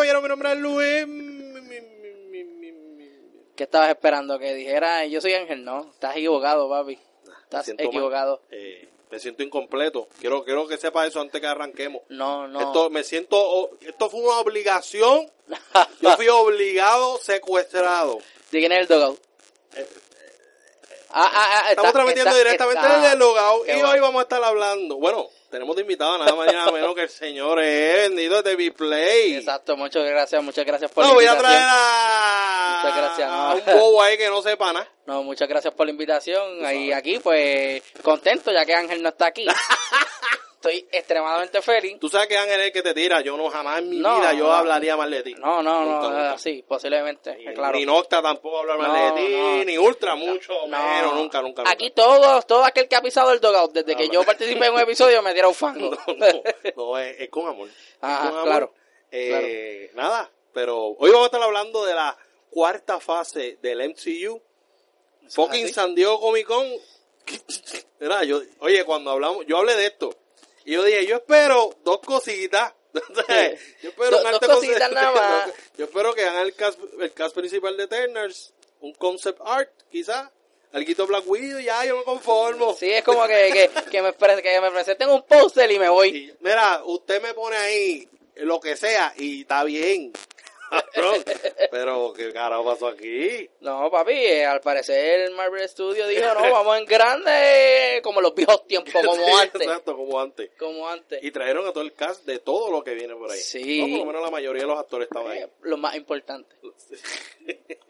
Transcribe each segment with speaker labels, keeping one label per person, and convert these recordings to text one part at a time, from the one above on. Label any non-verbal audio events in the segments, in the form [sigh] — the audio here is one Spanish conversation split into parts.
Speaker 1: dijeron mi nombre es Luis. mi- mi- mi- mi- mi- mi-
Speaker 2: ¿Qué estabas esperando? Que dijera, yo soy Ángel, no. Estás equivocado, papi. Estás
Speaker 1: Ah, siento mal.
Speaker 2: equivocado.
Speaker 1: Eh, me siento incompleto. Quiero, quiero que sepa eso antes que arranquemos.
Speaker 2: No, no.
Speaker 1: Esto, me siento, o- esto fue una obligación. Yo fui obligado, secuestrado.
Speaker 2: ¿De quién es el dogout? Ah, ah, ah,
Speaker 1: Eh, Estamos
Speaker 2: está-
Speaker 1: transmitiendo
Speaker 2: está-
Speaker 1: directamente
Speaker 2: está-
Speaker 1: desde el logout
Speaker 2: qué
Speaker 1: y
Speaker 2: bueno.
Speaker 1: hoy vamos a estar hablando. Bueno, tenemos de invitado nada más y nada menos que el señor es vendido de B-Play.
Speaker 2: Exacto, muchas gracias, muchas gracias por
Speaker 1: No,
Speaker 2: la
Speaker 1: voy a
Speaker 2: invitación.
Speaker 1: traer a,
Speaker 2: Muchas gracias, no.
Speaker 1: a un bobo ahí que no sepa nada.
Speaker 2: No, muchas gracias por la invitación. Y aquí, pues, contento ya que Ángel no
Speaker 1: [laughs]
Speaker 2: está aquí. Estoy extremadamente feliz.
Speaker 1: Tú sabes que Ángel es el que te tira. Yo no jamás en mi
Speaker 2: No,
Speaker 1: vida yo
Speaker 2: no.
Speaker 1: hablaría mal de ti.
Speaker 2: No, no, no,
Speaker 1: Nunca, nunca.
Speaker 2: sí, posiblemente,
Speaker 1: Ni,
Speaker 2: claro.
Speaker 1: ni Nocta tampoco hablar mal
Speaker 2: No,
Speaker 1: de ti,
Speaker 2: no.
Speaker 1: ni Ultra mucho
Speaker 2: No.
Speaker 1: menos, nunca, nunca. Ah,
Speaker 2: Aquí todos, todo aquel que ha pisado el dogout desde que
Speaker 1: No,
Speaker 2: yo
Speaker 1: no.
Speaker 2: participé en un episodio
Speaker 1: [laughs]
Speaker 2: me dieron fango. [laughs]
Speaker 1: nunca. No, no, no, es, es con amor. Es
Speaker 2: Ajá,
Speaker 1: con amor.
Speaker 2: Ah, claro,
Speaker 1: Eh, Nada, pero hoy vamos a estar hablando de la cuarta fase del MCU. Fucking
Speaker 2: así.
Speaker 1: San Diego Comic Con. [laughs] Era, yo, oye, cuando hablamos, yo hablé de esto. Y yo dije, yo espero dos cositas. [laughs] yo espero
Speaker 2: Dos-
Speaker 1: un
Speaker 2: dos
Speaker 1: arte [laughs]
Speaker 2: cositas nada más.
Speaker 1: conceptual. Yo espero que hagan el cast, el cast principal de Turners, un concept art, quizás. Alguito Black Widow, ya, yo me conformo.
Speaker 2: Sí, es como que, que, que me, pre- que me presenten un póster y me voy.
Speaker 1: Y, mira, usted me pone ahí lo que sea y está bien. [laughs] Cabrón. Pero, ¿qué carajo pasó aquí?
Speaker 2: No, papi, eh, al parecer Marvel Studio dijo, no, vamos en grande, eh, como los viejos tiempos,
Speaker 1: [laughs]
Speaker 2: como
Speaker 1: Sí,
Speaker 2: antes.
Speaker 1: Exacto, como antes.
Speaker 2: Como antes.
Speaker 1: Y trajeron a todo el cast de todo lo que viene por ahí.
Speaker 2: Sí.
Speaker 1: No, por lo menos la mayoría de los actores estaban ahí.
Speaker 2: Eh, Lo más importante.
Speaker 1: [laughs]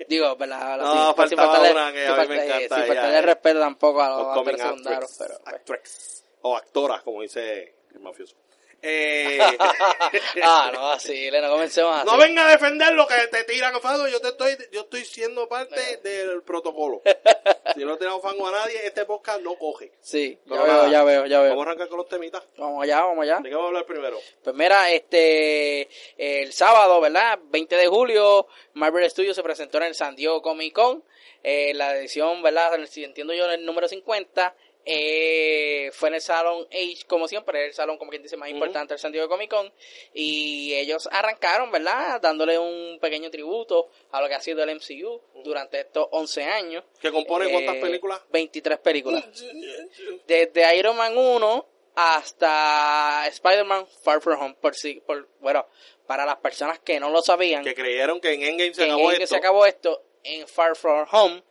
Speaker 2: Digo, ¿verdad?
Speaker 1: No,
Speaker 2: Ahora sí, pues,
Speaker 1: faltaba
Speaker 2: faltarle-
Speaker 1: una que a
Speaker 2: sin
Speaker 1: mí me
Speaker 2: faltarle-
Speaker 1: encanta,
Speaker 2: sin
Speaker 1: ella,
Speaker 2: faltarle
Speaker 1: eh.
Speaker 2: respeto tampoco a los
Speaker 1: Los
Speaker 2: actores
Speaker 1: coming
Speaker 2: secundarios,
Speaker 1: actress, [laughs]
Speaker 2: pero... pues.
Speaker 1: actress, o actoras, como dice el
Speaker 2: [laughs]
Speaker 1: mafioso. Eh,
Speaker 2: ah, no, así, le no comencemos así.
Speaker 1: no venga a defender lo que te tiran fango. Yo te estoy, yo estoy siendo parte del protocolo.
Speaker 2: [laughs]
Speaker 1: Si no tiramos fango a nadie, este podcast no coge.
Speaker 2: Sí, ya
Speaker 1: Pero
Speaker 2: veo,
Speaker 1: nada,
Speaker 2: ya veo, ya veo.
Speaker 1: Vamos a arrancar con los temitas.
Speaker 2: Vamos allá, vamos allá.
Speaker 1: ¿De qué vamos a hablar primero?
Speaker 2: Pues mira, este, el sábado, ¿verdad? 20 de julio, Marvel Studios se presentó en el San Diego Comic Con. Eh, la edición, ¿verdad? Si entiendo yo, el número 50. eh, fue en el Salón Age, como siempre, el salón, como quien dice, más
Speaker 1: Ujú.
Speaker 2: importante del San Diego Comic Con. Y ellos arrancaron, ¿verdad? Dándole un pequeño tributo a lo que ha sido el MCU durante estos 11 años.
Speaker 1: ¿Que compone cuántas
Speaker 2: Eh,
Speaker 1: películas? [laughs]
Speaker 2: 23 películas. Desde Iron Man 1 hasta Spider-Man Far From Home. Por si, por, bueno, para las personas que no lo sabían,
Speaker 1: Que creyeron que en Endgame se
Speaker 2: en
Speaker 1: acabó
Speaker 2: el que
Speaker 1: esto.
Speaker 2: se acabó esto, en Far From Home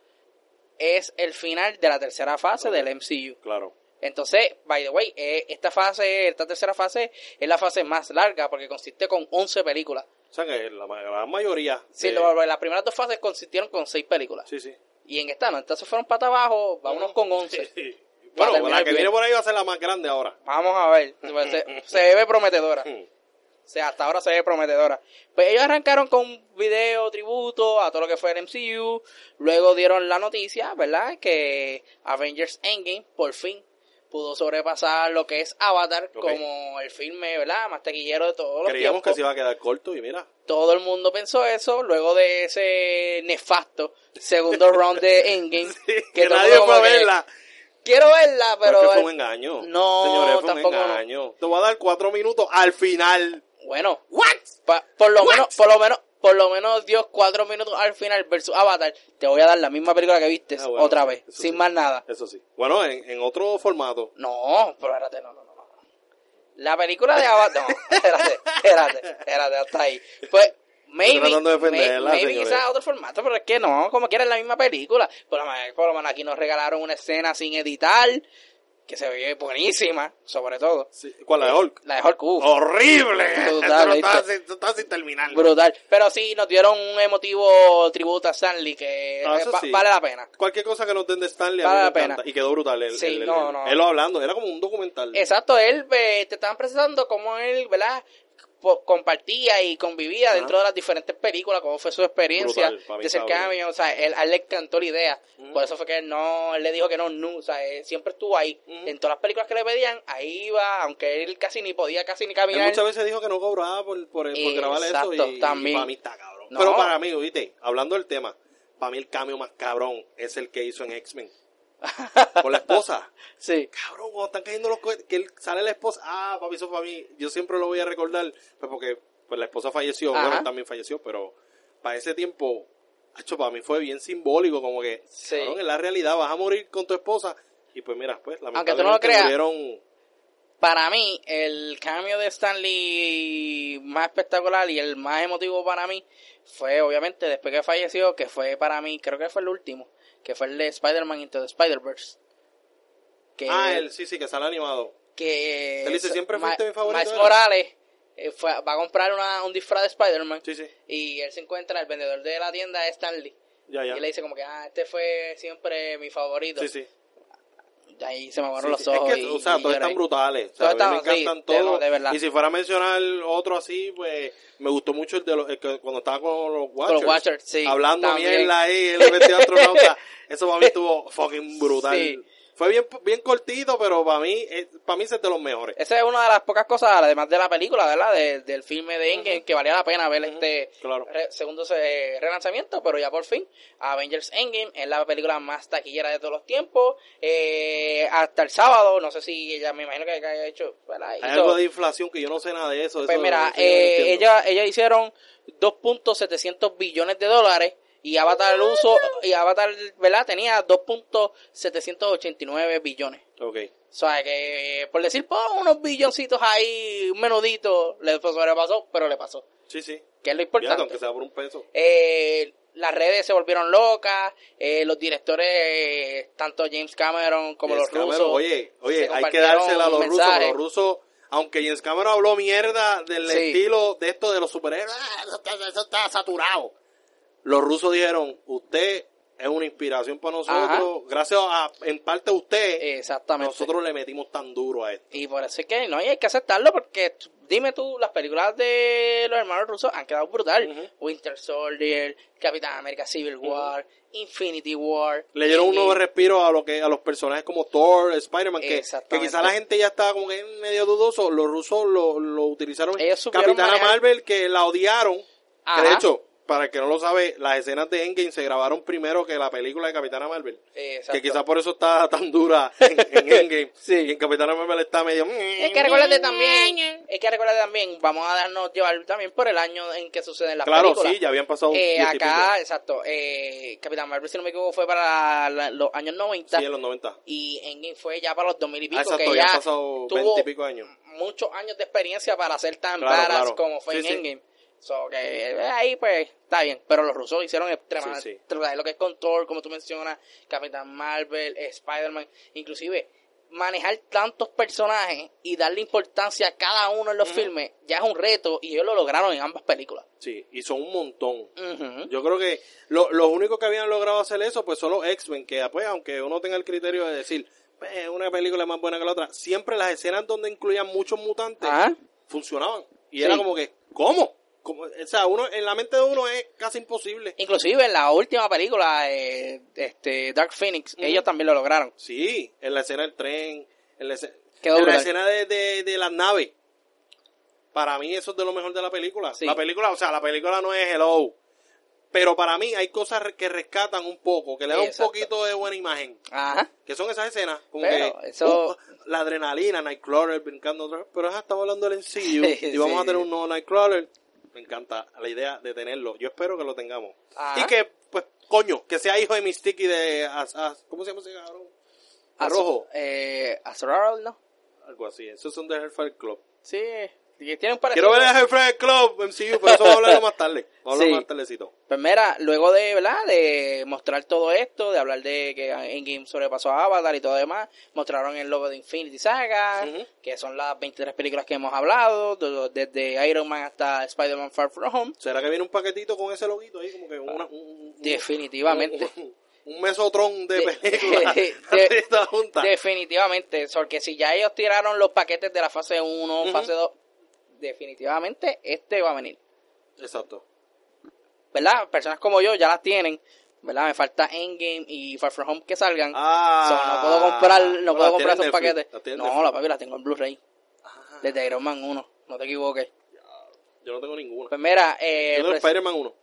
Speaker 2: es el final de la tercera fase
Speaker 1: Ok.
Speaker 2: del MCU.
Speaker 1: Claro.
Speaker 2: Entonces, by the way, eh, esta fase, esta tercera fase es la fase más larga porque consiste con 11 películas.
Speaker 1: O sea que la, ma- gran mayoría.
Speaker 2: Sí,
Speaker 1: de-
Speaker 2: lo- las primeras dos fases consistieron con 6 películas.
Speaker 1: sí, sí.
Speaker 2: Y en esta no, entonces fueron pata abajo, vámonos con 11.
Speaker 1: Sí. Bueno, la
Speaker 2: Para terminar
Speaker 1: que
Speaker 2: bien.
Speaker 1: viene por ahí va a ser la más grande ahora.
Speaker 2: Vamos a
Speaker 1: [laughs]
Speaker 2: ver. Pues, Se, se ve prometedora. O sea, hasta ahora se ve prometedora. Pues ellos arrancaron con un video tributo a todo lo que fue el MCU. Luego dieron la noticia, ¿verdad? Que Avengers Endgame por fin pudo sobrepasar lo que es Avatar
Speaker 1: Ok.
Speaker 2: como el filme, ¿verdad? Más taquillero de todos los
Speaker 1: Creíamos que
Speaker 2: tiempos.
Speaker 1: se iba a quedar corto y [laughs] mira.
Speaker 2: Todo el mundo pensó eso luego de ese nefasto segundo
Speaker 1: [laughs]
Speaker 2: round de Endgame.
Speaker 1: que
Speaker 2: todo el
Speaker 1: nadie fue
Speaker 2: mundo
Speaker 1: a
Speaker 2: como que,
Speaker 1: verla.
Speaker 2: Quiero verla,
Speaker 1: Pero es
Speaker 2: pero...
Speaker 1: que fue un engaño.
Speaker 2: No,
Speaker 1: Señores, fue
Speaker 2: tampoco no.
Speaker 1: un engaño. Te voy a dar cuatro minutos al final.
Speaker 2: Bueno,
Speaker 1: ¿What?
Speaker 2: Pa- por lo
Speaker 1: What?
Speaker 2: menos, por lo menos, por lo menos Dios cuatro minutos al final versus Avatar. Te voy a dar la misma película que viste
Speaker 1: Ah, bueno,
Speaker 2: otra vez,
Speaker 1: eso
Speaker 2: sin
Speaker 1: sí.
Speaker 2: más nada.
Speaker 1: Eso sí. Bueno, en, en otro formato.
Speaker 2: No, pero espérate, no, no, no. no. La película de Avatar, no, [laughs] espérate, espérate, espérate, hasta ahí. Pues, maybe,
Speaker 1: Estoy tratando de
Speaker 2: may-
Speaker 1: defenderla,
Speaker 2: maybe
Speaker 1: señores.
Speaker 2: quizás otro formato, pero es que no, como quiera es la misma película. Por lo, menos, por lo menos aquí nos regalaron una escena sin editar, que se ve buenísima, sobre todo.
Speaker 1: Sí. ¿Cuál la de Hulk?
Speaker 2: La de Hulk, uf,
Speaker 1: Oh, ¡Horrible!
Speaker 2: Brutal,
Speaker 1: Esto no está,
Speaker 2: ¿viste?
Speaker 1: sin- esto está sin terminar.
Speaker 2: Brutal. Pero sí, nos dieron un emotivo tributo a Stanley que
Speaker 1: Ah,
Speaker 2: eh,
Speaker 1: eso
Speaker 2: va-
Speaker 1: sí.
Speaker 2: vale la pena.
Speaker 1: Cualquier cosa que nos den de Stanley a mí
Speaker 2: Vale
Speaker 1: me
Speaker 2: la pena.
Speaker 1: encanta. Y quedó brutal. El,
Speaker 2: Sí,
Speaker 1: el- el-
Speaker 2: no,
Speaker 1: el-
Speaker 2: no.
Speaker 1: Él lo hablando, era como un documental.
Speaker 2: Exacto, él eh, te estaban presentando cómo él, ¿verdad? Po- compartía y convivía
Speaker 1: Ajá.
Speaker 2: dentro de las diferentes películas, cómo fue su experiencia
Speaker 1: Brutal, para mí
Speaker 2: de ser
Speaker 1: está
Speaker 2: cameo, o sea, él, a él le encantó la idea,
Speaker 1: Ujú.
Speaker 2: por eso fue que él no, él le dijo que no, no, o sea, él siempre estuvo ahí,
Speaker 1: Ujú.
Speaker 2: en todas las películas que le pedían, ahí iba, aunque él casi ni podía, casi ni
Speaker 1: Él
Speaker 2: caminar,
Speaker 1: muchas veces dijo que no cobraba por, por, por grabar eso.
Speaker 2: Exacto,
Speaker 1: Y,
Speaker 2: también.
Speaker 1: y para mí está cabrón.
Speaker 2: No.
Speaker 1: Pero para mí, viste, hablando del tema, para mí el cambio más cabrón es el que hizo en X-Men. Con la esposa.
Speaker 2: sí,
Speaker 1: Cabrón, cuando están cayendo los cohetes, que él- sale la esposa. Ah, papi, eso para mí. Yo siempre lo voy a recordar. Pues porque pues la esposa falleció,
Speaker 2: Ajá.
Speaker 1: bueno, también falleció, pero para ese tiempo, hecho, para mí fue bien simbólico, como que,
Speaker 2: Sí.
Speaker 1: cabrón, en la realidad vas a morir con tu esposa, y pues mira, pues,
Speaker 2: Aunque tú no lo
Speaker 1: lamentablemente
Speaker 2: creas.
Speaker 1: murieron,
Speaker 2: Para mí, el cambio de Stanley más espectacular y el más emotivo para mí fue, obviamente, después que falleció, que fue para mí, creo que fue el último, que fue el de Spider-Man Into the Spider-Verse. Que,
Speaker 1: ah, él, sí, sí, que sale animado,
Speaker 2: que
Speaker 1: Él dice, "Siempre
Speaker 2: Ma-
Speaker 1: fuiste mi favorito",
Speaker 2: Miles
Speaker 1: ¿verdad?
Speaker 2: Morales eh, fue- va a comprar una- un disfraz de Spider-Man
Speaker 1: sí, sí,
Speaker 2: y él se encuentra, el vendedor de la tienda es Stanley.
Speaker 1: ya, ya,
Speaker 2: Y le dice como que, ah, este fue siempre mi favorito.
Speaker 1: sí, sí.
Speaker 2: Y ahí se me
Speaker 1: Sí,
Speaker 2: borraron los
Speaker 1: sí.
Speaker 2: ojos.
Speaker 1: Es que,
Speaker 2: y-
Speaker 1: o sea, todos
Speaker 2: y lloré.
Speaker 1: están brutales. o sea,
Speaker 2: Todos
Speaker 1: a mí
Speaker 2: están-
Speaker 1: me
Speaker 2: sí,
Speaker 1: encantan
Speaker 2: de- no,
Speaker 1: todos.
Speaker 2: de verdad.
Speaker 1: Y si fuera a mencionar otro así, pues me gustó mucho el de los, el que- cuando estaba con los Watchers.
Speaker 2: Watchers, sí,
Speaker 1: Hablando
Speaker 2: también.
Speaker 1: mierda ahí, el
Speaker 2: [laughs]
Speaker 1: vestido de astronauta. Eso para mí estuvo fucking brutal.
Speaker 2: Sí.
Speaker 1: Fue bien, bien cortito, pero para mí, eh, para mí es de los mejores.
Speaker 2: Esa es una de las pocas cosas, además de la película, ¿verdad? De- del filme de Endgame, que valía la pena ver este
Speaker 1: claro.
Speaker 2: re- segundo se- relanzamiento, pero ya por fin, Avengers Endgame es la película más taquillera de todos los tiempos. Eh, hasta el sábado, no sé si ella, me imagino que haya hecho, ¿verdad?
Speaker 1: Hay
Speaker 2: Hizo-
Speaker 1: algo de inflación que yo no sé nada de eso.
Speaker 2: pues
Speaker 1: eso
Speaker 2: mira,
Speaker 1: eso yo no
Speaker 2: eh,
Speaker 1: entiendo.
Speaker 2: ella, ella hicieron 2.700 billones de dólares y Avatar el uso, y Avatar, ¿verdad? Tenía 2.789 billones.
Speaker 1: Ok.
Speaker 2: O sea, que por decir, pues, unos billoncitos ahí, un menudito, le pues, sobrepasó, pero le pasó.
Speaker 1: Sí, sí.
Speaker 2: Que es lo
Speaker 1: Fíjate,
Speaker 2: importante.
Speaker 1: aunque sea por un peso.
Speaker 2: Eh, las redes se volvieron locas, eh, los directores, eh, tanto James Cameron como
Speaker 1: James
Speaker 2: los
Speaker 1: Cameron,
Speaker 2: rusos.
Speaker 1: Oye, oye,
Speaker 2: se
Speaker 1: hay que
Speaker 2: compartieron
Speaker 1: dársela a los rusos.
Speaker 2: mensajes.
Speaker 1: porque Los rusos, aunque James Cameron habló mierda del
Speaker 2: Sí.
Speaker 1: estilo de esto de los superhéroes, "Ah, eso está, eso está saturado. Los rusos dijeron, usted es una inspiración para nosotros.
Speaker 2: Ajá.
Speaker 1: Gracias a, en parte a usted,
Speaker 2: Exactamente.
Speaker 1: nosotros le metimos tan duro a esto.
Speaker 2: Y por eso es que no y hay que aceptarlo, porque t- dime tú, las películas de los hermanos rusos han quedado brutal.
Speaker 1: Ujú.
Speaker 2: Winter Soldier, Capitán América Civil War, Infinity War.
Speaker 1: Le dieron un
Speaker 2: Endgame.
Speaker 1: nuevo respiro a lo que a los personajes como Thor, Spider-Man, que, que
Speaker 2: Exactamente.
Speaker 1: quizá la gente ya estaba como que medio dudoso. Los rusos lo, lo utilizaron.
Speaker 2: Ellos supieron
Speaker 1: Capitana
Speaker 2: manejar-
Speaker 1: Marvel, que la odiaron. Que de
Speaker 2: Ajá.
Speaker 1: hecho, para el que no lo sabe, las escenas de Endgame se grabaron primero que la película de Capitana Marvel.
Speaker 2: Exacto.
Speaker 1: Que quizás por eso está [laughs] tan dura en, en
Speaker 2: [laughs]
Speaker 1: Endgame.
Speaker 2: Sí.
Speaker 1: Y en Capitana Marvel está medio... mm.
Speaker 2: Es que recuérdate también, es que recuérdate también, vamos a darnos llevar también por el año en que suceden las
Speaker 1: Claro,
Speaker 2: películas.
Speaker 1: sí, ya habían pasado
Speaker 2: Eh,
Speaker 1: 10 y
Speaker 2: acá, exacto, eh, Capitán Marvel, si no me equivoco, fue para la- los años 90
Speaker 1: pico. Sí, en los 90. Ah,
Speaker 2: y Endgame fue ya para los 2000 y pico,
Speaker 1: exacto,
Speaker 2: que
Speaker 1: ya
Speaker 2: ya
Speaker 1: han pasado 20 y pico años.
Speaker 2: muchos años de experiencia para ser tan
Speaker 1: Claro,
Speaker 2: raras
Speaker 1: claro.
Speaker 2: como fue
Speaker 1: Sí,
Speaker 2: en
Speaker 1: sí.
Speaker 2: Endgame. So, que eh, ahí pues está bien, pero los rusos hicieron
Speaker 1: Sí,
Speaker 2: extremadamente
Speaker 1: sí.
Speaker 2: lo que es Control, como tú mencionas, Capitán Marvel, eh, Spider-Man, inclusive manejar tantos personajes y darle importancia a cada uno en los filmes ya es un reto y ellos lo lograron en ambas películas.
Speaker 1: Sí, y son un montón.
Speaker 2: Ujú.
Speaker 1: Yo creo que lo- los únicos que habían logrado hacer eso, pues son los X-Men, que pues, aunque uno tenga el criterio de decir, "Eh, una película es más buena que la otra, siempre las escenas donde incluían muchos mutantes
Speaker 2: Ajá.
Speaker 1: funcionaban. Y
Speaker 2: Ah. Sí.
Speaker 1: era como que, ¿cómo? ¿Cómo? O sea, uno, en la mente de uno es casi imposible.
Speaker 2: Inclusive en la última película, eh, este Dark Phoenix,
Speaker 1: Ujú.
Speaker 2: ellos también lo lograron.
Speaker 1: Sí, en la escena del tren, en la, escena-
Speaker 2: Quedó
Speaker 1: en la
Speaker 2: brutal.
Speaker 1: escena de, de, de las naves. Para mí eso es de lo mejor de la película.
Speaker 2: Sí.
Speaker 1: La película, o sea, la película no es Hello. Pero para mí hay cosas re- que rescatan un poco, que le dan un
Speaker 2: Exacto.
Speaker 1: poquito de buena imagen.
Speaker 2: Ajá.
Speaker 1: que son esas escenas como
Speaker 2: Pero
Speaker 1: que
Speaker 2: eso-
Speaker 1: uh, la adrenalina Nightcrawler brincando otra vez, pero ajá, estamos hablando
Speaker 2: [laughs]
Speaker 1: del MCU
Speaker 2: Sí,
Speaker 1: y vamos
Speaker 2: sí.
Speaker 1: a tener un nuevo Nightcrawler me encanta la idea de tenerlo yo espero que lo tengamos
Speaker 2: Ajá.
Speaker 1: y que pues coño que sea hijo de Mystique y de Az- Az- ¿cómo se llama ese cabrón? El rojo
Speaker 2: Eh, Azrael, ¿no?
Speaker 1: algo así esos son de Hellfire Club
Speaker 2: Sí, y tiene un parecido.
Speaker 1: quiero ver el Hellfire Club MCU pero eso vamos a hablarlo más tarde vamos a hablar
Speaker 2: Sí.
Speaker 1: más tardecito
Speaker 2: Pues mira, luego de, ¿verdad? De mostrar todo esto, de hablar de que Endgame sobrepasó a Avatar y todo demás, mostraron el logo de Infinity Saga,
Speaker 1: Ujú.
Speaker 2: que son las 23 películas que hemos hablado, do- desde Iron Man hasta Spider-Man Far From Home.
Speaker 1: ¿será que viene un paquetito con ese loguito ahí como que una- un, un- un-
Speaker 2: Definitivamente.
Speaker 1: un, un mesotrón de
Speaker 2: De-
Speaker 1: película
Speaker 2: [laughs] de-
Speaker 1: Esta junta.
Speaker 2: Definitivamente, porque si ya ellos tiraron los paquetes de la fase 1,
Speaker 1: Ujú.
Speaker 2: fase 2, definitivamente este va a venir.
Speaker 1: exacto
Speaker 2: ¿Verdad? Personas como yo ya las tienen, ¿verdad? Me falta Endgame y Far From Home que salgan.
Speaker 1: Ah.
Speaker 2: So, no puedo comprar, no
Speaker 1: Bueno,
Speaker 2: puedo
Speaker 1: la
Speaker 2: comprar esos
Speaker 1: tienen en Netflix, la
Speaker 2: paquetes.
Speaker 1: tienen en
Speaker 2: No,
Speaker 1: Netflix.
Speaker 2: la papi la tengo en Blu-ray. Desde Iron Man 1, no te equivoques.
Speaker 1: Yo no tengo ninguna.
Speaker 2: Pues mira, eh,
Speaker 1: Yo
Speaker 2: el
Speaker 1: tengo
Speaker 2: pres-
Speaker 1: Spider-Man 1.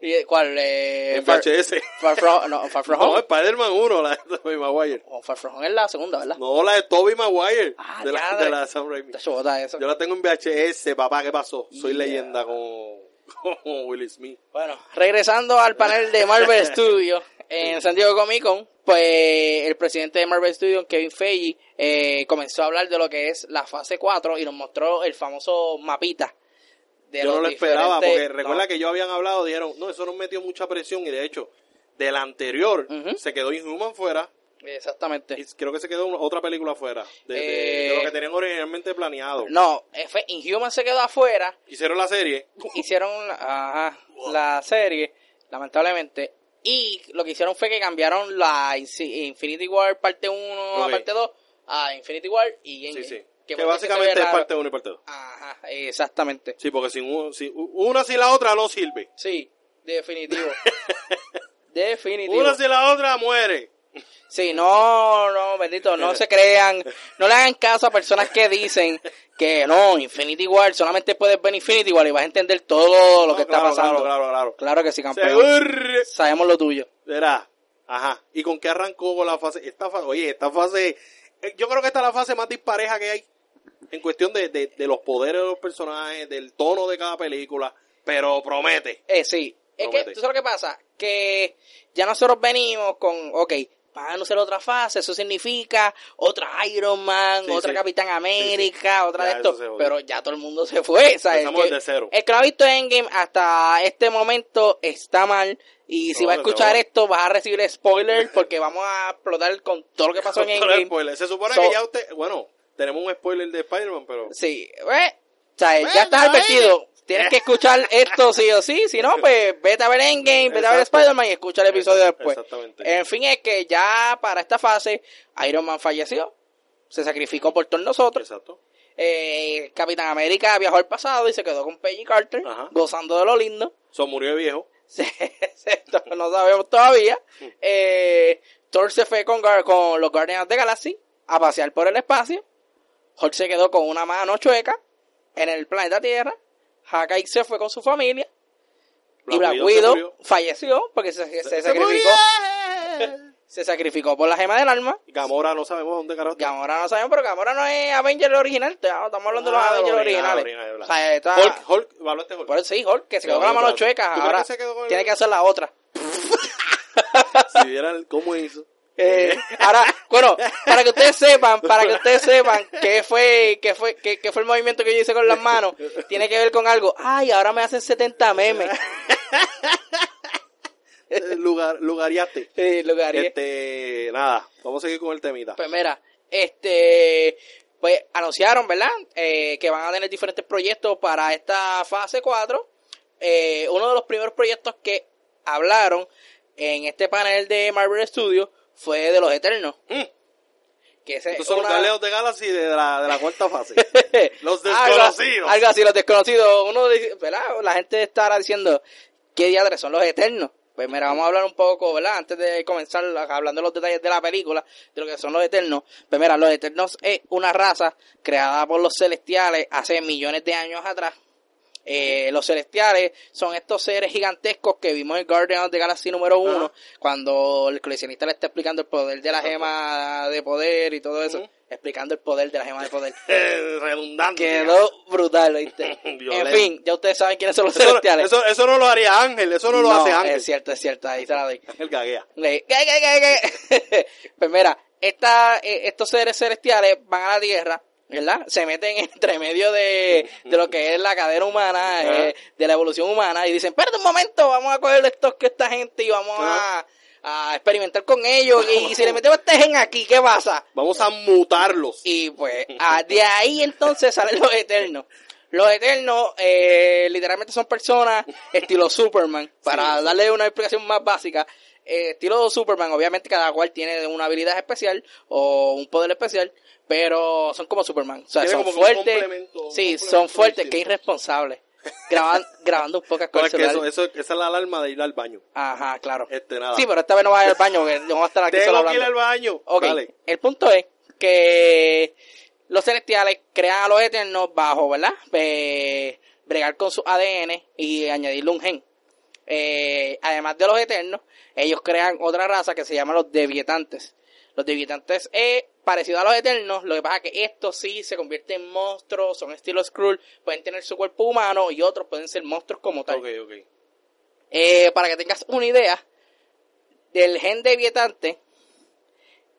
Speaker 2: ¿Y ¿Cuál? Eh,
Speaker 1: en
Speaker 2: Far-
Speaker 1: VHS.
Speaker 2: Far From, no, Far [laughs]
Speaker 1: [laughs]
Speaker 2: From
Speaker 1: No,
Speaker 2: Home.
Speaker 1: Spider-Man 1, la de Tobey Maguire.
Speaker 2: O Far From Home es la segunda, ¿verdad?
Speaker 1: No, la de Tobey Maguire.
Speaker 2: Ah,
Speaker 1: de, la,
Speaker 2: ya,
Speaker 1: de
Speaker 2: de-
Speaker 1: la Sam Raimi.
Speaker 2: Te chubota eso.
Speaker 1: Yo la tengo en VHS, papá, ¿qué pasó? Soy
Speaker 2: Yeah.
Speaker 1: leyenda con, [laughs] con Will Smith.
Speaker 2: Bueno, regresando al panel
Speaker 1: [laughs]
Speaker 2: de Marvel Studios en San Diego Comic Con, pues el presidente de Marvel Studios, Kevin Feige, eh, comenzó a hablar de lo que es la fase 4 y nos mostró el famoso mapita. De
Speaker 1: Yo no
Speaker 2: los
Speaker 1: lo esperaba, porque
Speaker 2: diferentes-
Speaker 1: recuerda
Speaker 2: no.
Speaker 1: que ellos habían hablado, dijeron, no, eso nos metió mucha presión, y de hecho, del anterior,
Speaker 2: Ujú.
Speaker 1: se quedó Inhuman fuera,
Speaker 2: Exactamente.
Speaker 1: y creo que se quedó una- otra película fuera, de, de-
Speaker 2: Eh,
Speaker 1: de lo que tenían originalmente planeado.
Speaker 2: No, eh, fue- Inhuman se quedó afuera,
Speaker 1: Hicieron la serie,
Speaker 2: hicieron ajá, la serie, lamentablemente, y lo que hicieron fue que cambiaron la Inci- Infinity War parte 1
Speaker 1: Ok.
Speaker 2: a parte 2 a Infinity War y
Speaker 1: sí,
Speaker 2: Endgame.
Speaker 1: sí,
Speaker 2: Que
Speaker 1: que,
Speaker 2: por eso se ve
Speaker 1: básicamente es
Speaker 2: raro.
Speaker 1: parte 1 y parte 2.
Speaker 2: Ajá, exactamente.
Speaker 1: Sí, porque sin, un- sin- una sin la otra no sirve.
Speaker 2: Sí, definitivo.
Speaker 1: [laughs]
Speaker 2: definitivo.
Speaker 1: Una sin la otra muere.
Speaker 2: Sí, no, no, bendito, no se crean, no le hagan caso a personas que dicen que no, Infinity War, solamente puedes ver Infinity War y vas a entender todo lo
Speaker 1: No,
Speaker 2: que está
Speaker 1: claro,
Speaker 2: pasando. Claro,
Speaker 1: Claro, claro, claro.
Speaker 2: que sí, campeón.
Speaker 1: Seguro.
Speaker 2: Sabemos lo tuyo.
Speaker 1: Verá. Ajá. ¿Y con qué arrancó la fase? Esta fase, oye, esta fase, eh, yo creo que esta es la fase más dispareja que hay en cuestión de, de- de los poderes de los personajes, del tono de cada película, pero promete.
Speaker 2: Eh, sí. Es que,
Speaker 1: Promete.
Speaker 2: ¿tú sabes lo que pasa? Que ya nosotros venimos con, ok, van a hacer otra fase, eso significa otra Iron Man,
Speaker 1: Sí,
Speaker 2: otra
Speaker 1: sí.
Speaker 2: Capitán América, otra
Speaker 1: Ya,
Speaker 2: de
Speaker 1: eso
Speaker 2: esto,
Speaker 1: se jodió.
Speaker 2: pero ya todo el mundo se fue, ¿sabes?
Speaker 1: Empezamos
Speaker 2: Que
Speaker 1: desde cero.
Speaker 2: El que no ha visto Endgame hasta este momento está mal, y si
Speaker 1: No,
Speaker 2: va a
Speaker 1: desde
Speaker 2: escuchar
Speaker 1: luego.
Speaker 2: esto vas a recibir spoilers porque vamos a explotar con todo lo
Speaker 1: [laughs]
Speaker 2: que pasó en
Speaker 1: Pero el
Speaker 2: Endgame.
Speaker 1: spoiler. Se supone
Speaker 2: So-
Speaker 1: que ya usted, bueno, tenemos un spoiler de Spider-Man, pero
Speaker 2: Sí, eh, o sea,
Speaker 1: Bueno,
Speaker 2: ya estás advertido. Tienes que escuchar esto sí o sí, si no, pues vete a ver Endgame, vete a ver
Speaker 1: Exacto.
Speaker 2: Spider-Man y escucha el episodio
Speaker 1: Exact-
Speaker 2: después.
Speaker 1: exactamente.
Speaker 2: En fin, es que ya para esta fase, Iron Man falleció, se sacrificó por todos nosotros.
Speaker 1: exacto.
Speaker 2: Eh, Capitán América viajó al pasado y se quedó con Peggy Carter,
Speaker 1: Ajá.
Speaker 2: gozando de lo lindo.
Speaker 1: So murió de viejo.
Speaker 2: [laughs] Sí, esto no sabemos todavía. Eh, Thor se fue con, Gar- con los Guardians de Galaxy a pasear por el espacio. Hulk se quedó con una mano chueca en el planeta Tierra. Hawkeye se fue con su familia. y Black
Speaker 1: se
Speaker 2: Widow
Speaker 1: murió.
Speaker 2: falleció porque se, se
Speaker 1: Se
Speaker 2: sacrificó.
Speaker 1: [laughs] murió.
Speaker 2: Se sacrificó por la gema del alma.
Speaker 1: Gamora no sabemos dónde carajo está.
Speaker 2: Gamora no sabemos, pero Gamora no es Avenger original. te- Estamos hablando de los
Speaker 1: Ah,
Speaker 2: Avengers
Speaker 1: original,
Speaker 2: originales.
Speaker 1: original,
Speaker 2: O sea, está-
Speaker 1: Hulk, Hulk, evaluaste Hulk.
Speaker 2: por eso sí, Hulk, que se
Speaker 1: Quedó
Speaker 2: quedó con la mano
Speaker 1: otra. ¿Tú
Speaker 2: chueca.
Speaker 1: crees
Speaker 2: Ahora
Speaker 1: que se quedó con el-
Speaker 2: tiene que hacer la otra.
Speaker 1: Si vieran cómo
Speaker 2: [laughs]
Speaker 1: hizo.
Speaker 2: Eh, ahora, bueno, para que ustedes sepan, para que ustedes sepan qué fue, qué fue, qué, qué fue el movimiento que yo hice con las manos, tiene que ver con algo. Ay, ahora me hacen 70 memes.
Speaker 1: Eh, Lugar, lugariate.
Speaker 2: Eh, lo que haría.
Speaker 1: Este, nada, vamos a seguir con el temita.
Speaker 2: Pues mira, este, pues anunciaron, ¿verdad? Eh, que van a tener diferentes proyectos para esta fase 4. Eh, uno de los primeros proyectos que hablaron en este panel de Marvel Studios fue de los Eternos.
Speaker 1: Mm.
Speaker 2: Que ese
Speaker 1: Estos
Speaker 2: es
Speaker 1: son los
Speaker 2: eh, una-
Speaker 1: galeos de Galaxy de la, de la cuarta
Speaker 2: [laughs]
Speaker 1: fase. Los
Speaker 2: Algo-
Speaker 1: desconocidos.
Speaker 2: Algo, así, los desconocidos. Uno dice, ¿verdad? La gente estará diciendo, ¿qué diadres son los eternos? Pues mira, vamos a hablar un poco, ¿verdad? Antes de comenzar la- hablando de los detalles de la película, de lo que son los eternos. Pues mira, los eternos es una raza creada por los celestiales hace millones de años atrás. Eh, los celestiales son estos seres gigantescos que vimos en Guardians of the Galaxy número uno,
Speaker 1: Ajá.
Speaker 2: cuando el coleccionista le está explicando el poder de la gema de poder y todo eso,
Speaker 1: Ujú.
Speaker 2: explicando el poder de la gema de
Speaker 1: [laughs]
Speaker 2: poder.
Speaker 1: Eh, redundante.
Speaker 2: Quedó brutal, ¿oíste?
Speaker 1: [laughs]
Speaker 2: en
Speaker 1: Violento.
Speaker 2: fin, ya ustedes saben quiénes son los
Speaker 1: eso,
Speaker 2: celestiales.
Speaker 1: eso, eso no lo haría Ángel, eso no lo hace Ángel.
Speaker 2: Es cierto, es cierto, ahí se la doy.
Speaker 1: Ángel gaguea.
Speaker 2: Le- ¡Gay, gay, gay, gay! [laughs] pues mira, esta, eh, estos seres celestiales van a la Tierra, ¿verdad? Se meten [laughs] entre medio de, de lo que es la cadena humana,
Speaker 1: Ajá.
Speaker 2: eh, de la evolución humana, y dicen, espérate un momento, vamos a coger estos que esta gente y vamos a,
Speaker 1: Ajá.
Speaker 2: a experimentar con ellos,
Speaker 1: [laughs]
Speaker 2: y, si le metemos este gen aquí, ¿qué pasa?
Speaker 1: Vamos a mutarlos.
Speaker 2: Y pues ah, de ahí entonces salen los eternos. Los eternos eh, literalmente son personas estilo Superman. Para darle una explicación más básica, eh, estilo Superman, obviamente cada cual tiene una habilidad especial o un poder especial, pero son como Superman. O sea,
Speaker 1: Tiene
Speaker 2: son
Speaker 1: como que un
Speaker 2: fuertes.
Speaker 1: complemento- un
Speaker 2: Sí,
Speaker 1: complemento
Speaker 2: son fuertes,
Speaker 1: distinto.
Speaker 2: qué irresponsables.
Speaker 1: [laughs]
Speaker 2: Graban- grabando un poco con
Speaker 1: Pero
Speaker 2: el
Speaker 1: es que eso,
Speaker 2: celular.
Speaker 1: eso- esa es la alarma de ir al baño.
Speaker 2: Ajá, claro.
Speaker 1: Este, nada.
Speaker 2: Sí, pero esta vez no va a ir al baño, porque no va a estar aquí solo
Speaker 1: Tengo que ir
Speaker 2: hablando.
Speaker 1: al baño.
Speaker 2: Ok,
Speaker 1: Dale.
Speaker 2: el punto es que los celestiales crean a los eternos bajo, ¿verdad? Eh, bregar con su ADN y añadirle un gen. eh, además de los eternos, ellos crean otra raza que se llama los devietantes. Los devietantes es parecido a los eternos, lo que pasa es que estos sí se convierten en monstruos, son estilo Skrull, pueden tener su cuerpo humano y otros pueden ser monstruos como tal.
Speaker 1: Ok, ok.
Speaker 2: Eh, para que tengas una idea del gen devietante,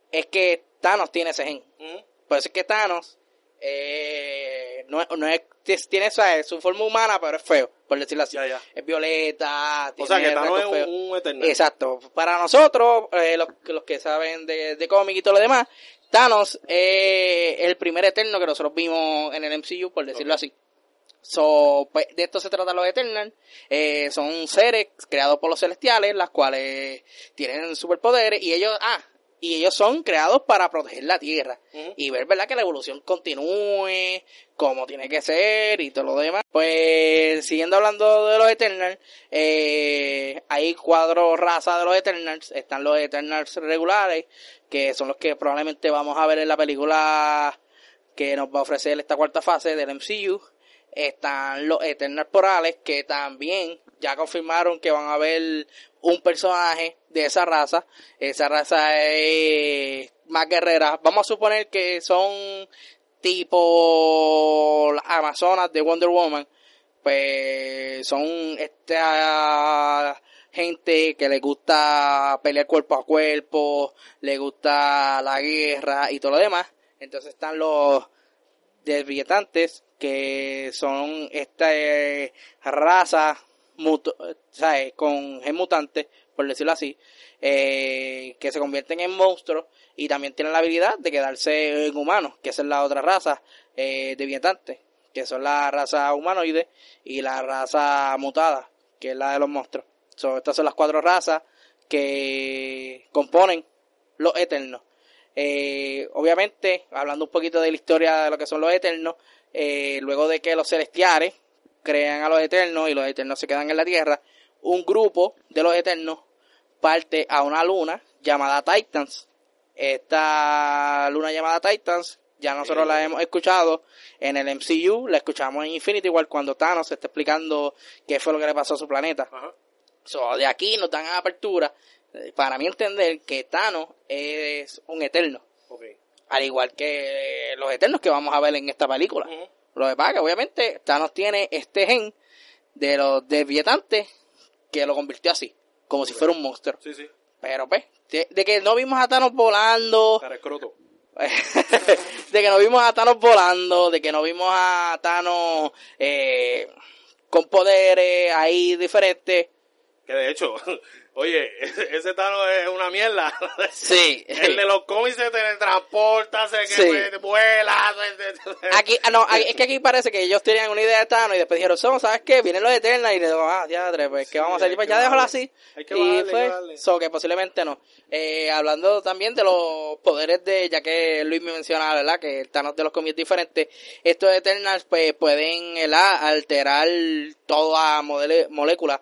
Speaker 2: es que Thanos tiene ese gen.
Speaker 1: Ujú.
Speaker 2: Por eso es que Thanos eh, no, es- no es, tiene esa- su forma humana, pero es feo, por decirlo así.
Speaker 1: Ya, ya.
Speaker 2: Es violeta,
Speaker 1: O
Speaker 2: tiene
Speaker 1: sea, que
Speaker 2: rasgos
Speaker 1: Thanos es
Speaker 2: feos.
Speaker 1: un, un eterno.
Speaker 2: Exacto. Para nosotros, eh, los, los que saben de, de cómic y todo lo demás, Thanos es el primer eterno que nosotros vimos en el MCU, por decirlo
Speaker 1: Ok.
Speaker 2: así. So, pues, de esto se trata los Eternals. Eh, son seres creados por los celestiales, las cuales tienen superpoderes y ellos, ah, y ellos son creados para proteger la Tierra
Speaker 1: Ujú.
Speaker 2: y ver, ¿verdad? Que la evolución continúe como tiene que ser y todo lo demás. Pues, siguiendo hablando de los Eternals, eh, hay cuatro razas de los Eternals. Están los Eternals regulares, que son los que probablemente vamos a ver en la película que nos va a ofrecer esta cuarta fase del MCU. Están los Eternals Porales, que también ya confirmaron que van a haber un personaje de esa raza. Esa raza es más guerrera. Vamos a suponer que son tipo las Amazonas de Wonder Woman. Pues son esta gente que le gusta pelear cuerpo a cuerpo, le gusta la guerra y todo lo demás. Entonces están los desbilletantes que son esta eh, raza mutu- eh, ¿sabes? con gen mutante, por decirlo así, eh, que se convierten en monstruos y también tienen la habilidad de quedarse en humanos, que esa es la otra raza eh, desvietante, que son la raza humanoide y la raza mutada, que es la de los monstruos. So, estas son las cuatro razas que componen los eternos. Eh, obviamente, hablando un poquito de la historia de lo que son los Eternos, eh, luego de que los Celestiales crean a los Eternos y los Eternos se quedan en la Tierra, un grupo de los Eternos parte a una luna llamada Titans. Esta luna llamada Titans, ya nosotros la hemos escuchado en el MCU, la escuchamos en Infinity War cuando Thanos está explicando qué fue lo que le pasó a su planeta.
Speaker 1: Ajá.
Speaker 2: So, de aquí nos dan apertura eh, para mí entender que Thanos es un eterno.
Speaker 1: Ok.
Speaker 2: Al igual que eh, los eternos que vamos a ver en esta película.
Speaker 1: Ujú.
Speaker 2: Lo que pasa es que obviamente Thanos tiene este gen de los desvietantes que lo convirtió así. Como si fuera un monstruo.
Speaker 1: Sí, sí.
Speaker 2: Pero pues, de, de que no vimos a Thanos volando. [laughs]
Speaker 1: Cara escroto.
Speaker 2: de que no vimos a Thanos volando. De que no vimos a Thanos eh, con poderes ahí diferentes.
Speaker 1: Que de hecho, [laughs] oye, [laughs] ese ese Thanos es una mierda.
Speaker 2: [laughs] Sí.
Speaker 1: El de los cómics se teletransporta, se que
Speaker 2: Sí.
Speaker 1: vuela. se- se- [laughs] se-
Speaker 2: [laughs] Aquí, ah, no, aquí- es que aquí parece que ellos tenían una idea de Thanos y después dijeron, "Son, ¿sabes qué? Vienen los Eternas y le digo, ah, ya, pues, ¿qué
Speaker 1: Sí,
Speaker 2: vamos a hacer?
Speaker 1: hay
Speaker 2: Y pues,
Speaker 1: que
Speaker 2: ya déjalo
Speaker 1: bajarle,
Speaker 2: así.
Speaker 1: hay que
Speaker 2: y
Speaker 1: bajarle, hay que
Speaker 2: fue,
Speaker 1: bajarle.
Speaker 2: so que posiblemente no. Eh, hablando también de los poderes de, ya que Luis me menciona, ¿verdad? Que el Thanos de los cómics es diferente. Estos Eternals, pues, pueden, ¿verdad? Alterar toda modele- molécula,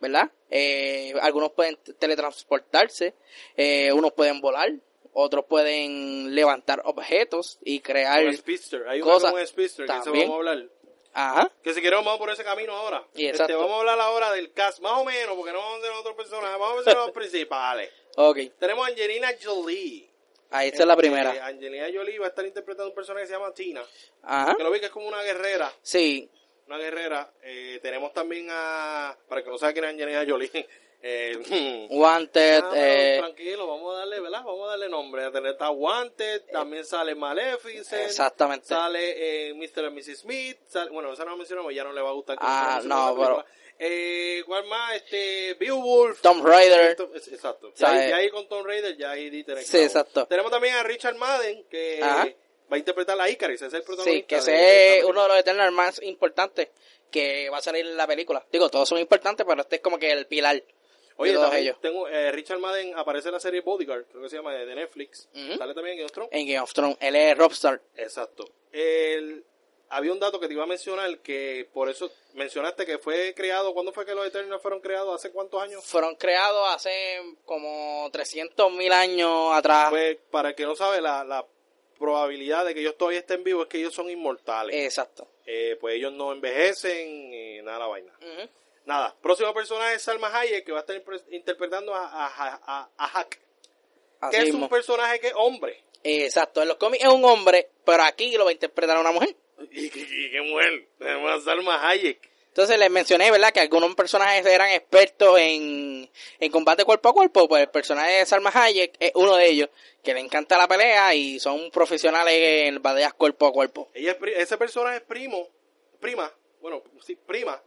Speaker 2: ¿verdad? Eh, algunos pueden teletransportarse, eh, unos pueden volar, otros pueden levantar objetos y crear...
Speaker 1: Un speedster. Hay uno que
Speaker 2: cosas.
Speaker 1: es un speedster, que eso
Speaker 2: También.
Speaker 1: vamos a hablar.
Speaker 2: Ajá.
Speaker 1: Que si queremos vamos por ese camino ahora.
Speaker 2: Exacto.
Speaker 1: Este, vamos a hablar ahora del cast, más o menos, porque no vamos a hacer otro personaje, vamos a hacer los principales.
Speaker 2: Ok,
Speaker 1: Tenemos a Angelina Jolie.
Speaker 2: ahí está la
Speaker 1: Eh,
Speaker 2: primera.
Speaker 1: Angelina Jolie va a estar interpretando un personaje que se llama Tina.
Speaker 2: Ajá.
Speaker 1: Que lo vi que es como una guerrera.
Speaker 2: Sí,
Speaker 1: Una guerrera. Eh, tenemos también a. Para el que no sabe quién es Angelina [laughs] Jolie. Eh,
Speaker 2: Wanted,
Speaker 1: Ah, pero
Speaker 2: eh,
Speaker 1: tranquilo, vamos a darle, ¿verdad? Vamos a darle nombre. A tener Está
Speaker 2: Eh,
Speaker 1: Wanted, también sale Maleficent.
Speaker 2: Exactamente.
Speaker 1: Sale eh, Mr. and Mrs. Smith. sale- bueno, esa no la mencionamos, ya no le va a gustar. que
Speaker 2: Ah,
Speaker 1: mencionemos
Speaker 2: no,
Speaker 1: esa película. Eh, ¿Cuál más? Este, Beowulf.
Speaker 2: Tom Raider.
Speaker 1: Esto- es- exacto. Ya,
Speaker 2: sea,
Speaker 1: ahí,
Speaker 2: eh,
Speaker 1: ya ahí con Tom Raider, ya ahí di tener
Speaker 2: Sí,
Speaker 1: clavo.
Speaker 2: exacto.
Speaker 1: Tenemos también a Richard Madden, que
Speaker 2: Ajá.
Speaker 1: va a interpretar a Icarus, ese es el protagonista.
Speaker 2: Sí, que
Speaker 1: de-
Speaker 2: ese
Speaker 1: de
Speaker 2: es
Speaker 1: esta
Speaker 2: uno de los Eternals más importantes que va a salir en la película. Digo, todos son importantes, pero este es como que el pilar
Speaker 1: Oye,
Speaker 2: de todos
Speaker 1: también
Speaker 2: ellos.
Speaker 1: tengo, eh, Richard Madden aparece en la serie Bodyguard, creo que se llama, de de Netflix.
Speaker 2: Ujú. Eh.
Speaker 1: Sale también en otro.
Speaker 2: En Game of Thrones, él es Robstar.
Speaker 1: Exacto. El- había un dato que te iba a mencionar que por eso mencionaste que fue creado. ¿Cuándo fue que los Eternals fueron creados? ¿Hace cuántos años?
Speaker 2: Fueron creados hace como 300.000 años atrás.
Speaker 1: Pues para el que no sabe, la, la probabilidad de que ellos todavía estén vivos es que ellos son inmortales.
Speaker 2: Exacto.
Speaker 1: Eh, pues ellos no envejecen, eh, nada de la vaina.
Speaker 2: Ujú.
Speaker 1: Nada, próximo personaje es Salma Hayek, que va a estar impre- interpretando a, a, a, a Hack,
Speaker 2: Así
Speaker 1: que es
Speaker 2: mismo.
Speaker 1: un personaje que es hombre.
Speaker 2: Exacto, en los cómics es un hombre, pero aquí lo va a interpretar una mujer.
Speaker 1: [laughs] Y, y- y qué mujer, tenemos a Salma Hayek.
Speaker 2: Entonces les mencioné, ¿verdad? Que algunos personajes eran expertos en, en combate cuerpo a cuerpo. Pues el personaje de Salma Hayek es uno de ellos, que le encanta la pelea y son profesionales en batallas cuerpo a cuerpo.
Speaker 1: Ella es pri- ese personaje es primo, prima, bueno, sí, prima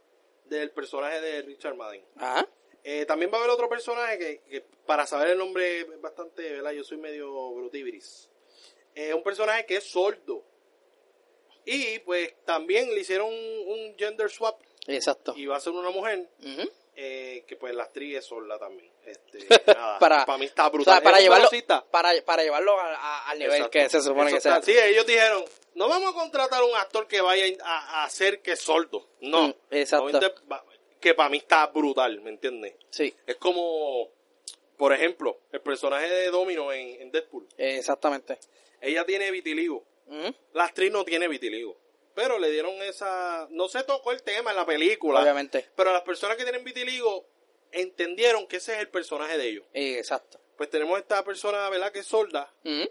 Speaker 1: del personaje de Richard Madden.
Speaker 2: Ajá.
Speaker 1: Eh, también va a haber otro personaje que, que para saber el nombre es bastante, ¿verdad? Yo soy medio brutibiris. Es un personaje que es sordo. Y pues también le hicieron un, un gender swap
Speaker 2: Exacto.
Speaker 1: y va a ser una mujer
Speaker 2: Ujú.
Speaker 1: eh, que pues la actriz es sorda también.
Speaker 2: [laughs]
Speaker 1: Este, nada, para,
Speaker 2: Para-
Speaker 1: mí está
Speaker 2: O
Speaker 1: brutal.
Speaker 2: sea, para
Speaker 1: Es un
Speaker 2: llevarlo,
Speaker 1: velocista.
Speaker 2: para, para llevarlo a- a- al nivel
Speaker 1: Exacto.
Speaker 2: que se supone
Speaker 1: Eso
Speaker 2: que sea.
Speaker 1: está- Sí, ellos dijeron, no vamos a contratar un actor que vaya a, a hacer que es sordo. No.
Speaker 2: Mm, exacto.
Speaker 1: No inter- va- que para mí está brutal, ¿me entiendes?
Speaker 2: Sí,
Speaker 1: Es como, por ejemplo, el personaje de Domino en, en Deadpool.
Speaker 2: exactamente.
Speaker 1: Ella tiene vitiligo.
Speaker 2: Ujú.
Speaker 1: La actriz no tiene vitiligo. Pero le dieron esa... No se tocó el tema en la película.
Speaker 2: Obviamente.
Speaker 1: Pero las personas que tienen vitiligo entendieron que ese es el personaje de ellos.
Speaker 2: Exacto.
Speaker 1: Pues tenemos esta persona, ¿verdad? Que es sorda.
Speaker 2: Ujú.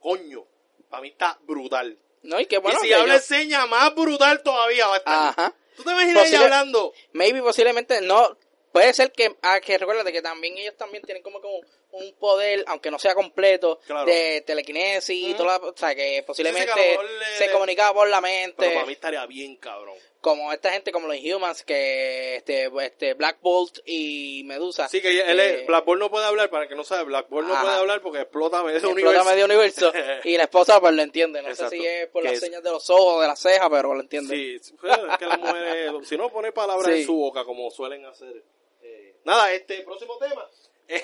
Speaker 1: Coño. Para mí está brutal.
Speaker 2: No, y que bueno.
Speaker 1: y si
Speaker 2: que
Speaker 1: habla
Speaker 2: yo-
Speaker 1: enseña más brutal todavía va a estar.
Speaker 2: Ajá.
Speaker 1: ¿Tú te imaginas ella
Speaker 2: Posible-
Speaker 1: hablando?
Speaker 2: Maybe posiblemente no. Puede ser que, ah, que recuérdate que también ellos también tienen como que un, un poder, aunque no sea completo,
Speaker 1: Claro.
Speaker 2: de telequinesis y
Speaker 1: Ujú.
Speaker 2: toda la- O sea, que posiblemente
Speaker 1: que a lo mejor le-
Speaker 2: se
Speaker 1: le-
Speaker 2: comunicaba por la
Speaker 1: Pero para mí
Speaker 2: mente.
Speaker 1: estaría bien, cabrón.
Speaker 2: Como esta gente, como los Humans, que este, este Black Bolt y Medusa.
Speaker 1: Sí, que él
Speaker 2: eh,
Speaker 1: es, Blackboard no puede hablar, para el que no sabe, Blackboard no
Speaker 2: Ajá.
Speaker 1: puede hablar porque explota medio
Speaker 2: explota
Speaker 1: universo.
Speaker 2: medio
Speaker 1: [laughs]
Speaker 2: universo. Y la esposa, pues lo entiende. No
Speaker 1: Exacto.
Speaker 2: sé si es por
Speaker 1: Que
Speaker 2: las
Speaker 1: es-
Speaker 2: señas de los ojos, de las cejas, pero lo entiende.
Speaker 1: Sí, pues, es que las mujeres, si no pone palabras
Speaker 2: Sí.
Speaker 1: en su boca como suelen hacer. eh, nada, este próximo tema. [laughs] eh,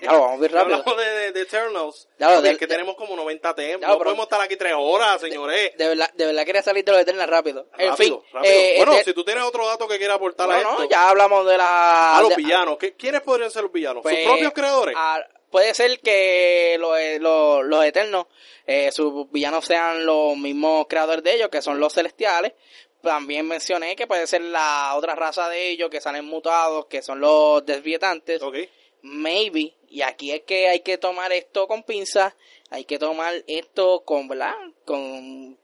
Speaker 2: Ya lo vamos a ir rápido.
Speaker 1: Hablamos de, de, de Eternals.
Speaker 2: Ya lo,
Speaker 1: Porque
Speaker 2: de-
Speaker 1: es que
Speaker 2: de-
Speaker 1: tenemos como 90 temas.
Speaker 2: Ya lo,
Speaker 1: no
Speaker 2: pero-
Speaker 1: podemos estar aquí tres horas, señores.
Speaker 2: De verdad, de verdad quería salir de los Eternas rápido. en fin.
Speaker 1: Rápido, rápido.
Speaker 2: eh,
Speaker 1: bueno,
Speaker 2: este-
Speaker 1: si tú tienes otro dato que quieras aportar a
Speaker 2: No,
Speaker 1: esto.
Speaker 2: no, ya hablamos de la...
Speaker 1: A los
Speaker 2: Ah, de-
Speaker 1: villanos. ¿Qué- ¿Quiénes podrían ser los villanos?
Speaker 2: pues,
Speaker 1: Ah, ¿Sus propios creadores?
Speaker 2: a- puede ser que los, eh, los, los eternos, eh, sus villanos sean los mismos creadores de ellos, que son los celestiales. También mencioné que puede ser la otra raza de ellos que salen mutados, que son los desvietantes.
Speaker 1: Ok.
Speaker 2: Maybe. Y aquí es que hay que tomar esto con pinzas, hay que tomar esto con, ¿verdad? Con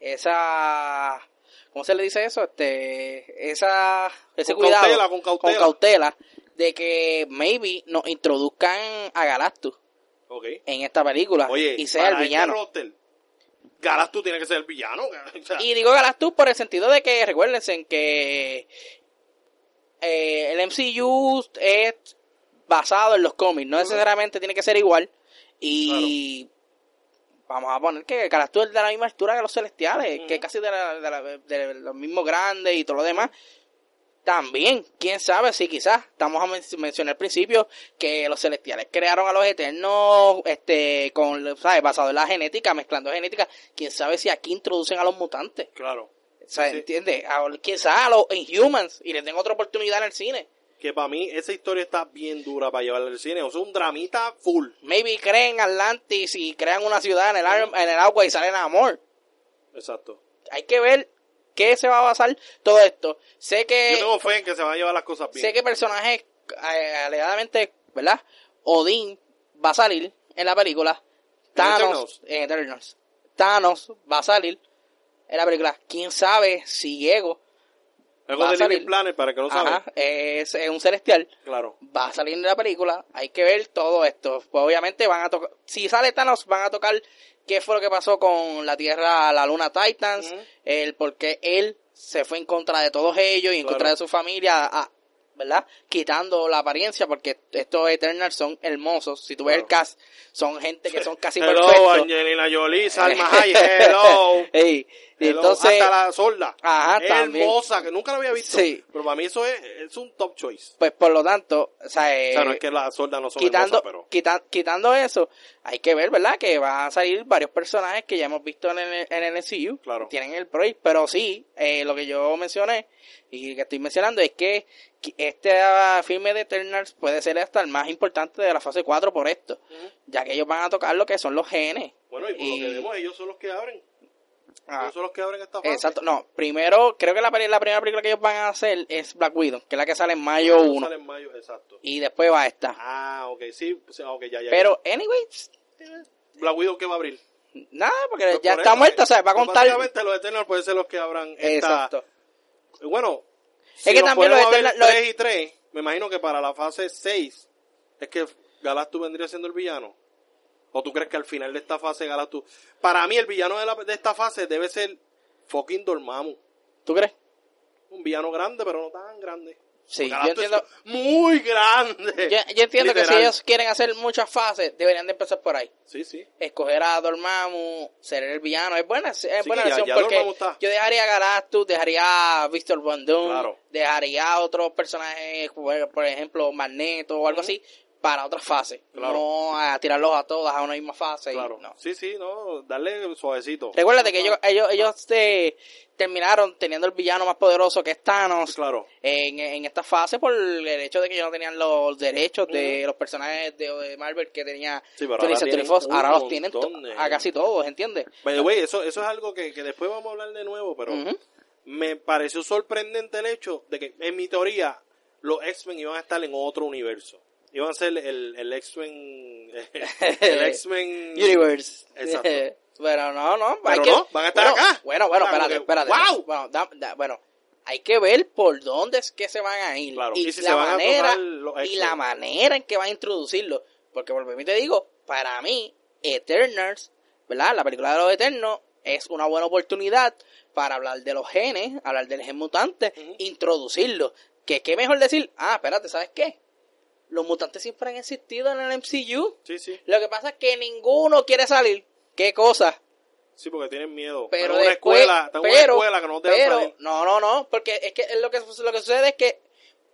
Speaker 2: esa... ¿Cómo se le dice eso? Este, esa, ese
Speaker 1: Con
Speaker 2: cuidado.
Speaker 1: cautela, con cautela.
Speaker 2: cautela de que maybe nos introduzcan a Galactus
Speaker 1: Ok.
Speaker 2: en esta película
Speaker 1: Oye,
Speaker 2: Ah, y sea el
Speaker 1: para este
Speaker 2: villano.
Speaker 1: roster, Galactus tiene que ser el villano. [laughs] o sea,
Speaker 2: Y digo Galactus por el sentido de que recuérdense que eh, el MCU es basado en los cómics, no necesariamente tiene que ser igual. Y vamos a poner que Galactus es de la misma altura que los celestiales,
Speaker 1: Ujú.
Speaker 2: que es casi de, la- de la- de los mismos grandes y todo lo demás. También, quién sabe si quizás, estamos a men- mencionar al principio que los celestiales crearon a los eternos, este, con, ¿sabes? Basado en la genética, mezclando genética, quién sabe si aquí introducen a los mutantes,
Speaker 1: claro.
Speaker 2: o sea,
Speaker 1: Sí, sí.
Speaker 2: ¿entiendes? A- Quizás a los Inhumans y les den otra oportunidad en el cine.
Speaker 1: que para mí esa historia está bien dura para llevarla al cine. O sea, un dramita full.
Speaker 2: Maybe creen Atlantis y crean una ciudad en el, ar- en el agua y salen a amor.
Speaker 1: Exacto.
Speaker 2: Hay que ver qué se va a basar todo esto. Sé que...
Speaker 1: Yo tengo fe en que se van a llevar las cosas bien.
Speaker 2: Eh, Sé que personajes, eh, alegadamente, ¿verdad? Odín va a salir en la película. Thanos,
Speaker 1: Eternals?
Speaker 2: en Eternals. Thanos va a salir en la película. ¿Quién sabe si Diego,
Speaker 1: Algo
Speaker 2: va a
Speaker 1: de Living
Speaker 2: salir.
Speaker 1: Planet, para el que no sabe.
Speaker 2: ajá, es, es un celestial,
Speaker 1: Claro.
Speaker 2: va a salir en la película? Hay que ver todo esto. Pues obviamente van a tocar, si sale Thanos, van a tocar qué fue lo que pasó con la Tierra, la Luna Titans,
Speaker 1: Ujú.
Speaker 2: el por qué él se fue en contra de todos ellos y en
Speaker 1: Claro.
Speaker 2: contra de su familia, a- ¿verdad? Quitando la apariencia, porque estos Eternals son hermosos. Si tú ves
Speaker 1: Claro.
Speaker 2: el cast, son gente que
Speaker 1: [laughs]
Speaker 2: son casi
Speaker 1: Hello,
Speaker 2: perfectos.
Speaker 1: Angelina Jolie,
Speaker 2: [laughs]
Speaker 1: Salma Hayek. Hello.
Speaker 2: Ey, y
Speaker 1: Hello.
Speaker 2: entonces,
Speaker 1: Hasta la sorda.
Speaker 2: Ajá,
Speaker 1: Es
Speaker 2: también.
Speaker 1: hermosa, que nunca la había visto.
Speaker 2: Sí.
Speaker 1: Pero para mí eso es, es un top choice.
Speaker 2: pues por lo tanto, o sea,
Speaker 1: o sea,
Speaker 2: eh,
Speaker 1: no es que las sordas no son
Speaker 2: quitando,
Speaker 1: hermosas, pero...
Speaker 2: quita- quitando eso, hay que ver, ¿verdad? Que van a salir varios personajes que ya hemos visto en el, en el MCU.
Speaker 1: Claro.
Speaker 2: Tienen el break, pero sí, eh, lo que yo mencioné y que estoy mencionando es que qui- este ah, filme de Eternals puede ser hasta el más importante de la fase 4 por esto,
Speaker 1: Ujú.
Speaker 2: ya que ellos van a tocar lo que son los genes.
Speaker 1: Bueno, y por lo que vemos, ellos son los que abren.
Speaker 2: Ah.
Speaker 1: Ellos son los que abren esta fase.
Speaker 2: Exacto, no, primero, creo que la, peli- la primera película que ellos van a hacer es Black Widow, que es la que sale en mayo
Speaker 1: Ellos
Speaker 2: 1,
Speaker 1: salen en mayo, exacto.
Speaker 2: y después va esta.
Speaker 1: Ah, ok, sí, pues, ah, ok, ya, ya.
Speaker 2: Pero, anyways,
Speaker 1: ya. Black Widow que va a abrir.
Speaker 2: nada, porque
Speaker 1: Pues
Speaker 2: ya
Speaker 1: por
Speaker 2: está
Speaker 1: eso,
Speaker 2: muerta, o sea, va a
Speaker 1: pues
Speaker 2: contar...
Speaker 1: Básicamente los Eternals pueden ser los que abran esta...
Speaker 2: Exacto.
Speaker 1: Bueno, es
Speaker 2: que también los Eternals- los-
Speaker 1: 3 y 3, me imagino que para la fase 6 es que Galactus vendría siendo el villano. ¿O tú crees que al final de esta fase Galactus... Para mí el villano de, la- de esta fase debe ser fucking Dormammu.
Speaker 2: ¿Tú crees?
Speaker 1: Un villano grande, pero no tan grande.
Speaker 2: Sí, yo
Speaker 1: Galactus es
Speaker 2: entiendo,
Speaker 1: Muy grande.
Speaker 2: [laughs] yo, yo entiendo que si
Speaker 1: Literal.
Speaker 2: ellos quieren hacer muchas fases, deberían de empezar por ahí.
Speaker 1: Sí, sí.
Speaker 2: Escoger a Dormammu, ser el villano, es buena, es buena
Speaker 1: ya-
Speaker 2: versión
Speaker 1: ya Dormammu
Speaker 2: porque
Speaker 1: está.
Speaker 2: yo dejaría a Galactus, dejaría a Víctor Von Doom,
Speaker 1: Claro.
Speaker 2: dejaría a otros personajes, por por ejemplo, Magneto o algo así, para otras fases.
Speaker 1: Claro.
Speaker 2: No a tirarlos a todas a una misma fase. y
Speaker 1: Claro.
Speaker 2: no.
Speaker 1: Sí, sí, no, darle suavecito.
Speaker 2: Recuérdate que ellos, ellos, ellos este, terminaron teniendo el villano más poderoso que es Thanos
Speaker 1: Claro.
Speaker 2: en, en esta fase por el hecho de que ellos no tenían los derechos de los personajes de, de Marvel que tenía
Speaker 1: Sí, pero
Speaker 2: 20th
Speaker 1: ahora
Speaker 2: Century
Speaker 1: tienen
Speaker 2: Fox.
Speaker 1: un
Speaker 2: Ahora los tienen to-
Speaker 1: montón de-
Speaker 2: a casi todos, ¿entiendes?
Speaker 1: By the way, eso, eso es algo que, que después vamos a hablar de nuevo, pero
Speaker 2: Ujú.
Speaker 1: me pareció sorprendente el hecho de que, en mi teoría, los X-Men iban a estar en otro universo. Iban a ser el, el X-Men. [laughs] El
Speaker 2: [laughs]
Speaker 1: X-Men.
Speaker 2: Universe.
Speaker 1: Exacto.
Speaker 2: [laughs] Pero no, no.
Speaker 1: Pero
Speaker 2: hay que-
Speaker 1: no, van a estar
Speaker 2: bueno,
Speaker 1: acá.
Speaker 2: Bueno, bueno,
Speaker 1: Ah,
Speaker 2: espérate,
Speaker 1: como que,
Speaker 2: espérate.
Speaker 1: ¡guau!
Speaker 2: Bueno, da- da- bueno, hay que ver por dónde es que se van a ir.
Speaker 1: Claro,
Speaker 2: Y,
Speaker 1: y si
Speaker 2: la
Speaker 1: se van a
Speaker 2: manera,
Speaker 1: tomar los
Speaker 2: y
Speaker 1: extras.
Speaker 2: la manera en que van a introducirlo. Porque volvemos y te digo, para mí, Eternals, ¿verdad? La película de los Eternos es una buena oportunidad para hablar de los genes, hablar del gen mutante,
Speaker 1: Ujú.
Speaker 2: introducirlo. Que qué mejor decir, ah, espérate, ¿sabes qué? Los mutantes siempre han existido en el MCU.
Speaker 1: Sí, sí.
Speaker 2: Lo que pasa es que ninguno quiere salir. ¿Qué cosa?
Speaker 1: Sí, porque tienen miedo.
Speaker 2: Pero
Speaker 1: Están en una
Speaker 2: después,
Speaker 1: escuela, están en una
Speaker 2: pero,
Speaker 1: escuela que no te dejan
Speaker 2: pero-
Speaker 1: salir.
Speaker 2: no, no, no, porque es que es lo que lo que sucede es que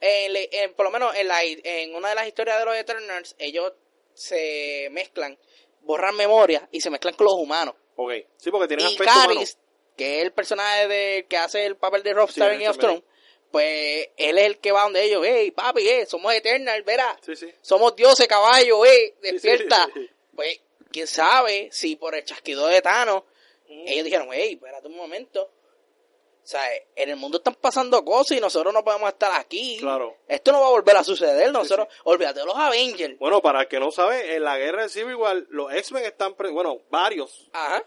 Speaker 2: eh, le- en- por lo menos en la en una de las historias de los Eternals ellos se mezclan, borran memoria y se mezclan con los humanos.
Speaker 1: Ok. Sí, porque tienen
Speaker 2: Y
Speaker 1: aspecto humano.
Speaker 2: Caris, que es el personaje de que hace el papel de Rob
Speaker 1: Sí,
Speaker 2: Starr en
Speaker 1: él
Speaker 2: Game of
Speaker 1: también.
Speaker 2: Thrones, pues él es el que va donde ellos, hey papi, eh, somos Eternals, verá,
Speaker 1: Sí, sí.
Speaker 2: somos dioses, caballo, eh,
Speaker 1: sí,
Speaker 2: despierta.
Speaker 1: sí, sí.
Speaker 2: Pues, quién sabe si por el chasquido de Thanos,
Speaker 1: Mm.
Speaker 2: ellos dijeron, hey, espérate un momento. O sea, en el mundo están pasando cosas y nosotros no podemos estar aquí.
Speaker 1: Claro.
Speaker 2: Esto no va a volver a suceder. Nosotros, olvídate de los Avengers.
Speaker 1: Bueno, para el que no sabe, en la guerra de Civil War, los X-Men están. pre- Bueno, varios
Speaker 2: Ajá.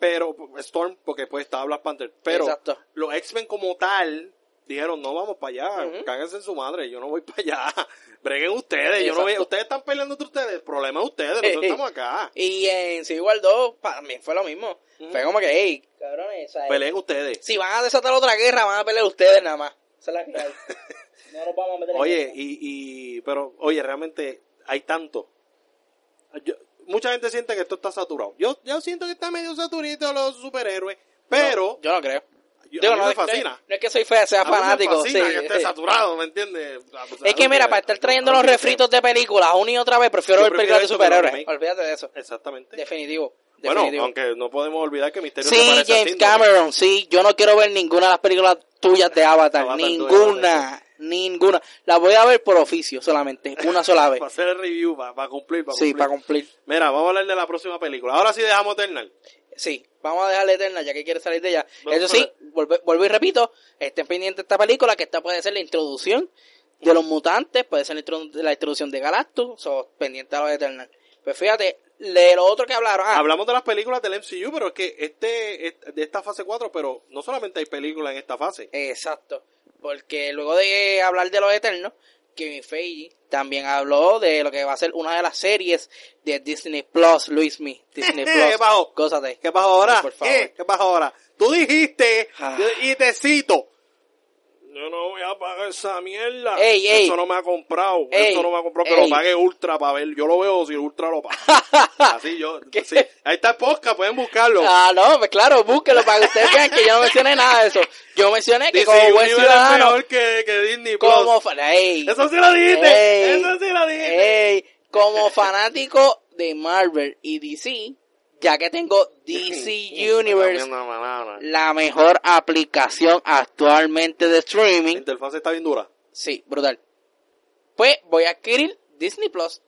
Speaker 1: pero Storm porque pues estaba Black Panther pero
Speaker 2: Exacto.
Speaker 1: los X-Men como tal dijeron no vamos para allá
Speaker 2: Ujú.
Speaker 1: cáguense en su madre yo no voy para allá [laughs] breguen ustedes yo no
Speaker 2: Exacto.
Speaker 1: voy ustedes están peleando entre ustedes el problema es ustedes nosotros estamos acá
Speaker 2: Y en Civil War 2 también fue lo mismo.
Speaker 1: Ujú.
Speaker 2: Fue como que, hey, cabrones, o sea,
Speaker 1: peleen ustedes
Speaker 2: si van a desatar otra guerra, van a pelear ustedes nada más. Esa
Speaker 1: [laughs]
Speaker 2: es la que hay. no nos vamos a meter en
Speaker 1: oye
Speaker 2: guerra.
Speaker 1: y, y pero oye realmente hay tanto Yo- mucha gente siente que esto está saturado yo yo siento que está medio saturito los superhéroes pero
Speaker 2: No, yo no creo.
Speaker 1: yo-
Speaker 2: Digo,
Speaker 1: a mí me
Speaker 2: no, este es- no es-
Speaker 1: fascina
Speaker 2: no es que soy fea, sea
Speaker 1: A mí me
Speaker 2: fanático.
Speaker 1: fascina
Speaker 2: sí,
Speaker 1: que esté
Speaker 2: sí.
Speaker 1: saturado, ¿me entiendes?
Speaker 2: Es que mira, para estar trayendo los refritos de películas una y otra vez, prefiero
Speaker 1: Yo
Speaker 2: ver
Speaker 1: prefiero
Speaker 2: películas de
Speaker 1: esto que los
Speaker 2: superhéroes.
Speaker 1: remakes.
Speaker 2: Olvídate de eso.
Speaker 1: Exactamente.
Speaker 2: Definitivo.
Speaker 1: Bueno,
Speaker 2: definitivo.
Speaker 1: aunque no podemos olvidar que Misterio se
Speaker 2: sí,
Speaker 1: parece a
Speaker 2: James
Speaker 1: Tindall.
Speaker 2: Cameron, sí. Yo no quiero ver ninguna de las películas tuyas de Avatar.
Speaker 1: Avatar dos,
Speaker 2: ninguna. Ninguna. La voy a ver por oficio solamente. Una sola
Speaker 1: [laughs]
Speaker 2: vez.
Speaker 1: Para hacer el review, para, cumplir, para
Speaker 2: sí,
Speaker 1: cumplir.
Speaker 2: para cumplir.
Speaker 1: Mira, vamos a hablar de la próxima película. Ahora sí dejamos Eternal.
Speaker 2: Sí, vamos a dejarle Eterna ya que quiere salir de ella.
Speaker 1: Vamos
Speaker 2: Eso sí,
Speaker 1: para-
Speaker 2: vuelvo, vuelvo y repito, estén pendientes de esta película, que esta puede ser la introducción de los mutantes, puede ser la, introdu- la introducción de Galactus, o pendiente a los Eternals. Pues fíjate, de lo otro que hablaron, ah,
Speaker 1: Hablamos de las películas del MCU, pero es que este, este- de esta fase 4, pero no solamente hay películas en esta fase.
Speaker 2: exacto, porque luego de hablar de los Eternos, Kevin Feige también habló de lo que va a ser una de las series de Disney Plus, Luis Me, Disney
Speaker 1: ¿Qué pasó?
Speaker 2: Plus, gózate.
Speaker 1: ¿Qué pasa ahora?
Speaker 2: Por favor.
Speaker 1: ¿Eh? ¿Qué pasa ahora? Tú dijiste,
Speaker 2: Ah.
Speaker 1: yo- y te cito. Yo no voy a pagar esa mierda.
Speaker 2: Ey, ey.
Speaker 1: Eso no me ha comprado.
Speaker 2: Ey,
Speaker 1: Eso no me ha comprado. Que
Speaker 2: ey.
Speaker 1: lo pague Ultra para ver. Yo lo veo si Ultra lo
Speaker 2: [laughs]
Speaker 1: paga. Así yo.
Speaker 2: ¿Qué?
Speaker 1: sí. Ahí está el podcast, pueden buscarlo.
Speaker 2: Ah, no, pues claro, búsquelo para que ustedes vean que yo no mencioné nada de eso. Yo mencioné que
Speaker 1: Dice
Speaker 2: como buen
Speaker 1: Universal es
Speaker 2: ciudadano,
Speaker 1: peor que, que Disney Plus.
Speaker 2: como, fa- ey,
Speaker 1: Eso sí lo dijiste.
Speaker 2: Ey.
Speaker 1: Eso sí lo dijiste.
Speaker 2: ey, como fanático de Marvel y DC, ya que tengo
Speaker 1: [laughs]
Speaker 2: DC Universe, la mejor aplicación actualmente de
Speaker 1: La
Speaker 2: streaming,
Speaker 1: interfaz está bien dura.
Speaker 2: sí, brutal. Pues voy a adquirir Disney Plus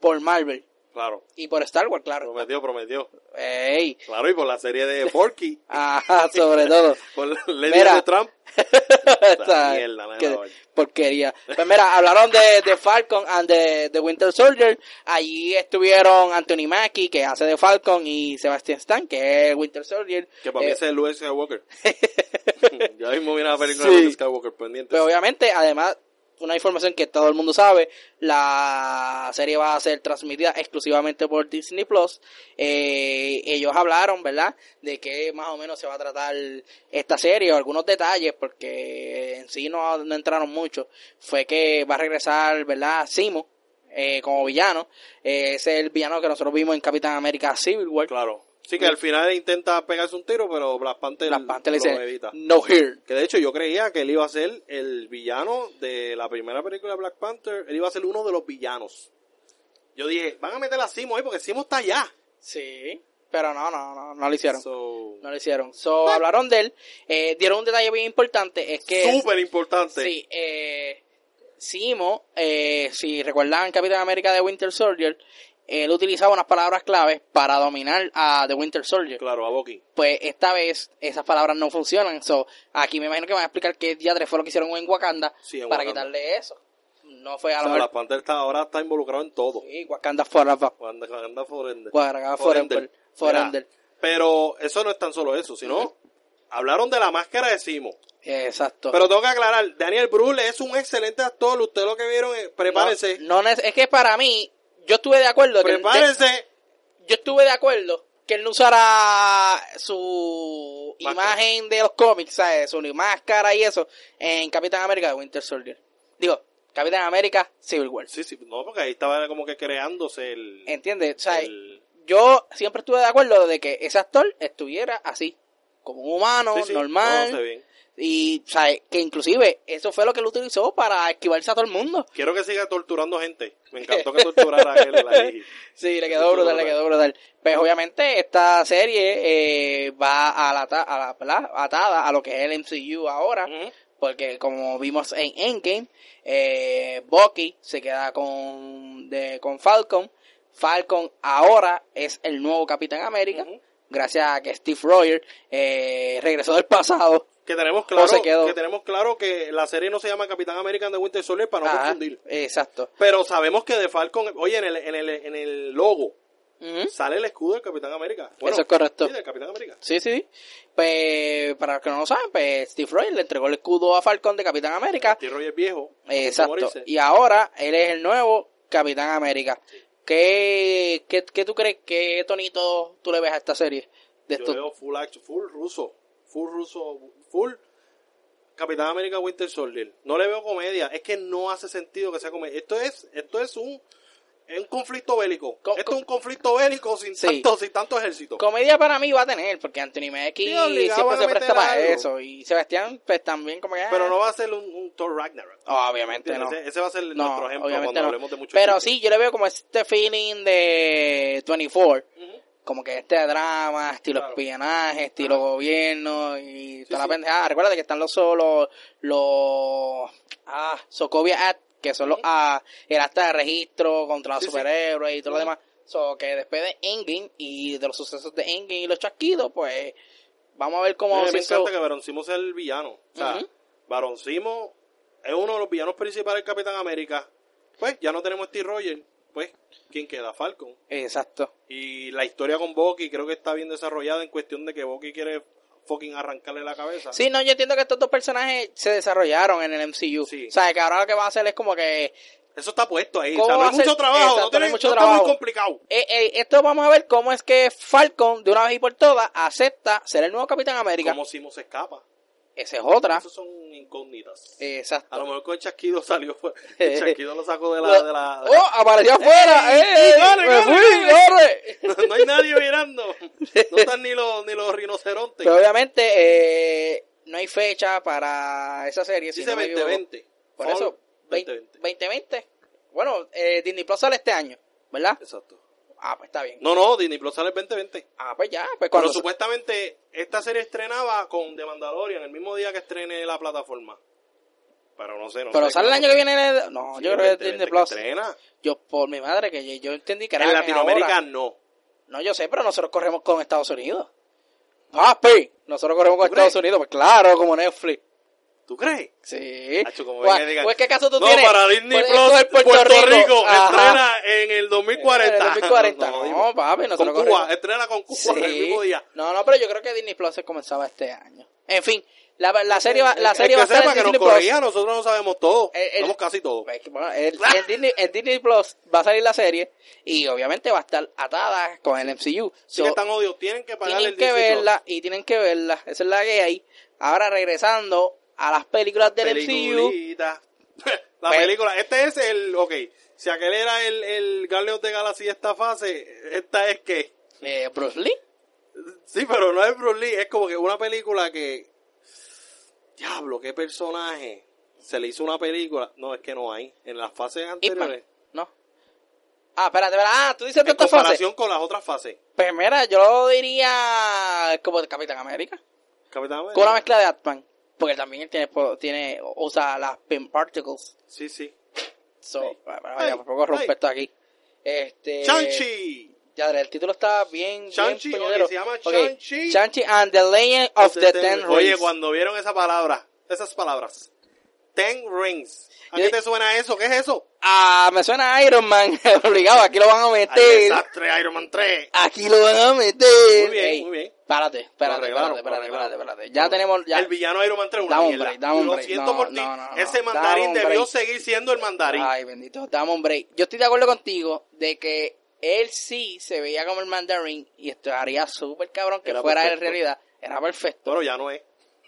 Speaker 2: por Marvel.
Speaker 1: Claro.
Speaker 2: Y por Star Wars, claro.
Speaker 1: Prometió, prometió.
Speaker 2: Ey.
Speaker 1: Claro, y por la serie de Porky.
Speaker 2: Ajá, [laughs] sobre todo.
Speaker 1: Por la- Lady
Speaker 2: Mira.
Speaker 1: de Trump.
Speaker 2: [laughs] Esta
Speaker 1: mierda, nena,
Speaker 2: que-
Speaker 1: oye.
Speaker 2: porquería. Pues mira, hablaron de, de Falcon and de, de Winter Soldier. Allí estuvieron Anthony Mackie, que hace de Falcon, y Sebastian Stan, que es Winter Soldier.
Speaker 1: Que para mí
Speaker 2: Eh,
Speaker 1: ese es Luke
Speaker 2: [laughs]
Speaker 1: Skywalker. [laughs] Yo mismo vi una película
Speaker 2: Sí.
Speaker 1: de Luke Skywalker pendiente.
Speaker 2: Pero eh, obviamente, además, una información que todo el mundo sabe, la serie va a ser transmitida exclusivamente por Disney Plus. Eh, ellos hablaron, ¿verdad?, de que más o menos se va a tratar esta serie o algunos detalles, porque en sí no, no entraron mucho. Fue que va a regresar, ¿verdad?, Simo. eh, como villano, Eh, ese es el villano que nosotros vimos en Capitán América Civil War.
Speaker 1: Claro. Sí que al final intenta pegarse un tiro, pero Black Panther,
Speaker 2: Black Panther le
Speaker 1: lo
Speaker 2: dice,
Speaker 1: evita.
Speaker 2: no here.
Speaker 1: Que de hecho yo creía que él iba a ser el villano de la primera película de Black Panther. Él iba a ser uno de los villanos. Yo dije, van a meter a Simo ahí porque Simo está allá.
Speaker 2: Sí, pero no, no, no, no lo hicieron.
Speaker 1: So,
Speaker 2: No lo hicieron. So, hablaron de él. Eh, dieron un detalle bien importante. Es que...
Speaker 1: Súper importante.
Speaker 2: Sí, eh, Simo, eh, si recuerdan Capitán América de Winter Soldier, él utilizaba unas palabras claves para dominar a The Winter Soldier.
Speaker 1: Claro, a Bucky.
Speaker 2: Pues esta vez esas palabras no funcionan. So, aquí me imagino que van a explicar que diadres fue lo que hicieron en Wakanda
Speaker 1: Sí, en
Speaker 2: para
Speaker 1: Wakanda.
Speaker 2: quitarle eso. No fue a
Speaker 1: O
Speaker 2: lo
Speaker 1: sea, Black
Speaker 2: mejor...
Speaker 1: Panther está, ahora está involucrado en todo.
Speaker 2: Sí, Wakanda forever.
Speaker 1: Cuando anda Forender.
Speaker 2: Wakanda Ah, forever.
Speaker 1: Forender.
Speaker 2: Forever.
Speaker 1: Mira, Pero eso no es tan solo eso, sino
Speaker 2: Ujú.
Speaker 1: hablaron de la máscara de Simo.
Speaker 2: Exacto.
Speaker 1: Pero tengo que aclarar, Daniel Brühl es un excelente actor. Ustedes lo que vieron, eh, prepárense.
Speaker 2: No, no, es es que para mí, yo estuve de acuerdo. que-
Speaker 1: prepárense.
Speaker 2: yo estuve de acuerdo que él no usara su
Speaker 1: Máscara.
Speaker 2: imagen de los cómics, ¿sabes? Su máscara y eso en Capitán América de Winter Soldier. Digo, Capitán América Civil War.
Speaker 1: Sí, sí, no, porque ahí estaba como que creándose el...
Speaker 2: ¿Entiendes? O sea,
Speaker 1: el-
Speaker 2: yo siempre estuve de acuerdo de que ese actor estuviera así, como un humano,
Speaker 1: Sí, sí,
Speaker 2: normal.
Speaker 1: no, está bien.
Speaker 2: y, ¿sabes? Que inclusive eso fue lo que él utilizó para esquivarse a todo el mundo.
Speaker 1: Quiero que siga torturando gente. Me encantó que torturara a aquel
Speaker 2: [laughs]
Speaker 1: ahí.
Speaker 2: Sí, le quedó brutal, le quedó brutal. Pues obviamente esta serie eh, va a la, ta- a la- ¿verdad? atada a lo que es el MCU ahora,
Speaker 1: Ujú.
Speaker 2: porque como vimos en Endgame, eh, Bucky se queda con, de, con Falcon. Falcon ahora es el nuevo Capitán América,
Speaker 1: Ujú.
Speaker 2: gracias a que Steve Rogers eh, regresó del pasado.
Speaker 1: Que tenemos claro,
Speaker 2: se quedó.
Speaker 1: que tenemos claro que la serie no se llama Capitán American de Winter Soldier para no
Speaker 2: Ajá,
Speaker 1: confundir.
Speaker 2: Exacto.
Speaker 1: Pero sabemos que de Falcon, oye, en el, en el, en el logo
Speaker 2: Ujú.
Speaker 1: sale el escudo del Capitán América. Bueno,
Speaker 2: Eso es correcto.
Speaker 1: Sí, del Capitán América.
Speaker 2: Sí, sí, sí. Pues, para los que no lo saben, pues Steve Rogers le entregó el escudo a Falcon de Capitán América.
Speaker 1: Steve Rogers Este viejo.
Speaker 2: Exacto.
Speaker 1: morirse.
Speaker 2: Y ahora él es el nuevo Capitán América. ¿Qué, qué, qué tú crees? ¿Qué tonito tú le ves a esta serie? De
Speaker 1: Yo
Speaker 2: estos-
Speaker 1: veo full action, full ruso, full ruso, full Capitán América Winter Soldier. No le veo comedia, es que no hace sentido que sea comedia. Esto es, esto es un, es un conflicto bélico.
Speaker 2: Co-
Speaker 1: esto
Speaker 2: co-
Speaker 1: es un conflicto bélico sin
Speaker 2: Sí.
Speaker 1: tanto, sin tanto ejército.
Speaker 2: Comedia para mí va a tener, porque Anthony Mackie
Speaker 1: Sí, obligado
Speaker 2: siempre
Speaker 1: van a
Speaker 2: se presta
Speaker 1: meter
Speaker 2: para
Speaker 1: algo.
Speaker 2: eso. Y Sebastián, pues también como que... ah,
Speaker 1: Pero no va a ser un, un Thor Ragnarok.
Speaker 2: Obviamente no.
Speaker 1: Ese, ese va a ser
Speaker 2: No,
Speaker 1: nuestro ejemplo
Speaker 2: obviamente
Speaker 1: cuando
Speaker 2: no.
Speaker 1: hablemos de muchos
Speaker 2: Pero
Speaker 1: chistes.
Speaker 2: sí, yo le veo como este feeling de 24.
Speaker 1: Ujú.
Speaker 2: como que este drama, estilo
Speaker 1: Claro.
Speaker 2: espionaje, estilo gobierno y toda
Speaker 1: sí.
Speaker 2: la pendejada. Recuerda que están los solos, los ah, Sokovia Act, que son los ah, el acta de registro contra los
Speaker 1: Sí, sí.
Speaker 2: superhéroes y todo lo
Speaker 1: Ujú.
Speaker 2: demás. So que después de Endgame y de los sucesos de Endgame y los chasquidos, pues vamos a ver cómo
Speaker 1: Eh, me
Speaker 2: siento-
Speaker 1: encanta que Baron Simo sea el villano. O sea,
Speaker 2: Ujú.
Speaker 1: Baron Simo es uno de los villanos principales del Capitán América. Pues ya no tenemos Steve Rogers. Pues, ¿quién queda? Falcon.
Speaker 2: Exacto.
Speaker 1: Y la historia con Bucky creo que está bien desarrollada en cuestión de que Bucky quiere fucking arrancarle la cabeza.
Speaker 2: Sí, no, yo entiendo que estos dos personajes se desarrollaron en el MCU.
Speaker 1: Sí.
Speaker 2: O sea, que ahora lo que va a hacer es como que
Speaker 1: Eso está puesto ahí.
Speaker 2: ¿Cómo
Speaker 1: O sea, no
Speaker 2: va
Speaker 1: es
Speaker 2: a ser?
Speaker 1: mucho trabajo.
Speaker 2: Exacto,
Speaker 1: no, tiene,
Speaker 2: no es mucho
Speaker 1: no está muy
Speaker 2: trabajo.
Speaker 1: complicado.
Speaker 2: Eh, eh, esto vamos a ver cómo es que Falcon, de una vez y por todas, acepta ser el nuevo Capitán América.
Speaker 1: Como Simo se escapa.
Speaker 2: Esa es otra.
Speaker 1: Esas son incógnitas.
Speaker 2: Exacto.
Speaker 1: A lo mejor con el chasquido salió.
Speaker 2: [laughs]
Speaker 1: fue-
Speaker 2: Eh.
Speaker 1: El chasquido lo sacó de la... De la [laughs]
Speaker 2: ¡Oh! ¡Apareció afuera! ¡Eh! eh,
Speaker 1: corre,
Speaker 2: ¡Me
Speaker 1: corre,
Speaker 2: fui!
Speaker 1: corre!
Speaker 2: ¡Corre!
Speaker 1: no hay nadie
Speaker 2: [laughs]
Speaker 1: mirando. No están ni los, ni los rinocerontes.
Speaker 2: Pero obviamente eh, no hay fecha para esa serie. si
Speaker 1: Dice
Speaker 2: no me equivoco.
Speaker 1: 2020.
Speaker 2: Por eso,
Speaker 1: 2020.
Speaker 2: 2020. Bueno, eh, Disney Plus sale este año, ¿verdad?
Speaker 1: Exacto.
Speaker 2: Ah, pues está bien.
Speaker 1: No, no, Disney Plus sale el 2020.
Speaker 2: Ah, pues ya. Pues
Speaker 1: Pero
Speaker 2: cuando...
Speaker 1: supuestamente esta serie estrenaba con The Mandalorian el mismo día que estrene la plataforma. Pero no sé, no
Speaker 2: Pero
Speaker 1: sé
Speaker 2: sale el
Speaker 1: cuándo.
Speaker 2: año que viene. el- No,
Speaker 1: Sí,
Speaker 2: yo creo que es
Speaker 1: desde-
Speaker 2: Disney
Speaker 1: desde
Speaker 2: Plus.
Speaker 1: estrena.
Speaker 2: Yo, por mi madre, que yo, yo entendí que era
Speaker 1: En Latinoamérica
Speaker 2: ahora.
Speaker 1: no.
Speaker 2: No, yo sé, pero nosotros corremos con Estados Unidos. ¡Papi! Nosotros corremos con
Speaker 1: ¿Tú crees?
Speaker 2: Estados Unidos, pues claro, como Netflix.
Speaker 1: ¿Tú crees?
Speaker 2: Sí.
Speaker 1: Hacho, como
Speaker 2: Gua-
Speaker 1: que digan,
Speaker 2: pues, ¿qué caso tú
Speaker 1: no,
Speaker 2: tienes? Pues,
Speaker 1: para Disney
Speaker 2: Puedes
Speaker 1: Plus,
Speaker 2: coger
Speaker 1: Puerto, Rico,
Speaker 2: Ajá. [laughs]
Speaker 1: estrena en el 2040.
Speaker 2: En el
Speaker 1: [laughs]
Speaker 2: 2040.
Speaker 1: No,
Speaker 2: No,
Speaker 1: digo,
Speaker 2: papi, nosotros
Speaker 1: con Cuba,
Speaker 2: corremos.
Speaker 1: estrena con Cuba
Speaker 2: Sí.
Speaker 1: el mismo día.
Speaker 2: No, no, pero yo creo que Disney Plus se comenzaba este año. En fin, la, la serie va, la
Speaker 1: El
Speaker 2: serie
Speaker 1: que
Speaker 2: va a estar
Speaker 1: sepa
Speaker 2: en
Speaker 1: que nos
Speaker 2: Disney Plus.
Speaker 1: corrija, nosotros no sabemos todo.
Speaker 2: El- el-
Speaker 1: Sabemos casi todo.
Speaker 2: Es que, bueno, el- en, Disney, en Disney Plus va a salir la serie y obviamente va a estar atada con el MCU.
Speaker 1: Sí
Speaker 2: So,
Speaker 1: que están odios, tienen que pagar
Speaker 2: tienen
Speaker 1: el
Speaker 2: que
Speaker 1: Disney Plus.
Speaker 2: verla y tienen que verla. Esa es la que hay. Ahora regresando a las películas del MCU.
Speaker 1: Peliculita. [laughs] La
Speaker 2: Pues-
Speaker 1: película. Este es el. Ok. Si aquel era el, el Guardians of the Galaxy esta fase, esta es que.
Speaker 2: eh, Bruce Lee.
Speaker 1: Sí, pero no es Bruce Lee. Es como que una película que. Diablo, qué personaje. Se le hizo una película. No, es que no hay. En las fases
Speaker 2: Hitman.
Speaker 1: anteriores.
Speaker 2: No. Ah, espérate, espérate. Ah, tú dices
Speaker 1: En
Speaker 2: tantas fases.
Speaker 1: comparación con las otras fases.
Speaker 2: Pues mira, yo diría como de Capitán América.
Speaker 1: Capitán América.
Speaker 2: Con una mezcla de Atman. Porque también él tiene, pues, tiene usa las Pin Particles.
Speaker 1: Sí, sí.
Speaker 2: So,
Speaker 1: Sí.
Speaker 2: para- para- vaya,
Speaker 1: Ay,
Speaker 2: por poco rompe
Speaker 1: ay.
Speaker 2: esto aquí. Este.
Speaker 1: Shang-Chi.
Speaker 2: Ya, el título está bien.
Speaker 1: Shang-Chi,
Speaker 2: bien
Speaker 1: ok,
Speaker 2: puñetero.
Speaker 1: se llama
Speaker 2: Ok,
Speaker 1: Shang-Chi.
Speaker 2: Shang-Chi and the Legend of the Ten Rings.
Speaker 1: Este Oye, cuando vieron esa palabra, esas palabras. Ten Rings. ¿A
Speaker 2: Yo-
Speaker 1: qué te suena eso? ¿Qué es eso?
Speaker 2: Ah, me suena a Iron Man. [laughs] Obligado, aquí lo van a
Speaker 1: Al
Speaker 2: meter.
Speaker 1: desastre Iron Man 3.
Speaker 2: Aquí lo van a meter.
Speaker 1: Muy bien,
Speaker 2: Ey,
Speaker 1: muy bien.
Speaker 2: Espérate, espérate,
Speaker 1: arreglaron,
Speaker 2: espérate,
Speaker 1: lo
Speaker 2: espérate,
Speaker 1: arreglaron.
Speaker 2: espérate, espérate. Ya tenemos. Ya.
Speaker 1: El villano Iron Man 3 una
Speaker 2: Dame un
Speaker 1: mierda.
Speaker 2: break, dame un
Speaker 1: Lo
Speaker 2: break.
Speaker 1: siento
Speaker 2: No,
Speaker 1: por ti.
Speaker 2: no, no, no.
Speaker 1: Ese
Speaker 2: Dame
Speaker 1: mandarín
Speaker 2: un
Speaker 1: debió
Speaker 2: break.
Speaker 1: seguir siendo el mandarín.
Speaker 2: Ay, bendito, dame un break. Yo estoy de acuerdo contigo de que él sí se veía como el mandarín y esto haría súper cabrón que
Speaker 1: Era
Speaker 2: fuera
Speaker 1: perfecto.
Speaker 2: en realidad. Era perfecto.
Speaker 1: Bueno, ya no es.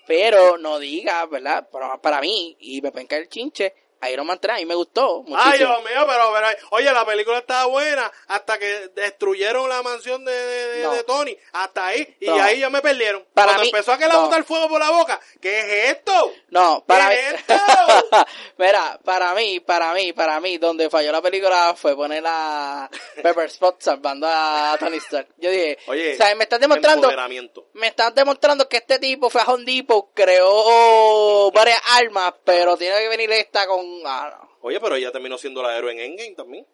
Speaker 2: Pero no digas, ¿verdad? Para, para mí, y me penca el chinche, Iron Man 3 a mí me gustó
Speaker 1: Ay,
Speaker 2: muchísimo.
Speaker 1: Dios mío, pero, pero- oye, la película estaba buena hasta que destruyeron la mansión de, de- de-
Speaker 2: No.
Speaker 1: de Tony. Hasta ahí. Y
Speaker 2: No.
Speaker 1: ahí ya me perdieron.
Speaker 2: Para
Speaker 1: Cuando
Speaker 2: mí-
Speaker 1: empezó a que la
Speaker 2: no.
Speaker 1: bota el fuego por la boca. ¿Qué es esto?
Speaker 2: no, para mí.
Speaker 1: ¡Directo!
Speaker 2: [laughs] Mira, para mí, para mí, para mí, donde falló la película fue poner a Pepper Spot salvando a Tony Stark. Yo dije,
Speaker 1: Oye,
Speaker 2: o sea, me estás demostrando,
Speaker 1: empoderamiento.
Speaker 2: me estás demostrando que este tipo fue a Home Depot, creó varias armas, pero tiene que venir esta con, ah, no,
Speaker 1: Oye, pero ella terminó siendo la héroe en Endgame también.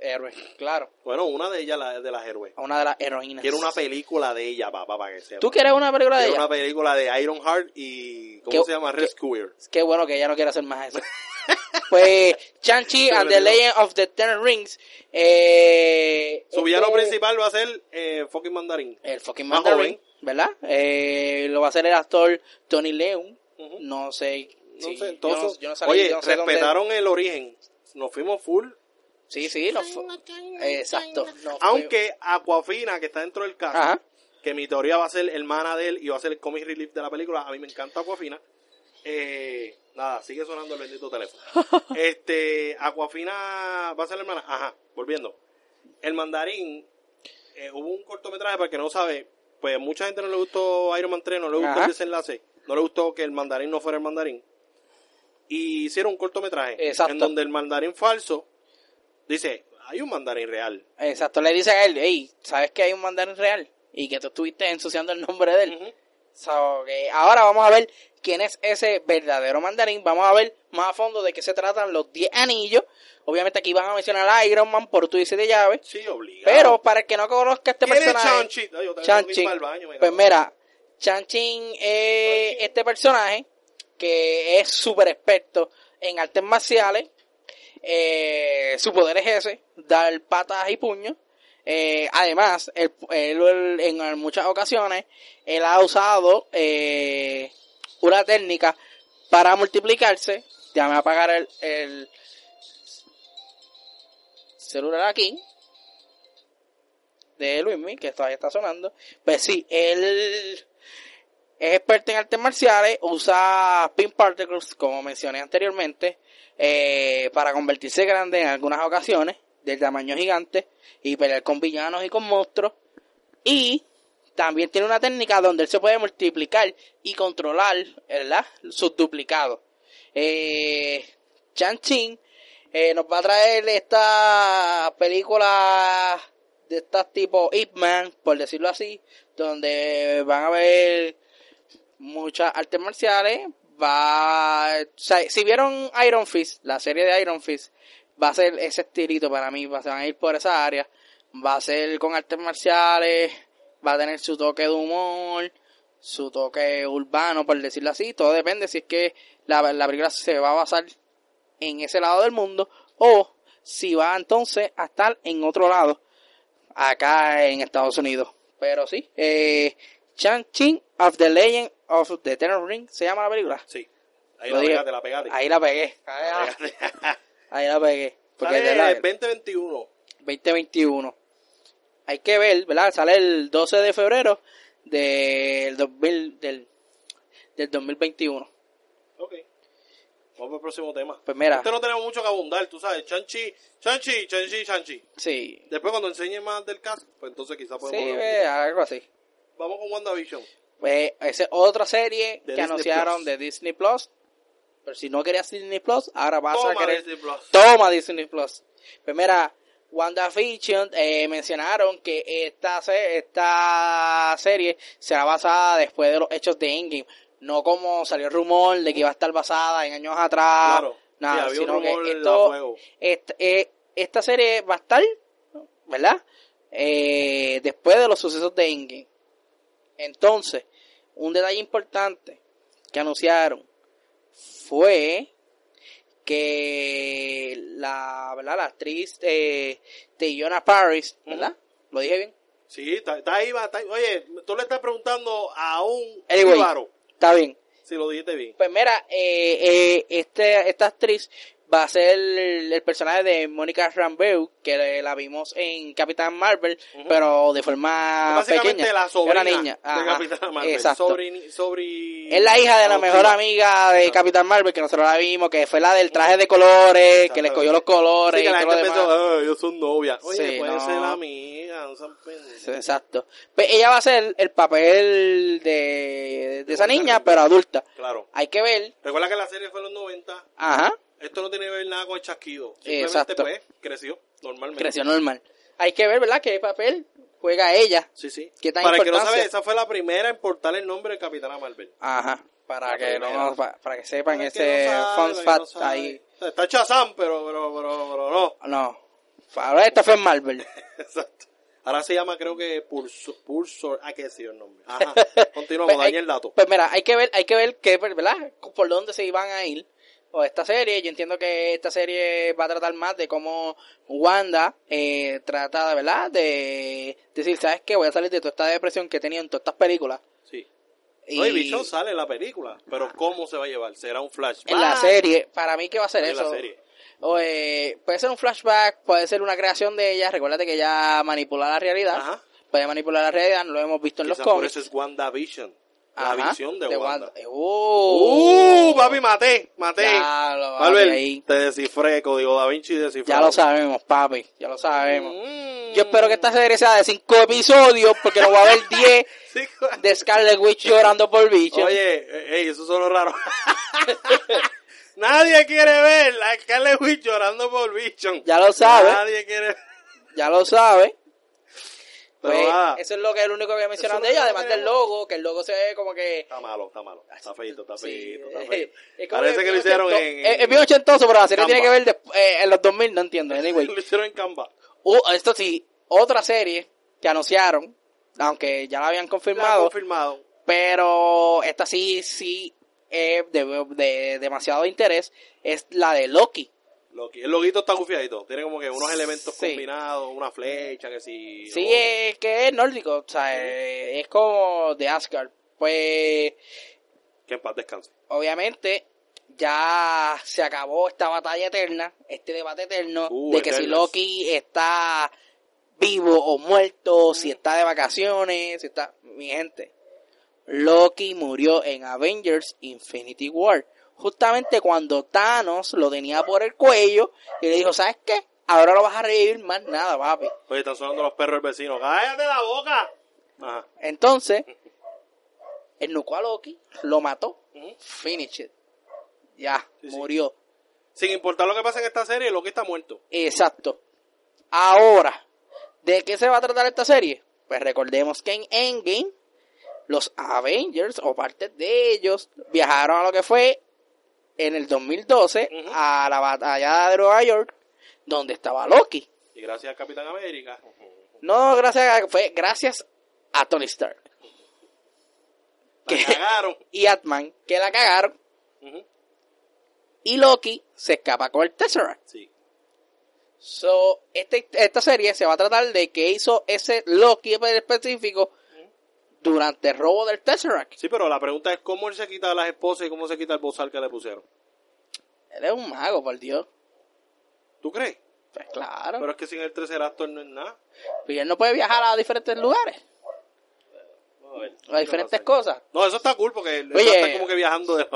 Speaker 2: héroe, claro,
Speaker 1: Bueno, una de ellas, la de las héroes.
Speaker 2: una de las heroínas.
Speaker 1: Quiero una película de ella, papá, para que sepa.
Speaker 2: ¿Tú quieres una película de
Speaker 1: Quiero
Speaker 2: ella?
Speaker 1: una película de Iron Heart y... ¿Cómo
Speaker 2: ¿Qué-
Speaker 1: se llama?
Speaker 2: qué- Este
Speaker 1: Rescuer.
Speaker 2: Qué bueno que ella no quiere hacer
Speaker 1: [laughs]
Speaker 2: más eso. pues, Chanchi and the Legend of the Ten Rings. Eh,
Speaker 1: Su villano
Speaker 2: este-
Speaker 1: principal va a ser eh, fucking Mandarín.
Speaker 2: El fucking
Speaker 1: Más
Speaker 2: Mandarin,
Speaker 1: Ah, joven.
Speaker 2: ¿verdad? Eh, lo va a hacer el actor Tony Leung.
Speaker 1: Ujú.
Speaker 2: No sé.
Speaker 1: No sé,
Speaker 2: sí, yo no-
Speaker 1: entonces,
Speaker 2: yo no sabía-
Speaker 1: oye,
Speaker 2: yo no sé dónde-
Speaker 1: respetaron el origen. Nos fuimos full.
Speaker 2: Sí, sí, no fue- Exacto. no fue-
Speaker 1: Aunque Aquafina, que está dentro del caso,
Speaker 2: Ajá.
Speaker 1: que mi teoría va a ser hermana de él y va a ser el comic relief de la película. A mí me encanta Aquafina. Eh, nada, sigue sonando el bendito
Speaker 2: [laughs]
Speaker 1: teléfono. este, Aquafina va a ser la hermana. Ajá, volviendo. El mandarín, eh, hubo un cortometraje para el que no sabe, pues mucha gente no le gustó Iron Man 3, no le gustó
Speaker 2: Ajá.
Speaker 1: el desenlace, no le gustó que el mandarín no fuera el mandarín. Y hicieron un cortometraje
Speaker 2: Exacto.
Speaker 1: en donde el mandarín falso dice, hay un mandarín real.
Speaker 2: Exacto, le dicen a él, hey, ¿sabes que hay un Mandarin real? Y que tú estuviste ensuciando el nombre de él.
Speaker 1: Ujú.
Speaker 2: So, que ahora vamos a ver quién es ese verdadero mandarín. Vamos a ver más a fondo de qué se tratan los 10 anillos. Obviamente aquí van a mencionar a Iron Man por tu dice de llave.
Speaker 1: Sí, obligado.
Speaker 2: Pero para el que no conozca este
Speaker 1: ¿Quién es
Speaker 2: personaje,
Speaker 1: Chanchi? Ay, yo también tengo que ir
Speaker 2: Chanchin,
Speaker 1: para el baño, me
Speaker 2: pues
Speaker 1: cago.
Speaker 2: mira, Chanchin es este personaje que es súper experto en artes marciales. Eh, su poder es ese, dar patas y puños. Eh, además, él, él- él en muchas ocasiones, él ha usado eh, una técnica para multiplicarse. Ya me va a apagar el, el celular aquí de Luismi, que todavía está sonando. Pues sí, él es experto en artes marciales, usa Pin Particles, como mencioné anteriormente, eh, para convertirse grande en algunas ocasiones, del tamaño gigante, y pelear con villanos y con monstruos. Y también tiene una técnica donde él se puede multiplicar y controlar, ¿verdad? Sus duplicados. Eh, Chan Chin eh, nos va a traer esta película de estas tipo Ip Man, por decirlo así, donde van a ver muchas artes marciales, va. O sea, si vieron Iron Fist, la serie de Iron Fist, va a ser ese estilito para mí, va, se van a ir por esa área. Va a ser con artes marciales, va a tener su toque de humor, su toque urbano, por decirlo así. Todo depende si es que la, la película se va a basar en ese lado del mundo o si va entonces a estar en otro lado, acá en Estados Unidos. Pero sí, eh, Chang-Chin of the Legend of the Ten Ring se llama la película.
Speaker 1: Sí. Ahí
Speaker 2: Lo
Speaker 1: la
Speaker 2: dije.
Speaker 1: pegaste, la pegaste.
Speaker 2: Ahí la pegué. Ahí,
Speaker 1: La
Speaker 2: [laughs]
Speaker 1: pegaste.
Speaker 2: la pegué. Porque
Speaker 1: Ah, Sale eh,
Speaker 2: de la-
Speaker 1: el 2021.
Speaker 2: 2021. Hay que ver, ¿verdad? Sale el 12 de febrero del, 2000, del, del 2021.
Speaker 1: Ok. Vamos al próximo tema.
Speaker 2: Pues mira,
Speaker 1: Este no tenemos mucho que abundar, tú sabes. Chanchi, chanchi, chanchi, chanchi.
Speaker 2: sí.
Speaker 1: Después cuando enseñe más del caso, pues entonces quizás
Speaker 2: Sí,
Speaker 1: podemos... hablar.
Speaker 2: eh, algo así.
Speaker 1: Vamos con WandaVision.
Speaker 2: Pues esa es otra serie que
Speaker 1: Disney
Speaker 2: anunciaron
Speaker 1: Plus.
Speaker 2: de Disney Plus. Pero si no querías Disney Plus, ahora vas a
Speaker 1: Toma
Speaker 2: querer.
Speaker 1: Disney Plus.
Speaker 2: Toma Disney Plus. Pues mira, WandaVision eh, mencionaron que esta, se- esta serie será basada después de los hechos de Endgame. No como salió el rumor de que iba a estar basada en años atrás.
Speaker 1: Claro. Sí,
Speaker 2: ah, Nada,
Speaker 1: había un
Speaker 2: sino que
Speaker 1: rumor en la
Speaker 2: esto,
Speaker 1: fuego.
Speaker 2: esta, eh, esta serie va a estar, ¿verdad? Eh, después de los sucesos de Endgame. Entonces, un detalle importante que anunciaron fue que la, ¿verdad? la actriz eh, Teyona Paris, ¿verdad? ¿Lo dije bien?
Speaker 1: Sí, está, está ahí, va, está ahí. Oye, tú le estás preguntando a un
Speaker 2: Anyway.
Speaker 1: claro
Speaker 2: Está bien.
Speaker 1: si lo dijiste bien.
Speaker 2: Pues mira, eh, eh, este, esta actriz va a ser el, el personaje de Mónica Rambeau, que le- la vimos en Capitán Marvel,
Speaker 1: Ujú. Pues
Speaker 2: pero de forma
Speaker 1: Básicamente
Speaker 2: Ah, pequeña.
Speaker 1: la
Speaker 2: Era
Speaker 1: sobrina
Speaker 2: una niña.
Speaker 1: de
Speaker 2: Ajá,
Speaker 1: Capitana Marvel.
Speaker 2: Exacto.
Speaker 1: Sobrini- sobri-
Speaker 2: Es la hija de la
Speaker 1: adoptiva.
Speaker 2: mejor amiga de
Speaker 1: Exacto.
Speaker 2: Capitán Marvel, que nosotros la vimos, que fue la del traje de colores, que le cogió los colores
Speaker 1: Sí, que la
Speaker 2: y todo lo
Speaker 1: gente
Speaker 2: demás.
Speaker 1: pensó, "Ay, ellos son novias. Oye,
Speaker 2: Sí,
Speaker 1: puede
Speaker 2: no.
Speaker 1: ser amiga, no sean pendejos.
Speaker 2: Sí, Exacto. Pues ella va a ser el papel de, de esa niña, pero adulta.
Speaker 1: Claro.
Speaker 2: Hay que ver.
Speaker 1: Recuerda que la serie fue en los 90.
Speaker 2: Ajá.
Speaker 1: Esto no tiene que ver nada con el chasquido. Simplemente,
Speaker 2: Exacto.
Speaker 1: pues, creció normalmente.
Speaker 2: Creció normal. Hay que ver, ¿verdad? ¿Qué papel juega ella?
Speaker 1: Sí, sí.
Speaker 2: ¿Qué tan
Speaker 1: Para el que no
Speaker 2: importancia?
Speaker 1: sabe, esa fue la primera en portar el nombre de Capitana Marvel.
Speaker 2: Ajá. Para
Speaker 1: La
Speaker 2: que,
Speaker 1: primera.
Speaker 2: no, pa- para que sepan
Speaker 1: Para el que
Speaker 2: ese
Speaker 1: no sabe,
Speaker 2: fun
Speaker 1: para el que
Speaker 2: fact
Speaker 1: no sabe.
Speaker 2: ahí.
Speaker 1: O sea, Está Chazam, pero, pero, pero, pero no.
Speaker 2: No. Ahora esta fue en Marvel.
Speaker 1: Exacto. Ahora se llama, creo que Pulso, Pulsor. Ah, que sí, el nombre.
Speaker 2: [laughs]
Speaker 1: Ajá. Continuamos,
Speaker 2: Pues, hay-
Speaker 1: dañé el dato.
Speaker 2: Pues mira, hay que ver, hay que ver qué, ¿verdad? Por dónde se iban a ir o esta serie. Yo entiendo que esta serie va a tratar más de cómo Wanda eh, trata, ¿verdad? De decir, ¿sabes qué? Voy a salir de toda esta depresión que he tenido en todas estas películas.
Speaker 1: Sí. No, y Bichon sale en la película. Pero ¿cómo se va a llevar? ¿Será un flashback?
Speaker 2: Ah. en la serie, para mí que va a ser
Speaker 1: En ah. la
Speaker 2: eso.
Speaker 1: serie.
Speaker 2: O, eh, puede ser un flashback, puede ser una creación de ella. Recuérdate que ella manipula la realidad.
Speaker 1: Ajá.
Speaker 2: Puede manipular la realidad, no lo hemos visto en
Speaker 1: Quizás
Speaker 2: los
Speaker 1: por
Speaker 2: cómics.
Speaker 1: eso es WandaVision. La
Speaker 2: Ajá,
Speaker 1: visión de, Wanda.
Speaker 2: ¡Oh!
Speaker 1: ¡Uh! Papi, maté, maté.
Speaker 2: Ya lo va
Speaker 1: Marvel,
Speaker 2: por ahí.
Speaker 1: te descifré, código Da Vinci descifré.
Speaker 2: Ya lo sabemos, papi. Ya lo sabemos.
Speaker 1: Mm.
Speaker 2: Yo espero que esta serie sea de 5 episodios porque no va
Speaker 1: [laughs]
Speaker 2: a haber 10
Speaker 1: Sí, co-
Speaker 2: de Scarlet Witch llorando por bicho.
Speaker 1: Oye, eh, ey, eso es solo raro. [laughs] Nadie quiere ver a Scarlet Witch llorando por Bichon.
Speaker 2: Ya lo sabe.
Speaker 1: Nadie quiere ver.
Speaker 2: Ya lo sabes.
Speaker 1: Pero
Speaker 2: Pues,
Speaker 1: nada,
Speaker 2: eso es lo que es lo único que mencionaron
Speaker 1: Eso
Speaker 2: de
Speaker 1: es lo
Speaker 2: ella,
Speaker 1: que
Speaker 2: además del
Speaker 1: tenemos.
Speaker 2: logo, que el logo se ve como que...
Speaker 1: está malo, está malo. Está feito, está
Speaker 2: Sí,
Speaker 1: feito, está
Speaker 2: eh,
Speaker 1: feito.
Speaker 2: [laughs] es como
Speaker 1: Parece que lo
Speaker 2: bien
Speaker 1: hicieron
Speaker 2: ochentoso.
Speaker 1: en...
Speaker 2: Es, es bien ochentoso, pero la serie tiene que
Speaker 1: Canva.
Speaker 2: ver desp- eh, en los 2000, no entiendo.
Speaker 1: [laughs]
Speaker 2: Anyway.
Speaker 1: Lo hicieron en Canva.
Speaker 2: [laughs] Uh, esto sí, otra serie que anunciaron, aunque ya la habían
Speaker 1: Confirmado.
Speaker 2: confirmado,
Speaker 1: Confirmado.
Speaker 2: pero esta sí, sí es de, de demasiado interés, es la de Loki.
Speaker 1: Loki. El loguito está gufiadito. Tiene como que unos elementos
Speaker 2: Sí.
Speaker 1: combinados, una flecha que si...
Speaker 2: Sí, eh.
Speaker 1: no.
Speaker 2: es que es nórdico, o sea, eh, es como de Asgard. Pues,
Speaker 1: Que en paz descanse.
Speaker 2: obviamente, ya se acabó esta batalla eterna, este debate eterno,
Speaker 1: Uh,
Speaker 2: de que si
Speaker 1: eternas.
Speaker 2: Loki está vivo o muerto, si está de vacaciones, si está... Mi gente, Loki murió en Avengers Infinity War, justamente cuando Thanos lo tenía por el cuello y le dijo, ¿sabes qué? Ahora no vas a revivir más nada, papi.
Speaker 1: Oye, están sonando los perros del vecino. ¡Cállate la boca! Ajá.
Speaker 2: Entonces, [laughs] el nucó a Loki, lo mató,
Speaker 1: Ujú.
Speaker 2: finish it. Ya,
Speaker 1: Sí, sí.
Speaker 2: murió.
Speaker 1: Sin importar lo que pasa en esta serie, Loki está muerto.
Speaker 2: Exacto. Ahora, ¿de qué se va a tratar esta serie? Pues recordemos que en Endgame los Avengers o partes de ellos viajaron a lo que fue en el 2012
Speaker 1: Ujú.
Speaker 2: a la batalla de Nueva York donde estaba Loki.
Speaker 1: Y gracias a Capitán América.
Speaker 2: No, gracias a, fue gracias a Tony Stark
Speaker 1: La
Speaker 2: ¿Qué?
Speaker 1: cagaron.
Speaker 2: y Atman que la cagaron
Speaker 1: Ujú.
Speaker 2: y Loki se escapa con el Tesseract.
Speaker 1: Sí.
Speaker 2: So, este- esta serie se va a tratar de qué hizo ese Loki en específico durante el robo del Tesseract.
Speaker 1: Sí, pero la pregunta es cómo él se quita a las esposas y cómo se quita el bozal que le pusieron.
Speaker 2: Él es un mago, por Dios.
Speaker 1: ¿Tú crees?
Speaker 2: Pues claro.
Speaker 1: Pero es que sin el tercer actor no es nada.
Speaker 2: Y él no puede viajar a diferentes lugares,
Speaker 1: Vamos A, ver,
Speaker 2: a diferentes
Speaker 1: ¿qué pasa?
Speaker 2: cosas.
Speaker 1: No, eso está cool porque él él
Speaker 2: Oye.
Speaker 1: está como que viajando de...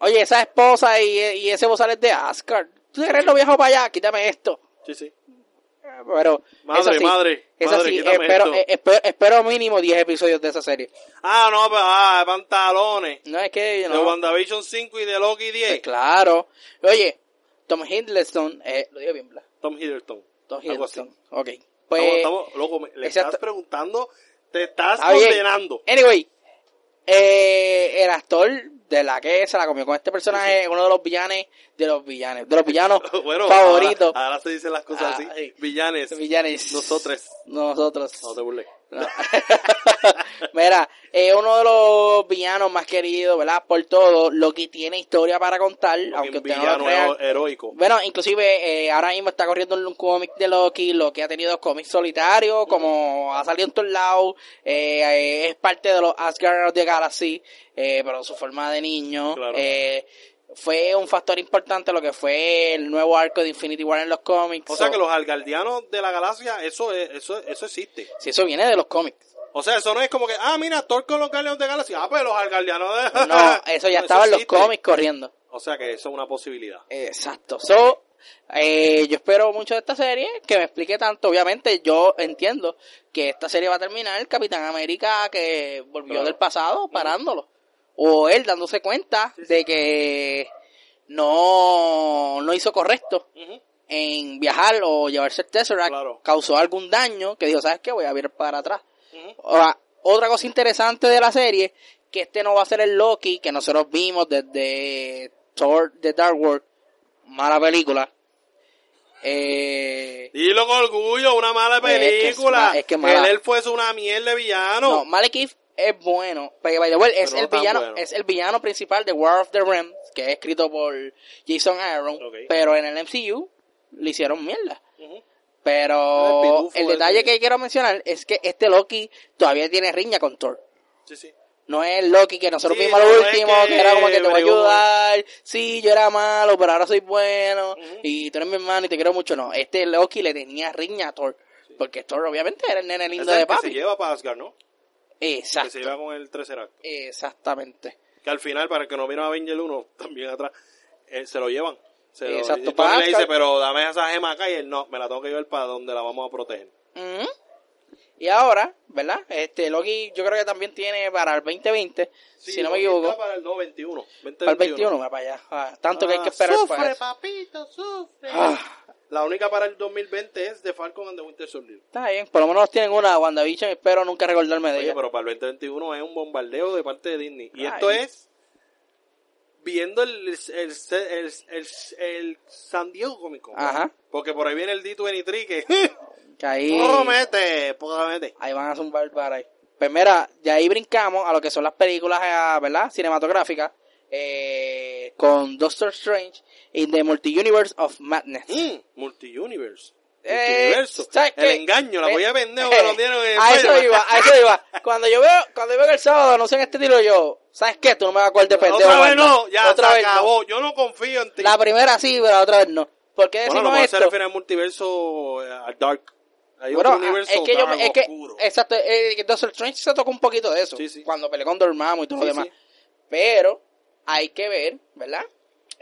Speaker 2: Oye, esa esposa y, y ese bozal es de Asgard. ¿Tú te crees lo viejo para allá? Quítame esto.
Speaker 1: Sí, sí.
Speaker 2: Eh, Pero,
Speaker 1: Madre,
Speaker 2: eso sí,
Speaker 1: madre,
Speaker 2: eso
Speaker 1: madre,
Speaker 2: sí,
Speaker 1: quítame
Speaker 2: espero,
Speaker 1: esto.
Speaker 2: eh, espero, espero mínimo 10 episodios de esa serie.
Speaker 1: Ah, no, pero, ah, pantalones.
Speaker 2: No es
Speaker 1: De
Speaker 2: que... No,
Speaker 1: WandaVision 5 y de Loki 10.
Speaker 2: Pues [laughs] claro. Oye, Tom Hiddleston, eh, lo digo bien, ¿verdad?
Speaker 1: Tom Hiddleston.
Speaker 2: Tom
Speaker 1: Algo así.
Speaker 2: Hiddleston. Ok. Pues,
Speaker 1: Estamos- estamos- loco, me- le
Speaker 2: exacto.
Speaker 1: estás preguntando, te estás
Speaker 2: está bien.
Speaker 1: condenando. [laughs]
Speaker 2: Anyway, eh, el actor de la que se la comió con este personaje es uno de los villanes, de los villanes, de los villanos
Speaker 1: [laughs] Bueno,
Speaker 2: favoritos.
Speaker 1: Ahora, ahora se dicen las cosas
Speaker 2: Ah,
Speaker 1: así.
Speaker 2: sí.
Speaker 1: Villanes.
Speaker 2: villanes.
Speaker 1: Nosotres.
Speaker 2: Nosotros.
Speaker 1: No te burles.
Speaker 2: No. [laughs] Mira, es uno de los villanos más queridos, ¿verdad? Por todo, lo que tiene historia para contar,
Speaker 1: Un
Speaker 2: aunque usted no lo
Speaker 1: villano
Speaker 2: crea.
Speaker 1: hero- heroico.
Speaker 2: Bueno, inclusive eh, ahora mismo está corriendo un cómic de Loki, Loki ha tenido cómics solitarios, como ha salido en todos lados, eh, eh, es parte de los Asgard de Galaxy, eh, pero su forma de niño.
Speaker 1: Claro.
Speaker 2: eh, fue un factor importante lo que fue el nuevo arco de Infinity War en los cómics.
Speaker 1: O sea
Speaker 2: So,
Speaker 1: que los algardianos de la galaxia, eso, es- eso, eso existe.
Speaker 2: Si eso viene de los cómics.
Speaker 1: [laughs] O sea, eso no es como que, ah, mira, Thor con los guardianes de galaxia. Ah, pues los algardianos de...
Speaker 2: No,
Speaker 1: [laughs]
Speaker 2: eso ya estaba en los
Speaker 1: existe.
Speaker 2: cómics corriendo.
Speaker 1: O sea que eso es una posibilidad.
Speaker 2: Exacto. So, eh, yo espero mucho de esta serie, que me explique tanto. Obviamente, yo entiendo que esta serie va a terminar Capitán América que volvió
Speaker 1: Claro.
Speaker 2: del pasado parándolo. O él dándose cuenta de que no, no hizo correcto
Speaker 1: Ujú.
Speaker 2: en viajar o llevarse el Tesseract.
Speaker 1: Claro.
Speaker 2: Causó algún daño que dijo, ¿sabes qué? Voy a ir para atrás.
Speaker 1: Ujú.
Speaker 2: Ahora, otra cosa interesante de la serie, que este no va a ser el Loki que nosotros vimos desde Thor The Dark World, mala película. Eh,
Speaker 1: Dilo con orgullo, una mala
Speaker 2: Pues, Es que es
Speaker 1: película.
Speaker 2: ma- es que es mala.
Speaker 1: El elfo es una mierda de villano.
Speaker 2: no, Malekith es bueno, pero by the way,
Speaker 1: Pero
Speaker 2: es
Speaker 1: no
Speaker 2: el
Speaker 1: tan
Speaker 2: villano,
Speaker 1: bueno.
Speaker 2: es el villano principal de War of the Realms, que es escrito por Jason Aaron,
Speaker 1: Ok.
Speaker 2: pero en el MCU le hicieron mierda.
Speaker 1: Ujú. El
Speaker 2: Pero
Speaker 1: pitufo
Speaker 2: el
Speaker 1: ese.
Speaker 2: detalle que quiero mencionar es que este Loki todavía tiene riña con Thor.
Speaker 1: Sí, sí.
Speaker 2: No es el Loki que nosotros
Speaker 1: Sí,
Speaker 2: vimos lo
Speaker 1: no es
Speaker 2: último,
Speaker 1: que
Speaker 2: que era como que te voy a
Speaker 1: bregó.
Speaker 2: ayudar. Sí, yo era malo, pero ahora soy bueno.
Speaker 1: Ujú.
Speaker 2: Y tú eres mi hermano y te quiero mucho. No, este Loki le tenía riña a Thor. Porque Thor obviamente era el nene
Speaker 1: Ese
Speaker 2: lindo
Speaker 1: es
Speaker 2: de
Speaker 1: el que se
Speaker 2: papi.
Speaker 1: lleva para Asgard, ¿no? Que
Speaker 2: Exacto.
Speaker 1: se lleva con el tercer acto.
Speaker 2: Exactamente.
Speaker 1: Que al final, para el que no vieron Avenger 1, [laughs] también atrás, eh, se lo llevan. Se lo-
Speaker 2: Exacto,
Speaker 1: y Tony
Speaker 2: para
Speaker 1: le dice,
Speaker 2: Asgard.
Speaker 1: pero dame esa gema acá y él no, me la tengo que llevar para donde la vamos a proteger.
Speaker 2: Ujú. Y ahora, ¿verdad? Este Loki yo creo que también tiene para el 2020, si no me
Speaker 1: Loki
Speaker 2: equivoco.
Speaker 1: está para el no, 21. 20,
Speaker 2: Para el 21, va para allá. Ah, tanto que hay que
Speaker 1: Ah,
Speaker 2: esperar
Speaker 1: sufre,
Speaker 2: para eso.
Speaker 1: papito, sufre.
Speaker 2: Ah.
Speaker 1: La única para el 2020 es de Falcon and the Winter Soldier.
Speaker 2: Está bien, por lo menos tienen una WandaVision, espero nunca recordarme de
Speaker 1: Oye,
Speaker 2: ella.
Speaker 1: pero para el 2021 es un bombardeo de parte de Disney. Y
Speaker 2: Ah, Ay.
Speaker 1: esto es viendo el, el, el- el- el San Diego Comic Con.
Speaker 2: Ajá.
Speaker 1: Porque por ahí viene el D23 que [laughs]
Speaker 2: Que ahí...
Speaker 1: promete, promete.
Speaker 2: Ahí van a zumbar para ahí. Pues mira, de ahí brincamos a lo que son las películas, eh, ¿verdad? Cinematográficas. eh, con Doctor Strange in the Multi-Universe of Madness.
Speaker 1: Mm, Multiuniverse.
Speaker 2: Eh,
Speaker 1: Multiverso.
Speaker 2: ¿sabes
Speaker 1: el
Speaker 2: qué?
Speaker 1: engaño, la
Speaker 2: Eh,
Speaker 1: voy a vender
Speaker 2: eh,
Speaker 1: que lo tienen en
Speaker 2: [laughs] A eso
Speaker 1: Spider-Man.
Speaker 2: iba, a eso iba. Cuando yo veo, cuando yo veo que el sábado anuncian este tiro, yo, ¿sabes qué? Tú no me vas a coger de pendejo.
Speaker 1: Otra vez
Speaker 2: Wanda.
Speaker 1: no, ya
Speaker 2: Otra
Speaker 1: se
Speaker 2: vez no.
Speaker 1: acabó. Yo no confío en ti.
Speaker 2: La primera sí, pero la otra vez no. ¿Por qué
Speaker 1: bueno,
Speaker 2: decimos
Speaker 1: lo que se
Speaker 2: esto?
Speaker 1: refiere al multiverso eh, al dark. Hay
Speaker 2: Bueno,
Speaker 1: otro
Speaker 2: ah,
Speaker 1: universo
Speaker 2: es que yo,
Speaker 1: dark,
Speaker 2: es que,
Speaker 1: oscuro.
Speaker 2: exacto, eh, Doctor Strange se tocó un poquito de eso
Speaker 1: Sí, sí.
Speaker 2: cuando peleó con Dormammu y todo
Speaker 1: Sí,
Speaker 2: lo demás.
Speaker 1: sí.
Speaker 2: Pero hay que ver, ¿verdad?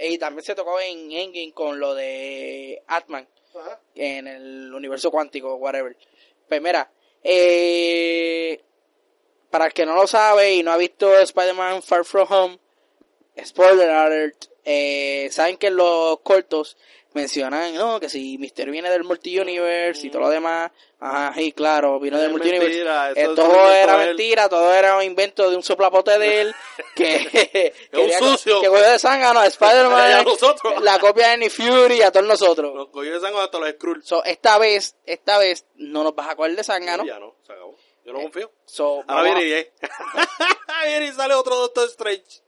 Speaker 2: Y también se tocó en Endgame con lo de Atman
Speaker 1: Ajá.
Speaker 2: en el universo cuántico, whatever. Pues mira, eh, para el que no lo sabe y no ha visto Spider-Man Far From Home, spoiler alert, eh, saben que en los cortos mencionan, no, que si Mister viene del Multiverse y todo lo demás, ajá, sí, claro, vino del
Speaker 1: Es
Speaker 2: Multiverse.
Speaker 1: mentira,
Speaker 2: Eh,
Speaker 1: eso es un
Speaker 2: todo
Speaker 1: invento
Speaker 2: era
Speaker 1: de él.
Speaker 2: mentira, todo era un invento de un soplapote
Speaker 1: [laughs]
Speaker 2: de él, que, quería co-
Speaker 1: sucio.
Speaker 2: que cogió de sangre a
Speaker 1: Y [laughs] a
Speaker 2: Spider-Man,
Speaker 1: nosotros.
Speaker 2: la copia de Nick Fury y a todos nosotros.
Speaker 1: Nos cogió de sangre hasta los Skrulls.
Speaker 2: So, esta vez, esta vez no Eh, nos vas a coger de zángano.
Speaker 1: Ya no, se acabó. Yo no confío.
Speaker 2: So,
Speaker 1: Ahora
Speaker 2: vamos
Speaker 1: viene y eh. [laughs] viene y sale otro Doctor Strange.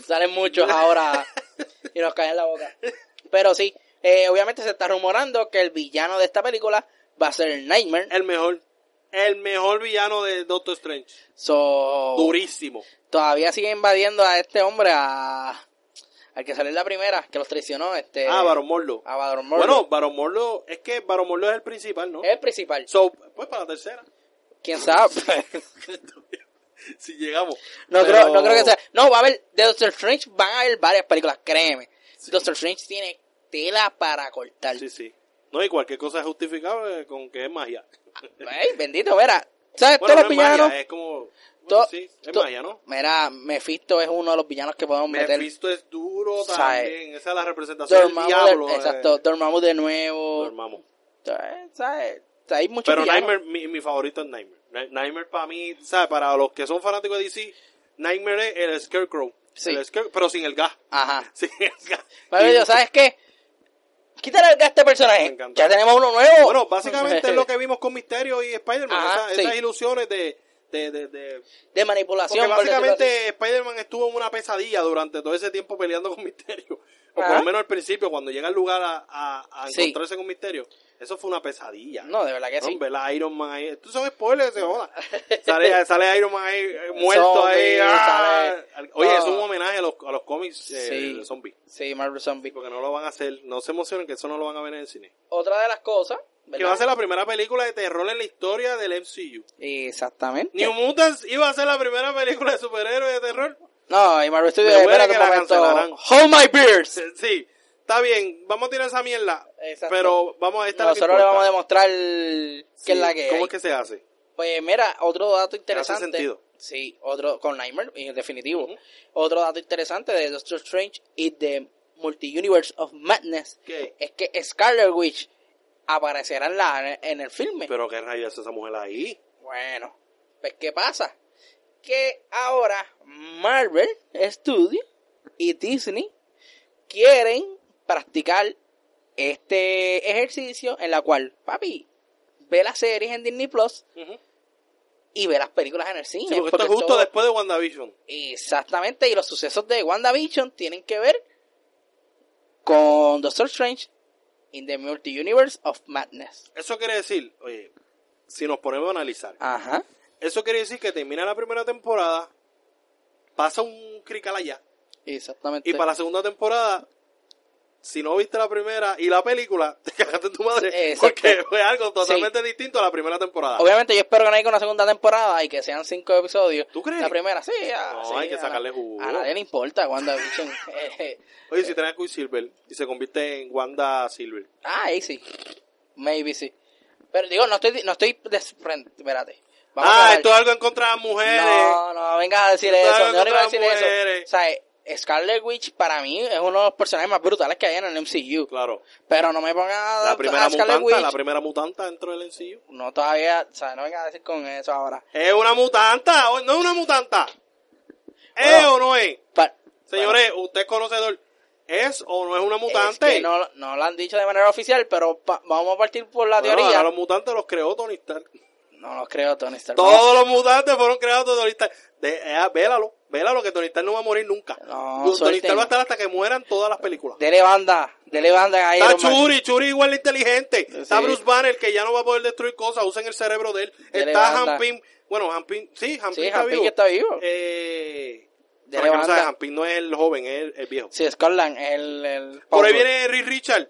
Speaker 2: a- salen muchos ahora y nos caen la boca. Pero sí, eh, obviamente se está rumorando que el villano de esta película va a ser Nightmare.
Speaker 1: El mejor. El mejor villano de Doctor Strange.
Speaker 2: So,
Speaker 1: Durísimo.
Speaker 2: todavía sigue invadiendo a este hombre, a, al que salió en la primera, que los traicionó. Este,
Speaker 1: ah, Baron Morlo.
Speaker 2: a Baron Mordo.
Speaker 1: Bueno, Baron Morlo, es que Baron Morlo es el principal, ¿no?
Speaker 2: es el principal.
Speaker 1: So, pues para la tercera. [laughs]
Speaker 2: ¿Quién sabe? [laughs]
Speaker 1: si llegamos.
Speaker 2: No,
Speaker 1: Pero-
Speaker 2: creo, no creo que sea. No, va a haber. De Doctor Strange van a haber varias películas, créeme. Doctor Strange tiene tela para cortar.
Speaker 1: Sí, sí. No, y cualquier cosa es justificable con que es magia.
Speaker 2: Ey, bendito, mira. ¿Sabes?
Speaker 1: Bueno, no
Speaker 2: todos los
Speaker 1: es magia, eh.
Speaker 2: villanos.
Speaker 1: es como... bueno,
Speaker 2: to-
Speaker 1: sí, es
Speaker 2: to-
Speaker 1: magia, ¿no?
Speaker 2: Mira, Mephisto es uno de los villanos que podemos meter.
Speaker 1: Mephisto es duro
Speaker 2: Sabe.
Speaker 1: también. Esa es la representación del
Speaker 2: Dormammu,
Speaker 1: diablo.
Speaker 2: de,
Speaker 1: eh.
Speaker 2: exacto, Dormammu de nuevo.
Speaker 1: Dormammu.
Speaker 2: Eh, ¿Sabes? O sea, Hay muchos
Speaker 1: Pero
Speaker 2: villanos.
Speaker 1: Nightmare, mi, mi favorito es Nightmare. Ni- Nightmare para mí, ¿sabes? Para los que son fanáticos de DC, Nightmare es el Scarecrow.
Speaker 2: Sí.
Speaker 1: El Scare- pero sin el gas.
Speaker 2: Ajá.
Speaker 1: [laughs] Sin el gas.
Speaker 2: Pero
Speaker 1: Y-
Speaker 2: yo, ¿sabes qué? Quítale el gas a este
Speaker 1: Me
Speaker 2: personaje.
Speaker 1: encanta.
Speaker 2: Ya tenemos uno nuevo.
Speaker 1: Bueno,
Speaker 2: [laughs]
Speaker 1: básicamente es lo que vimos con Misterio y Spider-Man.
Speaker 2: Ajá,
Speaker 1: esa-
Speaker 2: sí.
Speaker 1: Esas ilusiones de- de- de- de,
Speaker 2: De manipulación.
Speaker 1: Porque
Speaker 2: por decirlo así.
Speaker 1: básicamente Spider-Man estuvo en una pesadilla durante todo ese tiempo peleando con Misterio. O por
Speaker 2: Ajá.
Speaker 1: lo menos al principio, cuando llega al lugar a, a- a
Speaker 2: Ah. Sí.
Speaker 1: encontrarse con Misterio. Eso fue una pesadilla.
Speaker 2: No, de verdad que sí.
Speaker 1: No, ver a Iron Man ahí. Estos son spoilers, se
Speaker 2: [laughs]
Speaker 1: joda. Sale, sale Iron Man ahí, eh, muerto ahí.
Speaker 2: Zombie,
Speaker 1: ¡ah!
Speaker 2: sale-
Speaker 1: Oye,
Speaker 2: no.
Speaker 1: es un homenaje a los, a los cómics eh,
Speaker 2: Sí.
Speaker 1: de zombies.
Speaker 2: Sí, Marvel Zombie.
Speaker 1: Porque no lo van a hacer. No se emocionen que eso no lo van a ver en el cine.
Speaker 2: Otra de las cosas.
Speaker 1: Que va a ser la primera película de terror en la historia del MCU.
Speaker 2: Exactamente.
Speaker 1: New Mutants iba a ser la primera película de superhéroes de terror.
Speaker 2: No, y Marvel Studios.
Speaker 1: Me huele
Speaker 2: espera
Speaker 1: que
Speaker 2: un
Speaker 1: la
Speaker 2: momento.
Speaker 1: cancelarán.
Speaker 2: Hold my beers.
Speaker 1: [laughs] Sí, está bien, vamos a tirar esa mierda.
Speaker 2: Exacto.
Speaker 1: Pero vamos a estar
Speaker 2: Nosotros le vamos a demostrar que es la que
Speaker 1: ¿Cómo
Speaker 2: hay.
Speaker 1: es que se hace?
Speaker 2: Pues mira, otro dato interesante.
Speaker 1: sentido.
Speaker 2: Sí, otro con Nightmare, en definitivo.
Speaker 1: Ujú.
Speaker 2: Otro dato interesante de Doctor Strange y de Multiverse of Madness
Speaker 1: ¿Qué?
Speaker 2: es que Scarlet Witch aparecerá en, la- en el filme.
Speaker 1: Pero qué rayos es esa mujer ahí.
Speaker 2: Bueno, pues ¿qué pasa? Que ahora Marvel Studios y Disney quieren practicar este ejercicio en la cual, papi, ve las series en Disney Plus y ve las películas en el cine.
Speaker 1: Sí, porque esto es justo
Speaker 2: todo-
Speaker 1: después de WandaVision.
Speaker 2: Exactamente, y los sucesos de WandaVision tienen que ver con Doctor Strange in the Multiverse of Madness.
Speaker 1: Eso quiere decir, oye, si nos ponemos a analizar,
Speaker 2: Ajá.
Speaker 1: eso quiere decir que termina la primera temporada, pasa un crical allá,
Speaker 2: Exactamente.
Speaker 1: y para la segunda temporada, si no viste la primera y la película, [laughs] te cagaste en tu madre,
Speaker 2: Exacto.
Speaker 1: porque fue algo totalmente distinto a la primera temporada.
Speaker 2: Obviamente yo espero que no haya una segunda temporada y que sean cinco episodios.
Speaker 1: ¿Tú crees?
Speaker 2: La primera, sí. a-
Speaker 1: No,
Speaker 2: sí,
Speaker 1: hay que
Speaker 2: a la-
Speaker 1: sacarle jugo.
Speaker 2: A nadie le
Speaker 1: [laughs]
Speaker 2: importa WandaVision. Eh, eh,
Speaker 1: Oye, si traen a Quicksilver y se convierte en Wanda Silver.
Speaker 2: ah, ahí sí. Maybe sí. Pero digo, no estoy... No estoy despre- espérate. Vamos
Speaker 1: ah,
Speaker 2: a
Speaker 1: esto es algo en contra de las mujeres.
Speaker 2: No, no, vengas a decir
Speaker 1: Esto es
Speaker 2: eso.
Speaker 1: algo
Speaker 2: Yo no iba a
Speaker 1: contra
Speaker 2: decir
Speaker 1: las
Speaker 2: eso.
Speaker 1: mujeres.
Speaker 2: O sea, eh, Scarlet Witch para mí es uno de los personajes más brutales que hay en el MCU.
Speaker 1: Claro.
Speaker 2: Pero no me pongan a,
Speaker 1: La
Speaker 2: a
Speaker 1: primera
Speaker 2: Scarlet
Speaker 1: mutanta,
Speaker 2: Witch.
Speaker 1: la primera mutanta dentro del sencillo.
Speaker 2: No todavía... O sea, no vengas a decir con eso ahora.
Speaker 1: Es una mutanta, o- no es una mutanta. ¿Es
Speaker 2: Bueno.
Speaker 1: o no es?
Speaker 2: Pa-
Speaker 1: Señores, usted es conocedor. ¿Es o no es una mutante?
Speaker 2: Es que no, no lo han dicho de manera oficial, pero pa- vamos a partir por la
Speaker 1: Bueno,
Speaker 2: teoría.
Speaker 1: ahora los mutantes los creó Tony Stark.
Speaker 2: No los creo, Tony Stark.
Speaker 1: Todos los mutantes fueron creados por Tony Stark. De, eh, vélalo, vélalo, que Tony Stark no va a morir nunca.
Speaker 2: No,
Speaker 1: Tony
Speaker 2: suerte.
Speaker 1: Stark va a estar hasta que mueran todas las películas.
Speaker 2: Dele banda, dele banda a
Speaker 1: Está
Speaker 2: Iron Man.
Speaker 1: Churi, Churi igual de inteligente. Está
Speaker 2: Sí.
Speaker 1: Bruce Banner, que ya no va a poder destruir cosas, usen el cerebro de él.
Speaker 2: De
Speaker 1: está
Speaker 2: levanta.
Speaker 1: Hampin, bueno, Hampin, sí, Hampin
Speaker 2: Sí,
Speaker 1: está,
Speaker 2: Hanpin
Speaker 1: vivo.
Speaker 2: que está vivo.
Speaker 1: Eh,
Speaker 2: De
Speaker 1: para que no
Speaker 2: levanta.
Speaker 1: sabes, Hampin no es el joven, es el, el viejo.
Speaker 2: Sí, Scotland, el, el...
Speaker 1: Por ahí
Speaker 2: Power.
Speaker 1: viene Rick Richard.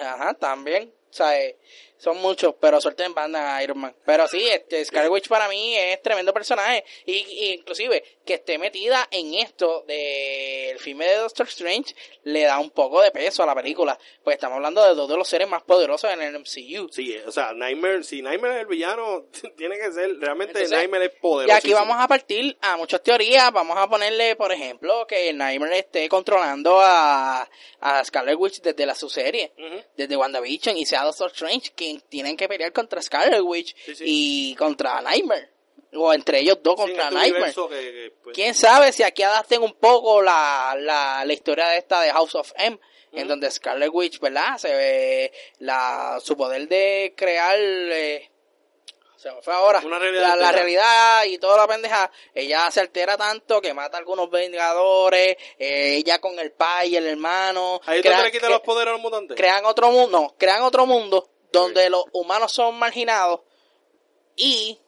Speaker 2: Ajá, también. O sea, eh, son muchos, pero suelten banda a Iron Man. Pero sí, este, Scarlet Witch para mí es tremendo personaje. Y, y inclusive que esté metida en esto del filme de Doctor Strange le da un poco de peso a la película. Pues estamos hablando de dos de los seres más poderosos en el MCU.
Speaker 1: Sí, eh, o sea, Nightmare, si Nightmare es el villano, [laughs] tiene que ser, realmente
Speaker 2: Entonces,
Speaker 1: Nightmare es poderoso.
Speaker 2: Y aquí vamos a partir a muchas teorías. Vamos a ponerle, por ejemplo, que Nightmare esté controlando a, a Scarlet Witch desde la su serie. Desde WandaVision y sea Doctor Strange quien tienen que pelear contra Scarlet Witch
Speaker 1: Sí, sí.
Speaker 2: y contra Nightmare. O entre ellos dos contra Nightmare.
Speaker 1: este Que, que, pues,
Speaker 2: Quién sabe si aquí adapten un poco la, la, la historia de esta de House of M, en donde Scarlet Witch, ¿verdad? Se ve la, su poder de crear. eh, se me fue ahora.
Speaker 1: Una realidad
Speaker 2: la, la
Speaker 1: alterna.
Speaker 2: realidad y toda la pendeja. Ella se altera tanto que mata a algunos vengadores. eh, ella con el pai y el hermano.
Speaker 1: Ahí es
Speaker 2: crea-
Speaker 1: donde le quitan
Speaker 2: cre-
Speaker 1: los poderes a los mutantes.
Speaker 2: crean otro mundo, no, crean otro mundo donde los humanos son marginados y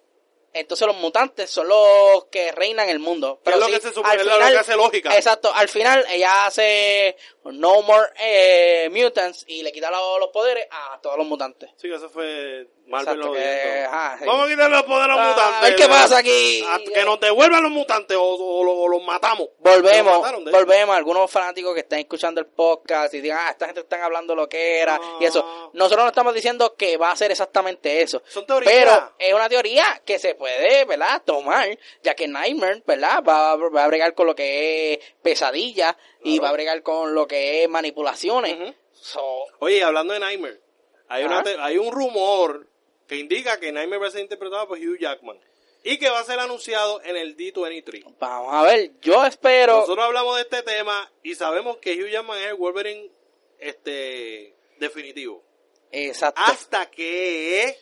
Speaker 2: entonces los mutantes son los que reinan el mundo.
Speaker 1: es lo
Speaker 2: sí,
Speaker 1: que se supone,
Speaker 2: al
Speaker 1: es lo que hace lógica.
Speaker 2: Exacto, al final ella hace No More eh, Mutants y le quita lo- los poderes a todos los mutantes.
Speaker 1: Sí, eso fue Marvel
Speaker 2: Exacto,
Speaker 1: lo
Speaker 2: que-
Speaker 1: dijo.
Speaker 2: ajá, sí.
Speaker 1: Vamos a quitar los poderes a los
Speaker 2: Ah,
Speaker 1: mutantes.
Speaker 2: a ver qué pasa aquí.
Speaker 1: A- que nos devuelvan los mutantes o, o lo- o los matamos. Los
Speaker 2: Volvemos,
Speaker 1: mataron, de hecho.
Speaker 2: volvemos. Algunos fanáticos que están escuchando el podcast y digan, ah, esta gente están hablando lo que era
Speaker 1: No.
Speaker 2: y eso. Nosotros no estamos diciendo que va a ser exactamente eso.
Speaker 1: Son teorías.
Speaker 2: Pero es una teoría que se puede, ¿verdad? Tomar, ya que Nightmare, ¿verdad? Va, va a bregar con lo que es pesadilla y
Speaker 1: Claro.
Speaker 2: va a bregar con lo que es manipulaciones.
Speaker 1: Ujú.
Speaker 2: So,
Speaker 1: Oye, hablando de Nightmare, hay, una
Speaker 2: Ajá.
Speaker 1: te- hay un rumor que indica que Nightmare va a ser interpretado por Hugh Jackman y que va a ser anunciado en el D23.
Speaker 2: vamos a ver, yo espero...
Speaker 1: Nosotros hablamos de este tema y sabemos que Hugh Jackman es el Wolverine este, definitivo.
Speaker 2: Exacto.
Speaker 1: Hasta que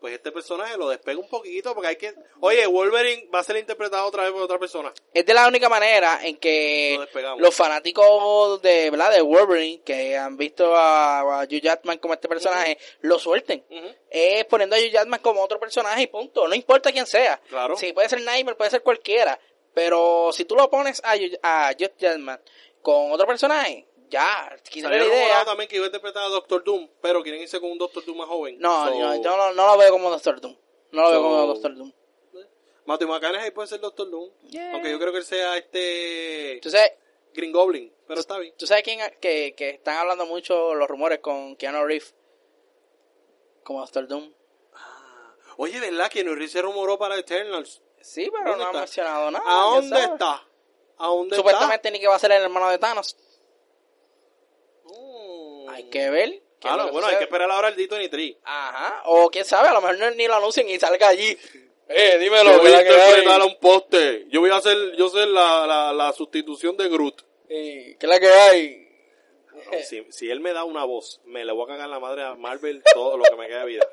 Speaker 1: pues este personaje lo despega un poquito porque hay que... Oye, Wolverine va a ser interpretado otra vez por otra persona.
Speaker 2: Es de la única manera en que
Speaker 1: Lo despegamos.
Speaker 2: los fanáticos de, ¿verdad? de Wolverine que han visto a, a Hugh Jackman como este personaje lo suelten.
Speaker 1: Ujú.
Speaker 2: Es poniendo a Hugh Jackman como otro personaje y punto. No importa quién sea.
Speaker 1: Claro.
Speaker 2: Si puede ser Nightmare, puede ser cualquiera. Pero si tú lo pones a, Hugh- a Hugh Jackman con otro personaje, ya, quizás la
Speaker 1: Salió rumorado
Speaker 2: idea.
Speaker 1: también que iba a interpretar a Doctor Doom, pero quieren irse con un Doctor Doom más joven.
Speaker 2: No,
Speaker 1: So,
Speaker 2: yo, yo no, no lo veo como Doctor Doom. No lo veo
Speaker 1: So-
Speaker 2: como Doctor Doom.
Speaker 1: Matthew McConaughey puede ser Doctor Doom.
Speaker 2: Yeah.
Speaker 1: Aunque yo creo que él sea este
Speaker 2: Tú sabes,
Speaker 1: Green Goblin, pero está bien.
Speaker 2: ¿Tú sabes quién que, que están hablando mucho los rumores con Keanu Reeves? Como Doctor Doom.
Speaker 1: Oye, ¿verdad que Nuri se rumoró para Eternals?
Speaker 2: Sí, pero
Speaker 1: ¿Dónde
Speaker 2: no ha
Speaker 1: está?
Speaker 2: mencionado nada.
Speaker 1: ¿A
Speaker 2: ya
Speaker 1: dónde
Speaker 2: sabes.
Speaker 1: está? ¿A dónde
Speaker 2: Ah, Supuestamente ni que va a ser el hermano de Thanos.
Speaker 1: está? Mm.
Speaker 2: Hay que ver. qué
Speaker 1: Ah,
Speaker 2: es lo
Speaker 1: no, bueno, hay
Speaker 2: sucede.
Speaker 1: que esperar ahora el D23.
Speaker 2: Ajá. O quién sabe, a lo mejor no- ni lo anuncian y
Speaker 1: [laughs]
Speaker 2: salga allí. Eh, dímelo.
Speaker 1: Yo voy
Speaker 2: ¿verdad
Speaker 1: a
Speaker 2: que hay?
Speaker 1: interpretar a un poste. Yo voy a hacer, yo sé la, la, la sustitución de Groot.
Speaker 2: Eh, ¿Qué es la que hay?
Speaker 1: No, si, si él me da una voz, me le voy a cagar la madre a Marvel todo lo que me queda de vida.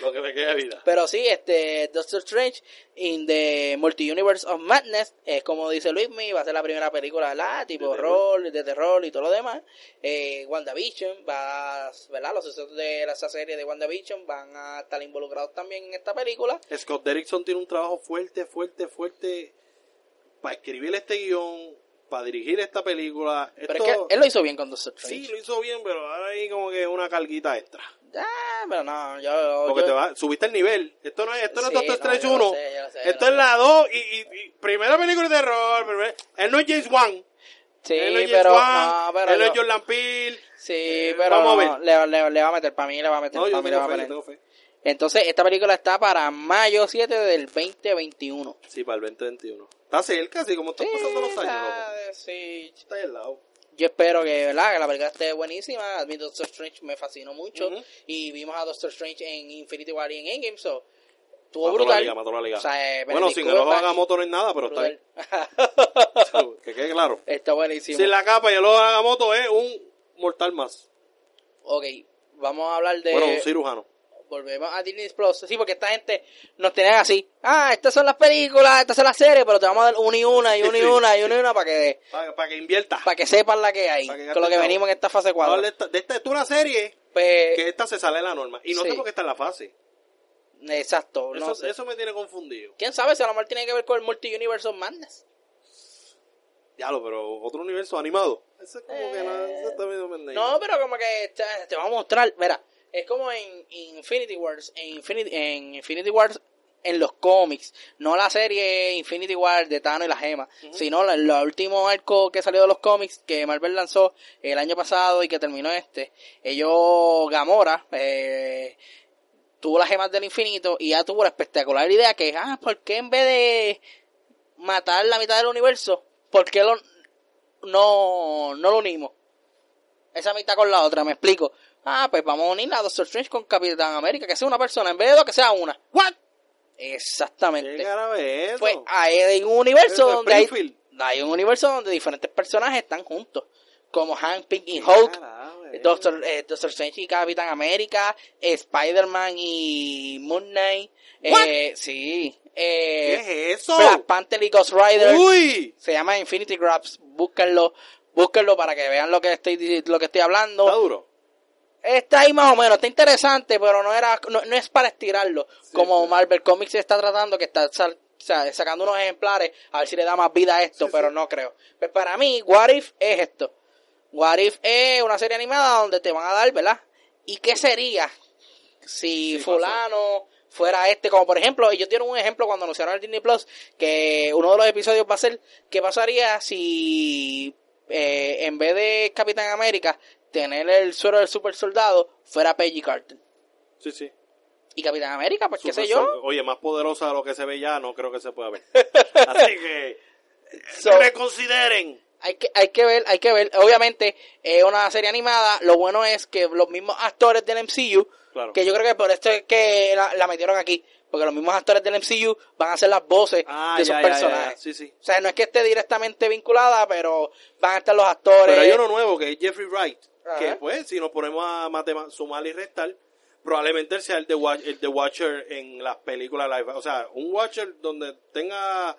Speaker 1: Lo que me queda de vida.
Speaker 2: Pero sí, este Doctor Strange in the Multi-Universe of Madness, es como dice Luismi, va a ser la primera película, ¿verdad? Tipo
Speaker 1: De terror.
Speaker 2: horror, de terror y todo lo demás. Eh, WandaVision, va, ¿verdad? Los sucesos de la- esa serie de WandaVision van a estar involucrados también en esta película.
Speaker 1: Scott Derrickson tiene un trabajo fuerte, fuerte, fuerte para escribir este guión, para dirigir esta película.
Speaker 2: Pero
Speaker 1: Esto-
Speaker 2: es que él lo hizo bien con Doctor Strange.
Speaker 1: sí, lo hizo bien, pero ahora hay como que una carguita extra.
Speaker 2: Ah, pero no, yo...
Speaker 1: Porque
Speaker 2: yo-
Speaker 1: te va, subiste el nivel. Esto no es, esto no es
Speaker 2: Sí,
Speaker 1: Doctor
Speaker 2: no,
Speaker 1: Strange
Speaker 2: yo lo
Speaker 1: 1.
Speaker 2: sé, yo lo sé,
Speaker 1: esto
Speaker 2: yo lo
Speaker 1: Este es la 2 y, y- y primera película de terror. primer- él no es James Wan.
Speaker 2: Sí,
Speaker 1: él no es James
Speaker 2: pero...
Speaker 1: Wan.
Speaker 2: no, pero
Speaker 1: él no es
Speaker 2: yo- Ah,
Speaker 1: Jordan Peele.
Speaker 2: Sí, pero...
Speaker 1: Eh, vamos a
Speaker 2: no,
Speaker 1: ver.
Speaker 2: le, le- le va a meter, para mí le va a meter,
Speaker 1: No,
Speaker 2: para
Speaker 1: yo
Speaker 2: mí le va
Speaker 1: tengo
Speaker 2: a
Speaker 1: fe, yo
Speaker 2: meter.
Speaker 1: tengo fe.
Speaker 2: Entonces, esta película está para mayo 7 del 2021.
Speaker 1: Sí, para el 2021. Está cerca, así como están pasando los años. loco.
Speaker 2: sí.
Speaker 1: Está ahí al lado.
Speaker 2: Yo espero que, ¿verdad? que la película esté buenísima. A mí Doctor Strange me fascinó mucho.
Speaker 1: Ujú.
Speaker 2: Y vimos a Doctor Strange en Infinity War y en Endgame. So, estuvo
Speaker 1: Mató
Speaker 2: brutal.
Speaker 1: la liga, mató la liga.
Speaker 2: O sea, eh,
Speaker 1: bueno,
Speaker 2: Benedict
Speaker 1: sin el ojo
Speaker 2: Cumberbatch,
Speaker 1: Agamotto no es nada, pero está
Speaker 2: brutal.
Speaker 1: bien. [laughs]
Speaker 2: [laughs]
Speaker 1: que quede claro.
Speaker 2: Está buenísimo.
Speaker 1: Sin la capa y el ojo Agamotto es un mortal más.
Speaker 2: Ok, vamos a hablar de...
Speaker 1: Bueno, un cirujano.
Speaker 2: Volvemos a Disney Plus. Sí, porque esta gente nos tenían así. Ah, estas son las películas, estas son las series, pero te vamos a dar una y una, y una y
Speaker 1: Sí.
Speaker 2: una, y una y una para que...
Speaker 1: Para que invierta.
Speaker 2: para que sepan la que hay,
Speaker 1: Pa' que gaste
Speaker 2: con lo que
Speaker 1: chavo.
Speaker 2: venimos en esta fase 4.
Speaker 1: Habla de esta, de esta- esto es una serie
Speaker 2: Pues,
Speaker 1: que esta se sale de la norma. Y no
Speaker 2: Sí.
Speaker 1: sé por qué está en la fase.
Speaker 2: exacto, no
Speaker 1: Eso,
Speaker 2: sé.
Speaker 1: eso me tiene confundido.
Speaker 2: ¿Quién sabe si a lo mejor tiene que ver con el multi-universe of madness?
Speaker 1: Ya lo, pero otro universo animado. Eso es como que no,
Speaker 2: Eh,
Speaker 1: eso está medio pendejo.
Speaker 2: No, pero como que te, te va a mostrar, verá, es como en Infinity Wars, en Infinity, en Infinity Wars en los cómics, no la serie Infinity War de Thanos y la Gema, sino la- el último arco que salió de los cómics que Marvel lanzó el año pasado y que terminó este. Ellos, Gamora, eh, tuvo las gemas del infinito y ya tuvo la espectacular idea que, ah, ¿por qué en vez de matar la mitad del universo, por qué lo, no, no lo unimos? Esa mitad con la otra, me explico. Ah, pues vamos a unir a Doctor Strange con Capitán América, que sea una persona, en vez de dos, que sea una.
Speaker 1: ¿What? ¿Qué
Speaker 2: Exactamente.
Speaker 1: carajo es eso?
Speaker 2: Pues hay un universo
Speaker 1: Eso es
Speaker 2: donde hay,
Speaker 1: Springfield.
Speaker 2: hay un universo donde diferentes personajes están juntos, como Hank Pink y
Speaker 1: ¿Qué
Speaker 2: Hulk,
Speaker 1: carajo es
Speaker 2: Doctor, eh, Doctor Strange y Capitán América, eh, Spider-Man y Moon Knight, eh, sí, eh,
Speaker 1: ¿Qué es eso?
Speaker 2: Black Panther y Ghost Rider,
Speaker 1: Uy,
Speaker 2: se llama Infinity Grabs, búsquenlo, búsquenlo para que vean lo que estoy lo que estoy hablando.
Speaker 1: está duro.
Speaker 2: Está ahí más o menos, está interesante, pero no era no, no es para estirarlo, como Marvel Comics está tratando, que está sal- o sea, sacando unos ejemplares, a ver si le da más vida a esto,
Speaker 1: Sí,
Speaker 2: pero
Speaker 1: sí.
Speaker 2: no creo. Pues para mí, What If es esto. What If es una serie animada donde te van a dar, ¿verdad? ¿Y qué sería
Speaker 1: Sí,
Speaker 2: si
Speaker 1: pasó.
Speaker 2: fulano fuera este? Como por ejemplo, yo tienen un ejemplo cuando anunciaron el Disney Plus, que uno de los episodios va a ser, ¿qué pasaría si eh, en vez de Capitán América tener el suero del super soldado fuera Peggy Carter?
Speaker 1: Sí, sí.
Speaker 2: Y Capitán América, pues qué
Speaker 1: Super
Speaker 2: sé yo.
Speaker 1: Sol- Oye, más poderosa de lo que se ve ya, no creo que se
Speaker 2: [laughs]
Speaker 1: pueda ver. Así que
Speaker 2: So,
Speaker 1: reconsideren.
Speaker 2: hay que, hay que ver, hay que ver. Obviamente, es una serie animada. Lo bueno es que los mismos actores del MCU,
Speaker 1: Claro.
Speaker 2: que yo creo que por esto es que la, la metieron aquí, porque los mismos actores del MCU van a ser las voces
Speaker 1: Ah,
Speaker 2: de esos
Speaker 1: ya, ya, ya,
Speaker 2: personajes.
Speaker 1: ya. Sí, sí.
Speaker 2: O sea, no es que esté directamente vinculada, pero van a estar los actores.
Speaker 1: Pero hay uno nuevo que es Jeffrey Wright.
Speaker 2: Ajá.
Speaker 1: Que pues, si nos ponemos a matema- sumar y restar, probablemente él sea el de, Watch- el de Watcher en las películas live. O sea, un Watcher donde tenga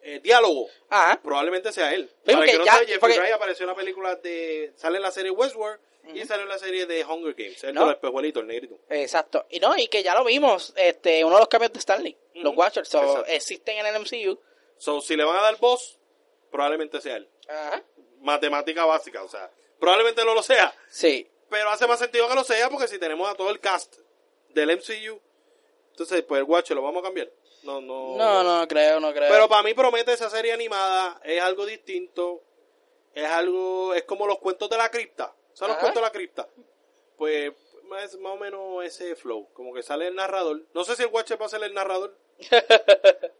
Speaker 1: eh, diálogo,
Speaker 2: Ajá.
Speaker 1: probablemente sea él.
Speaker 2: Sí,
Speaker 1: Para
Speaker 2: porque
Speaker 1: el que no
Speaker 2: ya-
Speaker 1: sabe, Jeffrey
Speaker 2: porque-
Speaker 1: Wright apareció en la película de. Sale en la serie Westworld y sale en la serie de Hunger Games. El
Speaker 2: No.
Speaker 1: de los espejuelitos, el negrito.
Speaker 2: Exacto. Y no, y que ya lo vimos, este, uno de los cambios de Stanley,
Speaker 1: Ujú.
Speaker 2: los Watchers, so,
Speaker 1: Exacto.
Speaker 2: existen en el MCU.
Speaker 1: So, si le van a dar voz, probablemente sea él.
Speaker 2: Ajá.
Speaker 1: Matemática básica, o sea, probablemente no lo sea.
Speaker 2: Sí.
Speaker 1: Pero hace más sentido que lo sea porque si tenemos a todo el cast del MCU, entonces pues el guacho lo vamos a cambiar. No, no.
Speaker 2: No, no creo, no creo.
Speaker 1: Pero para mí promete esa serie animada, es algo distinto, es algo, es como los cuentos de la cripta. Son los
Speaker 2: Ajá.
Speaker 1: cuentos de la cripta. Pues más, más o menos ese flow, como que sale el narrador. No sé si el Watcher va a ser el
Speaker 2: [laughs]
Speaker 1: narrador,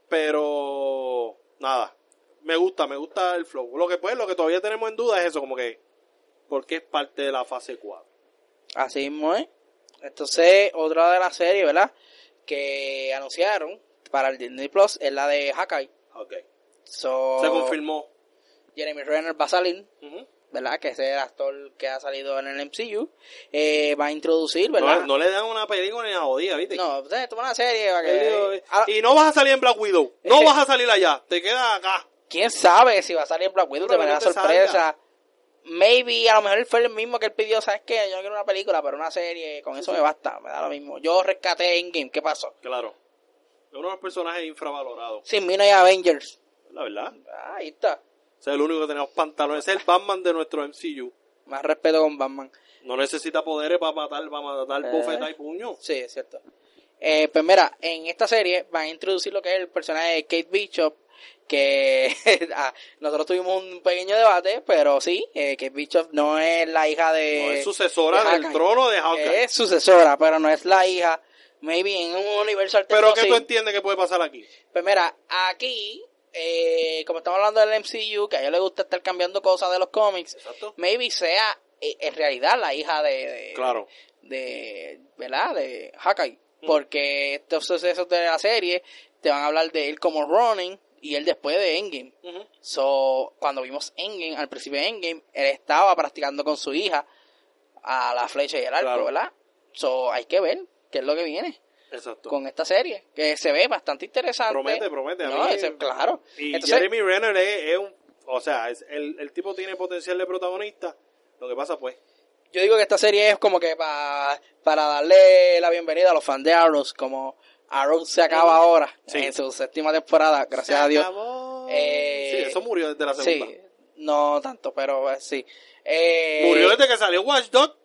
Speaker 1: pero nada, me gusta, me gusta el flow. Lo que pues, lo que todavía tenemos en duda es eso, como que, porque es parte de la fase 4.
Speaker 2: Así mismo es. Entonces, otra de las series, ¿verdad? Que anunciaron para el Disney Plus es la de Hawkeye.
Speaker 1: Okay.
Speaker 2: So,
Speaker 1: Se confirmó.
Speaker 2: Jeremy Renner va a salir,
Speaker 1: Ujú.
Speaker 2: ¿verdad? Que ese es el actor que ha salido en el MCU. Eh, va a introducir, ¿verdad?
Speaker 1: No, no le dan una película ni a jodida, ¿viste?
Speaker 2: No, ustedes toman una serie para
Speaker 1: Él
Speaker 2: que... eh, Ah,
Speaker 1: dijo, "Ah,
Speaker 2: Ahora,
Speaker 1: eh, y no vas a salir en Black Widow. No
Speaker 2: Ese-
Speaker 1: vas a salir allá. Te quedas acá.
Speaker 2: ¿Quién sabe si va a salir Black Widow de manera
Speaker 1: Probablemente
Speaker 2: sorpresa?
Speaker 1: salga.
Speaker 2: Maybe, a lo mejor fue el mismo que él pidió, ¿sabes qué? Yo no quiero una película, pero una serie, con eso me basta, me da lo mismo. Yo rescaté Endgame, ¿qué pasó?
Speaker 1: Claro. Es uno de los personajes infravalorados.
Speaker 2: Sin mí no hay Avengers.
Speaker 1: La verdad.
Speaker 2: Ah, ahí está.
Speaker 1: O sea, el único que tenemos pantalones. Es el Batman de nuestro MCU.
Speaker 2: Más respeto con Batman.
Speaker 1: No necesita poderes para matar, para matar
Speaker 2: Eh.
Speaker 1: bofetas y puño.
Speaker 2: Sí, es cierto. Eh, pues mira, en esta serie van a introducir lo que es el personaje de Kate Bishop, que [laughs] ah, nosotros tuvimos un pequeño debate, pero sí, eh, Kate Bishop no es la hija de...
Speaker 1: No, es sucesora
Speaker 2: de
Speaker 1: del
Speaker 2: Hawkeye.
Speaker 1: trono de Hawkeye.
Speaker 2: es sucesora, pero no es la hija. Maybe en un universo alterno.
Speaker 1: Pero que
Speaker 2: sí.
Speaker 1: tú entiendes que puede pasar aquí.
Speaker 2: Pues mira, aquí, eh, como estamos hablando del MCU, que a ellos les gusta estar cambiando cosas de los cómics,
Speaker 1: Exacto.
Speaker 2: maybe sea eh, en realidad la hija de. de-
Speaker 1: Claro.
Speaker 2: De. ¿Verdad? De Hawkeye. Porque estos sucesos de la serie te van a hablar de él como Ronin y él después de Endgame.
Speaker 1: Ujú.
Speaker 2: So, cuando vimos Endgame, al principio de Endgame, él estaba practicando con su hija a la flecha y el arco,
Speaker 1: Claro.
Speaker 2: ¿verdad? So, hay que ver qué es lo que viene
Speaker 1: Exacto.
Speaker 2: con esta serie, que se ve bastante interesante.
Speaker 1: Promete, promete. A
Speaker 2: No,
Speaker 1: mí-
Speaker 2: eso, claro.
Speaker 1: Y
Speaker 2: Entonces,
Speaker 1: Jeremy Renner es, es un... O sea, es- el, el tipo tiene potencial de protagonista. Lo que pasa pues...
Speaker 2: yo digo que esta serie es como que pa- para darle la bienvenida a los fans de Arrow, como Arrow se acaba ahora,
Speaker 1: Sí.
Speaker 2: en su séptima temporada, gracias
Speaker 1: Se
Speaker 2: a Dios.
Speaker 1: acabó.
Speaker 2: Eh,
Speaker 1: sí, eso murió desde la segunda.
Speaker 2: Sí, no tanto, pero eh, sí. Eh,
Speaker 1: Murió este- desde que salió Watch Dogs.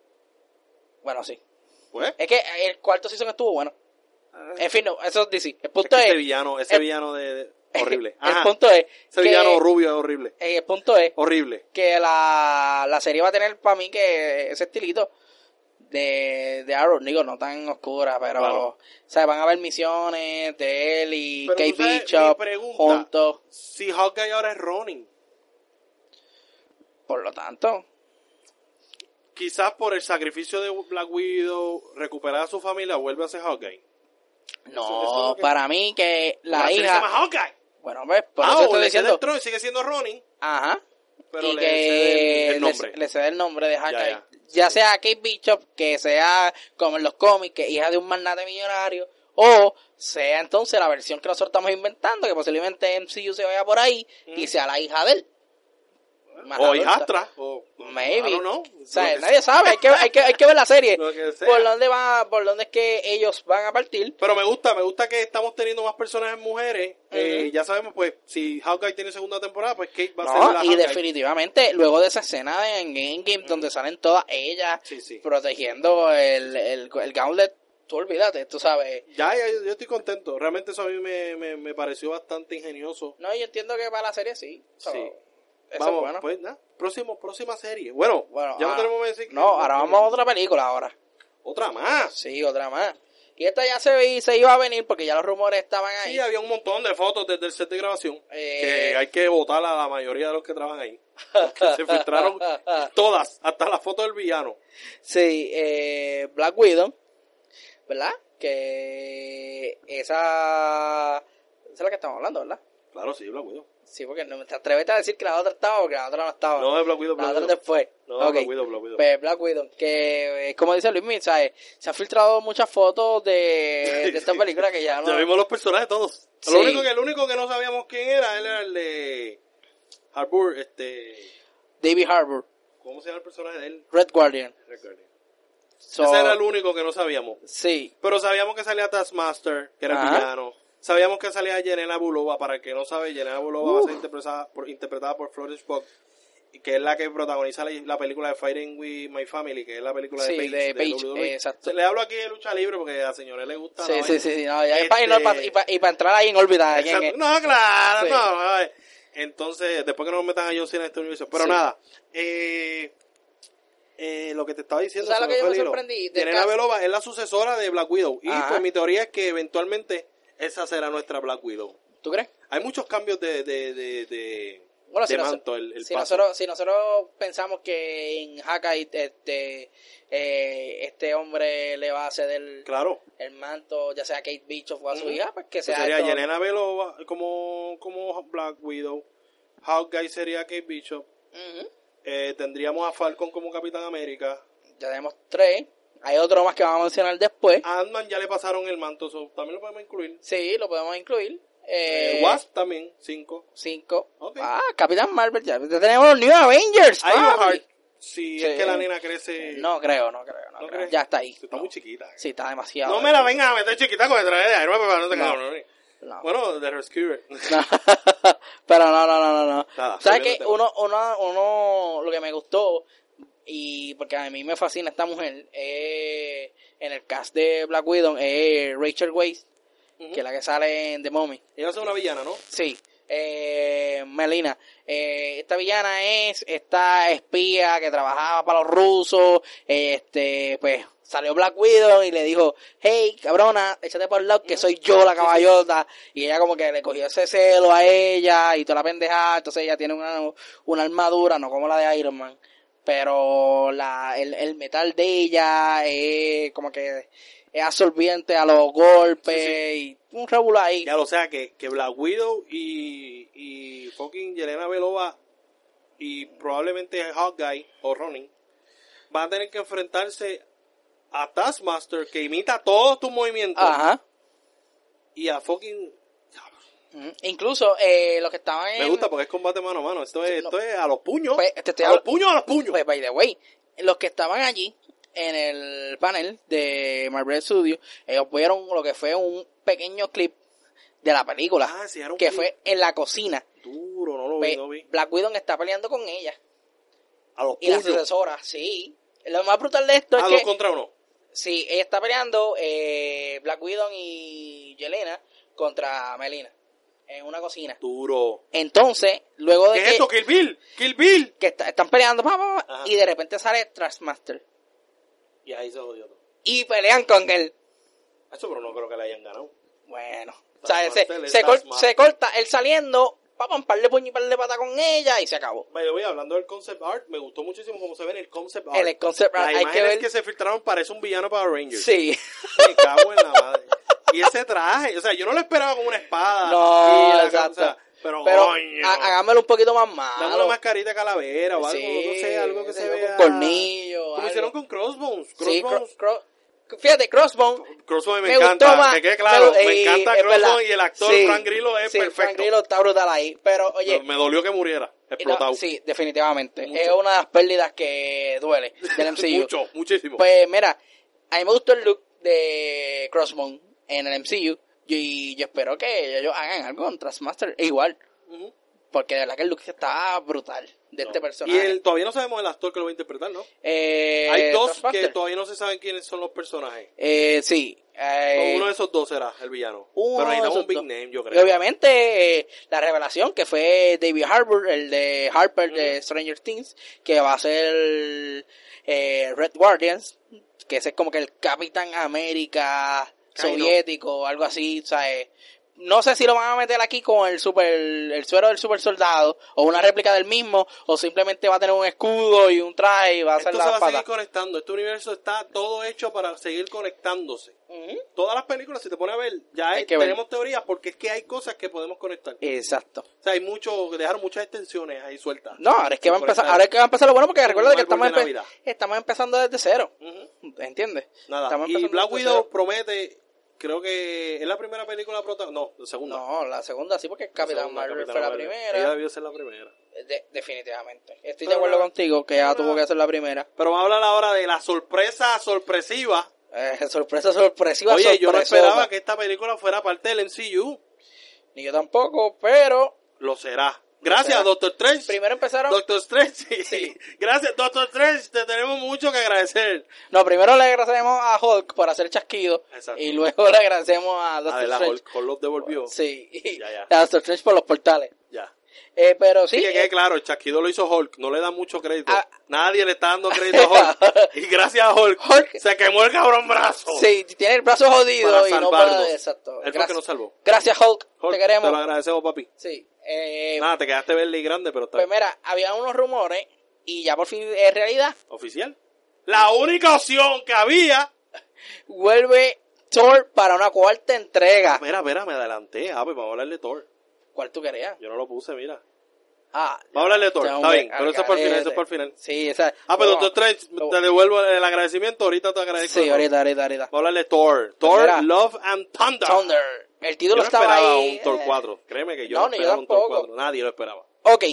Speaker 2: Bueno, sí.
Speaker 1: Pues,
Speaker 2: eh, Es que el cuarto season estuvo bueno. En fin, no, eso es DC. El
Speaker 1: Es que
Speaker 2: punto es.
Speaker 1: ese villano, ese
Speaker 2: el-
Speaker 1: villano de, de- horrible.
Speaker 2: [laughs] El
Speaker 1: Ajá.
Speaker 2: punto es.
Speaker 1: ese
Speaker 2: que-
Speaker 1: villano rubio es horrible.
Speaker 2: eh, El punto es
Speaker 1: Horrible.
Speaker 2: que la, la serie va a tener para mí que ese estilito de, de Arrow, digo, no tan oscura, pero
Speaker 1: Claro.
Speaker 2: o sea, van a haber misiones de él y
Speaker 1: Pero
Speaker 2: Kate
Speaker 1: tú sabes, mi
Speaker 2: Bishop
Speaker 1: pregunta-
Speaker 2: juntos.
Speaker 1: Si Hawkeye ahora es Ronin,
Speaker 2: Por lo tanto,
Speaker 1: quizás por el sacrificio de Black Widow, recuperar a su familia, vuelve a ser Hawkeye.
Speaker 2: no,
Speaker 1: Eso- eso es lo que-
Speaker 2: para mí que la
Speaker 1: Ahora sí Se llama
Speaker 2: hija.
Speaker 1: Hawkeye.
Speaker 2: Bueno, pues, por
Speaker 1: ah,
Speaker 2: eso
Speaker 1: o
Speaker 2: estoy
Speaker 1: le
Speaker 2: diciendo.
Speaker 1: cede el trono y sigue siendo Ronin,
Speaker 2: Ajá.
Speaker 1: pero
Speaker 2: y
Speaker 1: le
Speaker 2: que
Speaker 1: cede el, el
Speaker 2: le-
Speaker 1: nombre.
Speaker 2: Le, cede el nombre de Hawkeye.
Speaker 1: ya.
Speaker 2: Ya, sea Kate Bishop, que sea como en los cómics, que hija de un magnate millonario, o sea entonces la versión que nosotros estamos inventando, que posiblemente MCU se vaya por ahí y sea la hija de él. Más
Speaker 1: o
Speaker 2: adulta.
Speaker 1: hijastra. O,
Speaker 2: Maybe.
Speaker 1: I don't know.
Speaker 2: O sea,
Speaker 1: Lo que
Speaker 2: nadie sabe, hay que, hay que, hay que ver la
Speaker 1: [laughs]
Speaker 2: serie.
Speaker 1: Lo que sea.
Speaker 2: Por dónde va, por dónde es que ellos van a partir.
Speaker 1: Pero me gusta, me gusta que estamos teniendo más personajes mujeres. Eh,
Speaker 2: Ujú.
Speaker 1: ya sabemos, pues, si Hawkeye tiene segunda temporada, pues Kate va a ser
Speaker 2: No,
Speaker 1: la
Speaker 2: y
Speaker 1: Hawkeye.
Speaker 2: definitivamente, luego de esa escena de, en Endgame, donde salen todas ellas
Speaker 1: Sí, sí.
Speaker 2: protegiendo el, el, el Gauntlet, tú olvídate, tú sabes.
Speaker 1: Ya, ya, yo estoy contento. Realmente eso a mí me, me, me pareció bastante ingenioso.
Speaker 2: No, yo entiendo que para la serie sí. so,
Speaker 1: Sí.
Speaker 2: Eso
Speaker 1: vamos,
Speaker 2: es bueno.
Speaker 1: pues, nada. Próximo, próxima serie. Bueno,
Speaker 2: Bueno,
Speaker 1: ya no
Speaker 2: ah,
Speaker 1: tenemos que decir que-
Speaker 2: no, ahora vamos a otra película ahora.
Speaker 1: Otra más.
Speaker 2: Sí, otra más. Y esta ya se, vi- se iba a venir porque ya los rumores estaban ahí.
Speaker 1: Sí, había un montón de fotos desde el set de grabación.
Speaker 2: Eh.
Speaker 1: Que hay que votar a la mayoría de los que trabajan ahí. [laughs] Porque se filtraron todas, hasta la foto del villano.
Speaker 2: Sí, eh, Black Widow, ¿verdad? Que esa... Esa es la que estamos hablando, ¿verdad?
Speaker 1: Claro, sí, Black Widow.
Speaker 2: Sí, porque no te atreves a decir que la otra estaba porque la otra no estaba.
Speaker 1: No, es Black Widow,
Speaker 2: la
Speaker 1: Black
Speaker 2: otra
Speaker 1: Widow.
Speaker 2: después.
Speaker 1: No,
Speaker 2: ah, Ok.
Speaker 1: Black Widow, Black Widow.
Speaker 2: Pues Black Widow, que eh, como dice Luis ¿sabes? se han filtrado muchas fotos
Speaker 1: [laughs]
Speaker 2: de, de esta película que ya no...
Speaker 1: Ya vimos los personajes todos.
Speaker 2: Sí.
Speaker 1: Lo único que, el único que no sabíamos quién era, él era el de Harbour, este...
Speaker 2: David Harbour,
Speaker 1: ¿Cómo se llama el personaje de él?
Speaker 2: Red Guardian. So,
Speaker 1: Ese era el único que no sabíamos.
Speaker 2: Sí,
Speaker 1: Pero sabíamos que salía Taskmaster, que era el
Speaker 2: Ajá.
Speaker 1: villano. Sabíamos que salía Yelena Bulova, para el que no sabe, Yelena Bulova va a
Speaker 2: Uf.
Speaker 1: ser interpretada por, interpretada por Florence Pugh, y que es la que protagoniza la, la película de Fighting With My Family, que es la película
Speaker 2: Sí,
Speaker 1: de Page.
Speaker 2: de Page,
Speaker 1: WWE.
Speaker 2: eh, exacto.
Speaker 1: Se le hablo aquí de lucha libre porque a la señora le gusta.
Speaker 2: sí,
Speaker 1: la
Speaker 2: sí,
Speaker 1: vaina.
Speaker 2: sí, sí, no, ya-
Speaker 1: Este-
Speaker 2: pa- y, no, pa- y pa- y para entrar ahí en olvidar de quién
Speaker 1: Exacto.
Speaker 2: es.
Speaker 1: No, claro,
Speaker 2: Sí.
Speaker 1: no. a ver. Entonces, después que nos metan a John Cena en este universo. Pero
Speaker 2: Sí.
Speaker 1: nada, eh, eh, lo que te estaba diciendo.
Speaker 2: ¿Tú sabes
Speaker 1: se
Speaker 2: lo que yo
Speaker 1: fue
Speaker 2: me
Speaker 1: el hilo.
Speaker 2: sorprendí? Del
Speaker 1: Yelena
Speaker 2: cast-
Speaker 1: Belova es la sucesora de Black Widow. Y
Speaker 2: Ajá.
Speaker 1: pues mi teoría es que eventualmente esa será nuestra Black Widow.
Speaker 2: ¿Tú crees?
Speaker 1: Hay muchos cambios de, de, de, de-
Speaker 2: Bueno,
Speaker 1: de
Speaker 2: si, nos-
Speaker 1: manto. el, el
Speaker 2: si
Speaker 1: paso.
Speaker 2: nosotros, si nosotros pensamos que en Hawkeye este, eh, este hombre le va a ceder el,
Speaker 1: Claro.
Speaker 2: el manto, ya sea a Kate Bishop o a su
Speaker 1: Ujú.
Speaker 2: hija, pues que sea.
Speaker 1: Entonces sería
Speaker 2: esto-
Speaker 1: Yelena Belova como, como Black Widow. Hawkeye sería Kate Bishop.
Speaker 2: Ujú.
Speaker 1: Eh, tendríamos a Falcon como Capitán América.
Speaker 2: Ya tenemos tres. Hay otro más que vamos a mencionar después.
Speaker 1: A Ant-Man ya le pasaron el manto, so, también lo podemos incluir.
Speaker 2: Sí, lo podemos incluir.
Speaker 1: Eh,
Speaker 2: Eh,
Speaker 1: Wasp también, 5.
Speaker 2: Cinco.
Speaker 1: Ok.
Speaker 2: Ah, Capitán Marvel. Ya, ya tenemos los New Avengers.
Speaker 1: Ironheart,
Speaker 2: papi.
Speaker 1: si
Speaker 2: Ah, Sí. Eh,
Speaker 1: es que la nena crece.
Speaker 2: No creo, no creo, no,
Speaker 1: ¿No
Speaker 2: creo.
Speaker 1: crees?
Speaker 2: Ya está ahí.
Speaker 1: Está
Speaker 2: No.
Speaker 1: muy chiquita. eh.
Speaker 2: Sí, está demasiado.
Speaker 1: No me la vengas a meter chiquita con el traje de Iron Man, pero no te
Speaker 2: No.
Speaker 1: cabrón, eh.
Speaker 2: No.
Speaker 1: Bueno, The Rescuer.
Speaker 2: No. [laughs] Pero no, no, no, no, no.
Speaker 1: Nada,
Speaker 2: ¿Sabes
Speaker 1: volviendo al
Speaker 2: qué?
Speaker 1: tema.
Speaker 2: Uno, uno, uno, lo que me gustó, y porque a mí me fascina esta mujer, eh, en el cast de Black Widow, es Rachel Weisz,
Speaker 1: Ujú.
Speaker 2: que es la que sale en The Mummy.
Speaker 1: Ella es una villana, ¿no?
Speaker 2: Sí, eh, Melina. eh, esta villana es esta espía que trabajaba para los rusos. Este, pues salió Black Widow y le dijo: Hey, cabrona, échate por el lado que soy yo la caballota. Y ella, como que le cogió ese celo a ella y toda la pendejada. Entonces ella tiene una, una armadura, no como la de Iron Man. Pero la, el, el metal de ella es como que es absorbiente a los golpes y un regular ahí.
Speaker 1: Ya lo sea que, que Black Widow y, y fucking Yelena Belova y probablemente Hawkeye o Ronin van a tener que enfrentarse a Taskmaster que imita todos tus movimientos
Speaker 2: Ajá.
Speaker 1: y a fucking
Speaker 2: Ujú. Mm, Incluso eh, los que estaban en.
Speaker 1: Me gusta porque es combate mano a mano. Esto es,
Speaker 2: No.
Speaker 1: esto es a los puños.
Speaker 2: Pues, te estoy
Speaker 1: a los
Speaker 2: habla-
Speaker 1: puños, a los puños.
Speaker 2: Pues, by the way, los que estaban allí en el panel de Marvel Studios, ellos vieron lo que fue un pequeño clip de la película.
Speaker 1: Ah, sí, era un
Speaker 2: que
Speaker 1: clip.
Speaker 2: fue en la cocina.
Speaker 1: Duro, no lo vi,
Speaker 2: Pues,
Speaker 1: no vi.
Speaker 2: Black Widow está peleando con ella.
Speaker 1: A los
Speaker 2: Y la
Speaker 1: puños.
Speaker 2: sucesora, sí. Lo más brutal de esto
Speaker 1: A
Speaker 2: es
Speaker 1: dos
Speaker 2: que
Speaker 1: contra uno.
Speaker 2: Sí, ella está peleando eh, Black Widow y Yelena contra Melina en una cocina.
Speaker 1: Duro.
Speaker 2: Entonces, luego de
Speaker 1: ¿Qué es
Speaker 2: que,
Speaker 1: esto? Kill Bill. Kill Bill.
Speaker 2: que está- están peleando pa, pa, pa,
Speaker 1: Ajá.
Speaker 2: y de repente sale Trashmaster
Speaker 1: Y ahí se jodió todo.
Speaker 2: y pelean con él.
Speaker 1: Eso, pero no creo que le hayan ganado.
Speaker 2: Bueno, o sea, se,
Speaker 1: Trashmaster es
Speaker 2: se, cor-
Speaker 1: Trashmaster.
Speaker 2: se corta él saliendo, papá, un par de puño y un par de pata con ella y se acabó.
Speaker 1: By the way, hablando del concept art, me gustó muchísimo cómo se ve en el concept art.
Speaker 2: En el concept art,
Speaker 1: Las
Speaker 2: hay que
Speaker 1: imágenes
Speaker 2: ver-
Speaker 1: que se filtraron parece un villano para Rangers.
Speaker 2: Sí. [laughs]
Speaker 1: Me cago en la madre. Y ese traje, o sea, yo no lo esperaba con una espada.
Speaker 2: No,
Speaker 1: y la-
Speaker 2: exacto.
Speaker 1: o sea, pero,
Speaker 2: Pero
Speaker 1: coño,
Speaker 2: ha- hagámelo un poquito más
Speaker 1: dame
Speaker 2: malo.
Speaker 1: una mascarita de calavera o algo,
Speaker 2: Sí,
Speaker 1: no sé, algo que se
Speaker 2: con
Speaker 1: vea.
Speaker 2: cornillo,
Speaker 1: Como
Speaker 2: algo.
Speaker 1: hicieron con Crossbones.
Speaker 2: Sí, cro-
Speaker 1: Crossbones.
Speaker 2: cro- fíjate, Crossbone.
Speaker 1: Crossbones me,
Speaker 2: me
Speaker 1: encanta,
Speaker 2: gustó más.
Speaker 1: que quede claro, me,
Speaker 2: pero, eh,
Speaker 1: encanta
Speaker 2: es verdad.
Speaker 1: Crossbones y el actor
Speaker 2: Sí,
Speaker 1: Frank Grillo es
Speaker 2: sí,
Speaker 1: perfecto.
Speaker 2: Frank Grillo está brutal ahí. Pero, oye,
Speaker 1: Me dolió que muriera, explotado.
Speaker 2: no, sí, definitivamente.
Speaker 1: Mucho.
Speaker 2: Es una de las pérdidas que duele del MCU.
Speaker 1: [laughs] Mucho, muchísimo.
Speaker 2: Pues mira, a mí me gustó el look de Crossbone en el MCU. Y yo espero que ellos hagan algo con Trashmaster igual.
Speaker 1: Ujú.
Speaker 2: Porque de verdad que el look está brutal de este
Speaker 1: No.
Speaker 2: personaje.
Speaker 1: Y el- todavía no sabemos el actor que lo va a interpretar, ¿no?
Speaker 2: Eh,
Speaker 1: Hay dos que
Speaker 2: Trashmaster.
Speaker 1: todavía no se saben quiénes son los personajes.
Speaker 2: Eh, sí. eh,
Speaker 1: uno de esos dos será el villano.
Speaker 2: uno
Speaker 1: Pero necesitamos
Speaker 2: de
Speaker 1: un big
Speaker 2: esos dos.
Speaker 1: name, yo
Speaker 2: Uh, Y
Speaker 1: creo.
Speaker 2: obviamente eh, la revelación que fue David Harbour, el de Harper de Stranger Things, que va a ser eh, Red Guardians, que ese es como que el Capitán América
Speaker 1: Ay, no.
Speaker 2: soviético o algo así, ¿sabes? No sé si lo van a meter aquí con el super el suero del super soldado o una réplica del mismo o simplemente va a tener un escudo y un traje y va a
Speaker 1: Esto se
Speaker 2: hacer la
Speaker 1: va a
Speaker 2: espada.
Speaker 1: seguir conectando. Este universo está todo hecho para seguir conectándose.
Speaker 2: Ujú.
Speaker 1: Todas las películas, si te pones a ver, ya
Speaker 2: Hay
Speaker 1: es-
Speaker 2: que ver. Eh.
Speaker 1: tenemos teorías porque es que hay cosas que podemos conectar.
Speaker 2: Exacto.
Speaker 1: O sea, hay mucho, dejaron muchas extensiones ahí sueltas.
Speaker 2: No, ahora es que va a empezar,
Speaker 1: Conectar.
Speaker 2: ahora es que va a empezar lo bueno porque recuerda que
Speaker 1: árbol
Speaker 2: estamos,
Speaker 1: de
Speaker 2: empe-
Speaker 1: Navidad.
Speaker 2: estamos empezando desde cero.
Speaker 1: Ujú.
Speaker 2: ¿Entiendes?
Speaker 1: Nada.
Speaker 2: Estamos
Speaker 1: Y
Speaker 2: empezando
Speaker 1: Black
Speaker 2: desde
Speaker 1: Widow
Speaker 2: cero.
Speaker 1: promete, creo que es la primera película prota... No, la segunda.
Speaker 2: No, la segunda sí, porque
Speaker 1: La
Speaker 2: Capitán
Speaker 1: segunda,
Speaker 2: Marvel
Speaker 1: Capitana
Speaker 2: fue la
Speaker 1: Marvel.
Speaker 2: primera.
Speaker 1: Ella debió ser la primera.
Speaker 2: De- definitivamente. Estoy de
Speaker 1: Pero
Speaker 2: acuerdo
Speaker 1: no-
Speaker 2: contigo que ya
Speaker 1: pero
Speaker 2: tuvo
Speaker 1: no-
Speaker 2: que ser la primera.
Speaker 1: Pero vamos a hablar ahora de la sorpresa sorpresiva.
Speaker 2: Eh, [laughs] sorpresa, sorpresiva,
Speaker 1: Oye, yo no
Speaker 2: sorpresota.
Speaker 1: esperaba que esta película fuera parte del MCU.
Speaker 2: Ni yo tampoco, pero
Speaker 1: Lo será. Gracias,
Speaker 2: será.
Speaker 1: Doctor Strange.
Speaker 2: primero empezaron...
Speaker 1: Doctor Strange. [laughs]
Speaker 2: Sí.
Speaker 1: Gracias, Doctor Strange. Te tenemos mucho que agradecer.
Speaker 2: No, primero le agradecemos a Hulk por hacer chasquido.
Speaker 1: Exacto.
Speaker 2: Y luego le agradecemos a Doctor
Speaker 1: Adela,
Speaker 2: Strange.
Speaker 1: Ah, Hulk, Hulk los devolvió.
Speaker 2: Sí, [laughs] y
Speaker 1: Ya, ya.
Speaker 2: a Doctor Strange por los portales.
Speaker 1: Ya.
Speaker 2: Eh, pero sí,
Speaker 1: Y que quede
Speaker 2: eh,
Speaker 1: claro, el chasquido lo hizo Hulk. No le da mucho crédito.
Speaker 2: Ah.
Speaker 1: Nadie le está dando crédito a
Speaker 2: [laughs]
Speaker 1: Hulk. y gracias a Hulk,
Speaker 2: Hulk-
Speaker 1: se quemó el cabrón brazo.
Speaker 2: sí, tiene el brazo jodido
Speaker 1: Para
Speaker 2: y no
Speaker 1: salvarnos.
Speaker 2: puede... Exacto.
Speaker 1: Él fue el que nos salvó.
Speaker 2: Gracias, Hulk.
Speaker 1: Hulk,
Speaker 2: te queremos.
Speaker 1: lo agradecemos, papi.
Speaker 2: Sí. Eh,
Speaker 1: Nada, te quedaste verde y grande, pero está
Speaker 2: pues
Speaker 1: bien.
Speaker 2: mira, había unos rumores y ya por fin es realidad.
Speaker 1: oficial. La única opción que había
Speaker 2: Vuelve Thor para una cuarta entrega.
Speaker 1: Mira, mira, me adelanté. Ah, pues vamos a hablar de Thor.
Speaker 2: ¿Cuál tú querías?
Speaker 1: Yo no lo puse, mira.
Speaker 2: Ah,
Speaker 1: Vamos a hablar de Thor.
Speaker 2: ya,
Speaker 1: Está
Speaker 2: hombre,
Speaker 1: bien, pero eso es por el final, eso es por el final.
Speaker 2: Sí, esa.
Speaker 1: Ah, pero
Speaker 2: Bueno,
Speaker 1: Doctor Strange, te devuelvo el agradecimiento. Ahorita te agradezco.
Speaker 2: Sí, ahorita, ahorita, ahorita.
Speaker 1: Vamos a hablar de Thor. Thor,
Speaker 2: mira.
Speaker 1: Love and Thunder.
Speaker 2: Thunder. El
Speaker 1: Yo
Speaker 2: título
Speaker 1: no
Speaker 2: estaba
Speaker 1: esperaba
Speaker 2: ahí.
Speaker 1: un Thor
Speaker 2: eh.
Speaker 1: 4. Créeme que yo
Speaker 2: No,
Speaker 1: no,
Speaker 2: ni yo
Speaker 1: esperaba un Thor
Speaker 2: tampoco.
Speaker 1: 4. Nadie lo esperaba.
Speaker 2: Ok,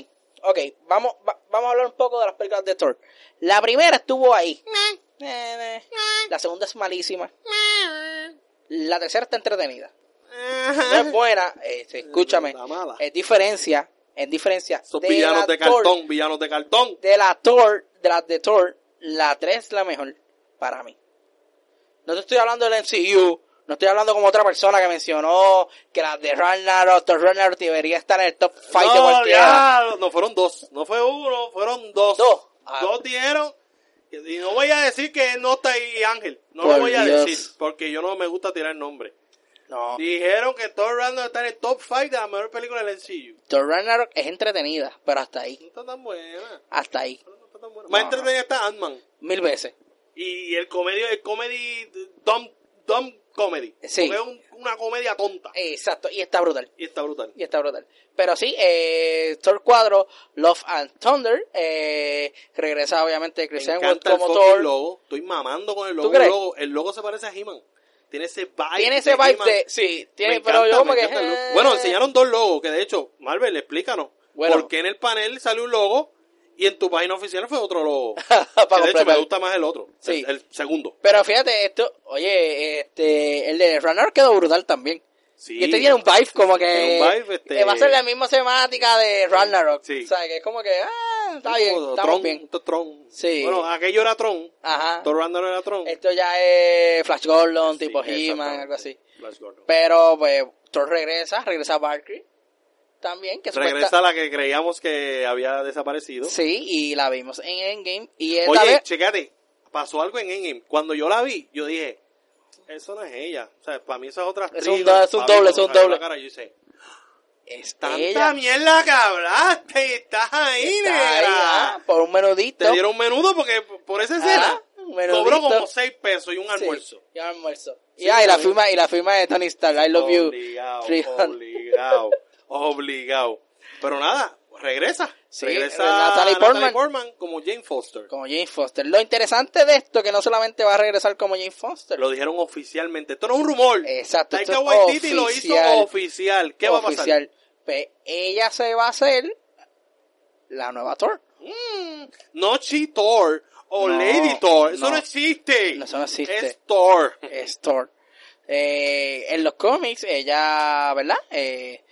Speaker 2: ok. Vamos, va- vamos a hablar un poco de las películas de Thor. La primera estuvo ahí. Eh, eh. La segunda es malísima. La tercera está entretenida. no es buena, este, escúchame,
Speaker 1: Está mala.
Speaker 2: es diferencia, es diferencia
Speaker 1: Esos
Speaker 2: de la
Speaker 1: villanos de
Speaker 2: Thor-
Speaker 1: cartón, villanos de cartón.
Speaker 2: de la Thor, de la de Thor, la 3 es la mejor para mí. No te estoy hablando del MCU, no estoy hablando como otra persona que mencionó que la de Ragnarok, Thor Ragnarok debería estar en el top 5 de
Speaker 1: No,
Speaker 2: cualquiera.
Speaker 1: ya, no, fueron dos. No fue uno, fueron dos.
Speaker 2: Dos. Ah.
Speaker 1: Dos dieron. Y no voy a decir que no está ahí Ángel. No
Speaker 2: Por
Speaker 1: lo voy a
Speaker 2: Dios.
Speaker 1: decir. Porque yo no me gusta tirar nombre.
Speaker 2: No,
Speaker 1: Dijeron que Thor Randall está en el top 5 de la mejor película del MCU.
Speaker 2: Thor Ragnarok es entretenida, pero hasta ahí,
Speaker 1: No está tan buena.
Speaker 2: hasta ahí,
Speaker 1: No está tan buena.
Speaker 2: No,
Speaker 1: Más
Speaker 2: no.
Speaker 1: entretenida está Ant-Man.
Speaker 2: mil veces.
Speaker 1: Y el comedy, el comedy, dumb, dumb comedy.
Speaker 2: Sí.
Speaker 1: Porque es un- una comedia tonta.
Speaker 2: Exacto, y está brutal.
Speaker 1: Y está brutal.
Speaker 2: y está brutal. Pero sí, eh, Thor 4, Love and Thunder, eh, regresa obviamente
Speaker 1: Me
Speaker 2: Chris Hemsworth
Speaker 1: encanta el
Speaker 2: como
Speaker 1: fucking
Speaker 2: Thor.
Speaker 1: logo. Estoy mamando con el logo.
Speaker 2: ¿Tú crees?
Speaker 1: El logo, el logo se parece a He-Man. Tiene ese vibe.
Speaker 2: Tiene ese vibe
Speaker 1: He-Man.
Speaker 2: de, sí, tiene,
Speaker 1: Me
Speaker 2: pero
Speaker 1: encanta,
Speaker 2: yo como
Speaker 1: me
Speaker 2: que,
Speaker 1: encanta el logo.
Speaker 2: eh,
Speaker 1: Bueno, enseñaron dos logos, que de hecho, Marvel, explícanos.
Speaker 2: Bueno.
Speaker 1: ¿Por qué en el panel sale un logo y en tu página oficial fue otro logo?
Speaker 2: [laughs]
Speaker 1: que de hecho
Speaker 2: [laughs] para completar.
Speaker 1: me gusta más el otro,
Speaker 2: Sí.
Speaker 1: el, el segundo.
Speaker 2: Pero fíjate, esto, oye, este, el de Runner quedó brutal también.
Speaker 1: Sí.
Speaker 2: Y este tiene un vibe como que eh,
Speaker 1: Tiene un vibe, este-
Speaker 2: que va a ser la misma semática de Ragnarok.
Speaker 1: Sí.
Speaker 2: O sea, que es como que, ah, está bien,
Speaker 1: Como
Speaker 2: estamos
Speaker 1: Tron,
Speaker 2: bien.
Speaker 1: esto es Tron.
Speaker 2: Sí. Ah.
Speaker 1: Bueno, aquello era Tron.
Speaker 2: Ajá.
Speaker 1: Thor Ragnarok era Tron.
Speaker 2: Esto ya es Flash Gordon,
Speaker 1: Sí,
Speaker 2: tipo He-Man,
Speaker 1: exactamente.
Speaker 2: algo así.
Speaker 1: Flash Gordon.
Speaker 2: Pero, pues, Thor regresa, regresa Valkyrie también, que supuesta-
Speaker 1: Regresa la que creíamos que había desaparecido.
Speaker 2: Sí, y la vimos en Endgame. Y esta
Speaker 1: Oye,
Speaker 2: vez,
Speaker 1: checate, pasó algo en Endgame. Cuando yo la vi, yo dije, eso no es ella. O sea, para mí esa es otra
Speaker 2: Es
Speaker 1: actriz.
Speaker 2: un do- es un
Speaker 1: Para mí,
Speaker 2: doble, es
Speaker 1: cuando
Speaker 2: un
Speaker 1: salió la
Speaker 2: doble.
Speaker 1: cara, yo hice,
Speaker 2: es
Speaker 1: tanta
Speaker 2: ella.
Speaker 1: mierda que hablaste, estás ahí,
Speaker 2: Está ahí,
Speaker 1: negra.
Speaker 2: ah, Por un menudito.
Speaker 1: Te dieron un menudo porque por esa escena
Speaker 2: Ah, un menudito.
Speaker 1: cobró como 6 pesos y un
Speaker 2: Sí,
Speaker 1: almuerzo.
Speaker 2: y un almuerzo.
Speaker 1: Sí,
Speaker 2: y, ah, y
Speaker 1: está
Speaker 2: la
Speaker 1: bien.
Speaker 2: firma, y la firma de Tony Stark, I love you. [laughs]
Speaker 1: Obligado,
Speaker 2: Free-
Speaker 1: obligado, obligado. Pero nada, regresa.
Speaker 2: Sí, eh,
Speaker 1: regresa
Speaker 2: Natalie
Speaker 1: Natalie
Speaker 2: Portman.
Speaker 1: Portman. como Jane Foster.
Speaker 2: Como Jane Foster. Lo interesante de esto que no solamente va a regresar como Jane Foster.
Speaker 1: Lo dijeron oficialmente. Esto no es un rumor.
Speaker 2: Exacto. Eh, esto
Speaker 1: Taika
Speaker 2: es
Speaker 1: Waititi lo hizo
Speaker 2: oficial.
Speaker 1: oficial. ¿Qué va a pasar?
Speaker 2: oficial. Pues ella se va a hacer la nueva Thor.
Speaker 1: Mm, no She Thor o
Speaker 2: No,
Speaker 1: Lady Thor. Eso
Speaker 2: no.
Speaker 1: no, existe.
Speaker 2: No, eso no existe.
Speaker 1: Es Thor.
Speaker 2: es Thor. Eh, en los cómics, ella, ¿verdad? Eh,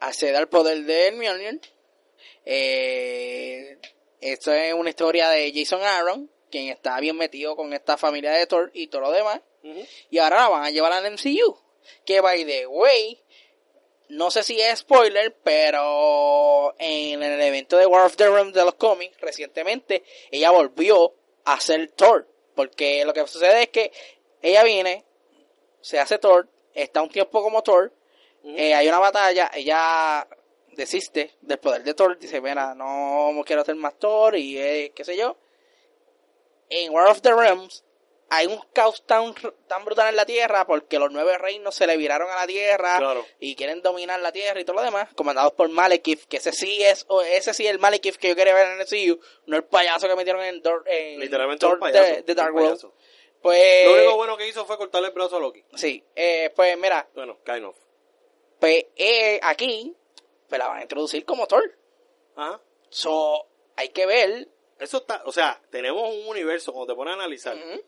Speaker 2: accede al poder de Mjolnir. Eh, esto es una historia de Jason Aaron, quien está bien metido con esta familia de Thor y todo lo demás.
Speaker 1: Ujú.
Speaker 2: Y ahora la van a llevar al MCU. Que, by the way, no sé si es spoiler, pero en el evento de War of the Realms de los cómics, recientemente, ella volvió a ser Thor. Porque lo que sucede es que ella viene, se hace Thor, está un tiempo como Thor,
Speaker 1: Ujú.
Speaker 2: eh, hay una batalla, ella desiste del poder de Thor, dice, mira, no quiero ser más Thor y eh, qué sé yo. En War of the Realms hay un caos tan, r- tan brutal en la Tierra porque los nueve reinos se le viraron a la Tierra
Speaker 1: Claro.
Speaker 2: y quieren dominar la Tierra y todo lo demás, comandados por Malekith, que ese sí es, o ese sí es el Malekith que yo quería ver en el MCU, no el payaso que metieron en, Thor- en
Speaker 1: Literalmente
Speaker 2: eh, Thor
Speaker 1: un payaso.
Speaker 2: de, de Dark
Speaker 1: un
Speaker 2: World.
Speaker 1: payaso.
Speaker 2: Pues,
Speaker 1: Lo único bueno que hizo fue cortarle el brazo a Loki.
Speaker 2: sí, eh, pues mira,
Speaker 1: Bueno, kind of.
Speaker 2: pues eh, aquí pues la van a introducir como Thor.
Speaker 1: Ajá.
Speaker 2: So, hay que ver.
Speaker 1: Ah, Eso está, o sea, tenemos un universo, cuando te pones a analizar,
Speaker 2: Ujú.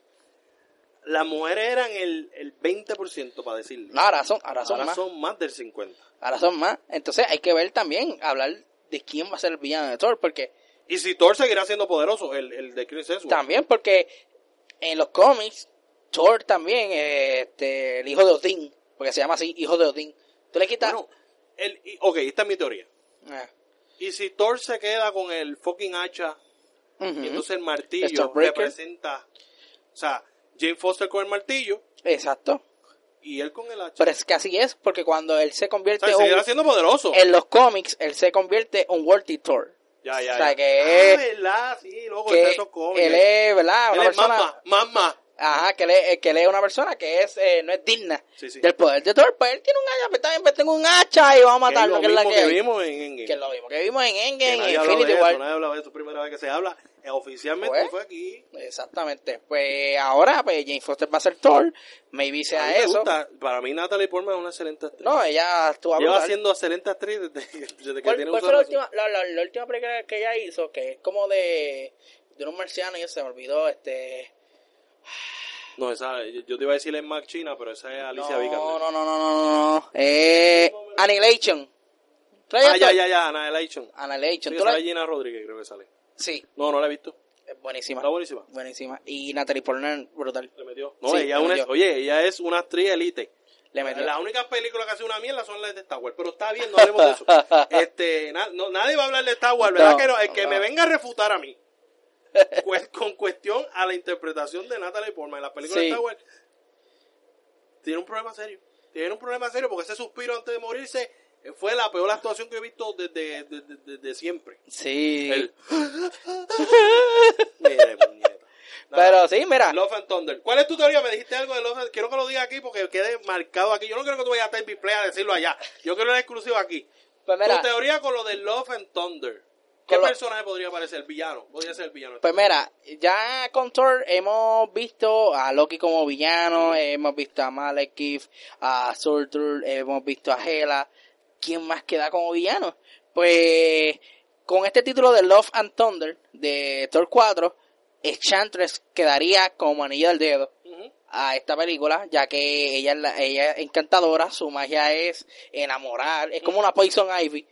Speaker 1: las mujeres eran el, el 20% para decirlo.
Speaker 2: No, ahora son, ahora son
Speaker 1: Ahora
Speaker 2: más.
Speaker 1: son más del 50.
Speaker 2: Ahora son más. Entonces hay que ver también, hablar de quién va a ser el villano de Thor, porque
Speaker 1: Y si Thor seguirá siendo poderoso, el, el de Chris Hemsworth.
Speaker 2: también, porque en los cómics, Thor también, eh, este, el hijo de Odín, porque se llama así, hijo de Odín. Tú le quitas...
Speaker 1: Bueno, el, y- ok, esta es mi teoría.
Speaker 2: Ah.
Speaker 1: Y si Thor se queda con el fucking hacha
Speaker 2: Ujú.
Speaker 1: y entonces el
Speaker 2: El
Speaker 1: martillo
Speaker 2: Stormbreaker.
Speaker 1: representa, o sea, Jane Foster con el martillo
Speaker 2: Exacto.
Speaker 1: y él con el hacha.
Speaker 2: Pero es que así es, porque cuando él se
Speaker 1: o
Speaker 2: convierte
Speaker 1: sea,
Speaker 2: en
Speaker 1: seguirá
Speaker 2: un-
Speaker 1: siendo poderoso.
Speaker 2: en los cómics, él se convierte en Worthy Thor.
Speaker 1: ya, ya,
Speaker 2: o sea,
Speaker 1: ya.
Speaker 2: que
Speaker 1: Ah,
Speaker 2: es-
Speaker 1: ¿verdad? Sí, luego
Speaker 2: que
Speaker 1: está esos cómics.
Speaker 2: él es, ¿verdad?
Speaker 1: Él
Speaker 2: Una
Speaker 1: es
Speaker 2: persona,
Speaker 1: mamá, mamá.
Speaker 2: ajá, que él es, eh, que él es una persona que es, eh, no es digna
Speaker 1: Sí, sí.
Speaker 2: del poder de Thor, pues él tiene un hacha, pues también pues, tengo un hacha y vamos a
Speaker 1: Que es
Speaker 2: matarlo,
Speaker 1: lo
Speaker 2: que es la
Speaker 1: mismo
Speaker 2: que,
Speaker 1: que,
Speaker 2: hay.
Speaker 1: vimos en Endgame.
Speaker 2: Que es lo mismo que vimos en
Speaker 1: Que
Speaker 2: Endgame,
Speaker 1: nadie
Speaker 2: en
Speaker 1: habló de
Speaker 2: Infinity
Speaker 1: eso,
Speaker 2: War.
Speaker 1: nadie hablaba de eso, primera vez que se habla. Eh, Oficialmente
Speaker 2: Pues,
Speaker 1: fue aquí.
Speaker 2: Exactamente, pues ahora pues Jane Foster va a ser Thor, maybe
Speaker 1: A
Speaker 2: sea
Speaker 1: mí me
Speaker 2: eso.
Speaker 1: gusta. Para mí Natalie Portman es una excelente actriz.
Speaker 2: No, ella estuvo
Speaker 1: Lleva
Speaker 2: brutal.
Speaker 1: siendo excelente actriz desde, desde que
Speaker 2: ¿Cuál,
Speaker 1: tiene uso
Speaker 2: cuál fue la
Speaker 1: de razón.
Speaker 2: última, la, la- la última película que ella hizo? Que es como de, de unos marcianos y se me olvidó, este...
Speaker 1: No, esa, yo yo te iba a decir es Mac China, pero esa es Alicia
Speaker 2: no,
Speaker 1: Vikander.
Speaker 2: No, no, no, no, no. Eh, Annihilation.
Speaker 1: Ah, ya, ya, ya, Annihilation.
Speaker 2: Annihilation.
Speaker 1: Sí,
Speaker 2: Ah, ¿Tú la-
Speaker 1: sale Gina Rodríguez, creo que sale.
Speaker 2: Sí,
Speaker 1: No, no la he visto.
Speaker 2: es buenísima.
Speaker 1: Está buenísima.
Speaker 2: Buenísima. Y Natalie Portman, brutal.
Speaker 1: Le metió. No,
Speaker 2: Sí,
Speaker 1: ella
Speaker 2: le
Speaker 1: una-
Speaker 2: metió.
Speaker 1: oye, ella es una actriz elite.
Speaker 2: Le metió.
Speaker 1: Las únicas películas que hace una mierda son las de Star Wars, pero está bien, no hablemos de
Speaker 2: [laughs]
Speaker 1: eso. Este, na- no, nadie va a hablar de Star Wars, ¿verdad?
Speaker 2: No,
Speaker 1: que no? el que
Speaker 2: no.
Speaker 1: me venga a refutar a mí cu- con cuestión a la interpretación de Natalie Portman en la película
Speaker 2: Sí.
Speaker 1: de Star Wars tiene un problema serio. Tiene un problema serio porque ese suspiro antes de morirse eh, fue la peor actuación que he visto desde, desde- desde siempre.
Speaker 2: Sí. [laughs]
Speaker 1: El- [laughs] Mire, puñeta. Nada.
Speaker 2: Pero sí,
Speaker 1: [laughs]
Speaker 2: mira.
Speaker 1: Love and Thunder. ¿Cuál es tu teoría? Me dijiste algo de Love and Quiero que lo diga aquí porque quede marcado aquí. Yo no quiero que tú vayas a Tape Play a decirlo allá. Yo quiero el exclusivo aquí.
Speaker 2: Pues mira.
Speaker 1: Tu teoría con lo de Love and Thunder. ¿Qué
Speaker 2: Con lo-
Speaker 1: personaje podría aparecer? ¿El villano? Podría ser el villano.
Speaker 2: Pues mira, ya con Thor hemos visto a Loki como villano, hemos visto a Malekith, a Surtur, hemos visto a Hela. ¿Quién más queda como villano? Pues con este título de Love and Thunder de Thor 4, Enchantress quedaría como anillo al dedo
Speaker 1: Ujú.
Speaker 2: a esta película, ya que ella es, la- ella es encantadora, su magia es enamorar, es como una Poison Ivy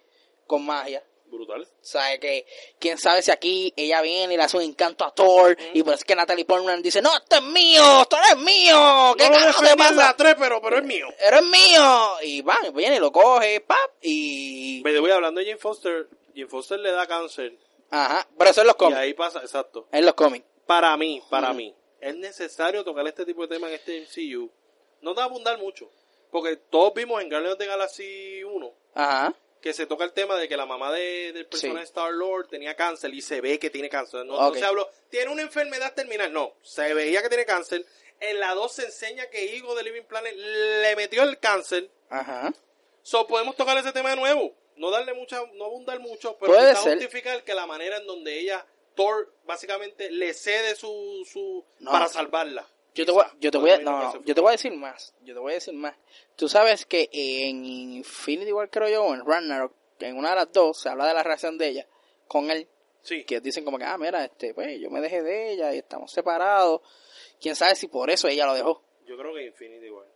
Speaker 2: con magia.
Speaker 1: Brutal.
Speaker 2: O sea, que quién sabe si aquí ella viene y le hace un encanto a Thor. Y por eso es que Natalie Portman dice: No, esto es mío, esto es mío. ¿Qué
Speaker 1: no lo
Speaker 2: carajo te
Speaker 1: defendí en
Speaker 2: pasa?
Speaker 1: la 3, pero, pero es mío.
Speaker 2: Eres mío. Y va, y viene y lo coge, pap. Y.
Speaker 1: Me voy hablando de Jane Foster. Jane Foster le da cáncer.
Speaker 2: Ajá. Pero eso es los
Speaker 1: Y
Speaker 2: cómics.
Speaker 1: ahí pasa, exacto.
Speaker 2: En los cómics.
Speaker 1: Para mí, para
Speaker 2: Ujú.
Speaker 1: mí, es necesario tocar este tipo de temas en este MCU. No te va a abundar mucho. Porque todos vimos en Guardians de Galaxy 1
Speaker 2: Ajá.
Speaker 1: que se toca el tema de que la mamá de, del personaje Star Lord tenía cáncer y se ve que tiene cáncer. No, no
Speaker 2: Ok.
Speaker 1: se habló, tiene una enfermedad terminal. No, se veía que tiene cáncer. En la 2 se enseña que Higo de Living Planet le metió el cáncer.
Speaker 2: Ajá.
Speaker 1: So, podemos tocar ese tema de nuevo. No darle mucha, no abundar mucho, pero
Speaker 2: Puede
Speaker 1: quizá
Speaker 2: ser.
Speaker 1: justificar que la manera en donde ella, Thor, básicamente le cede su, su
Speaker 2: No.
Speaker 1: para salvarla.
Speaker 2: Yo te, voy,
Speaker 1: Quizá.
Speaker 2: yo, te voy a,
Speaker 1: Por lo
Speaker 2: no,
Speaker 1: menos
Speaker 2: no,
Speaker 1: ese
Speaker 2: yo te voy a decir más. Yo te voy a decir más. Tú sabes que en Infinity War, creo yo, o en Ragnarok, en una de las dos, se habla de la relación de ella con él.
Speaker 1: Sí.
Speaker 2: Que dicen como que, ah, mira, este, pues yo me dejé de ella y estamos separados. Quién sabe si por eso ella lo dejó.
Speaker 1: Yo creo que Infinity War.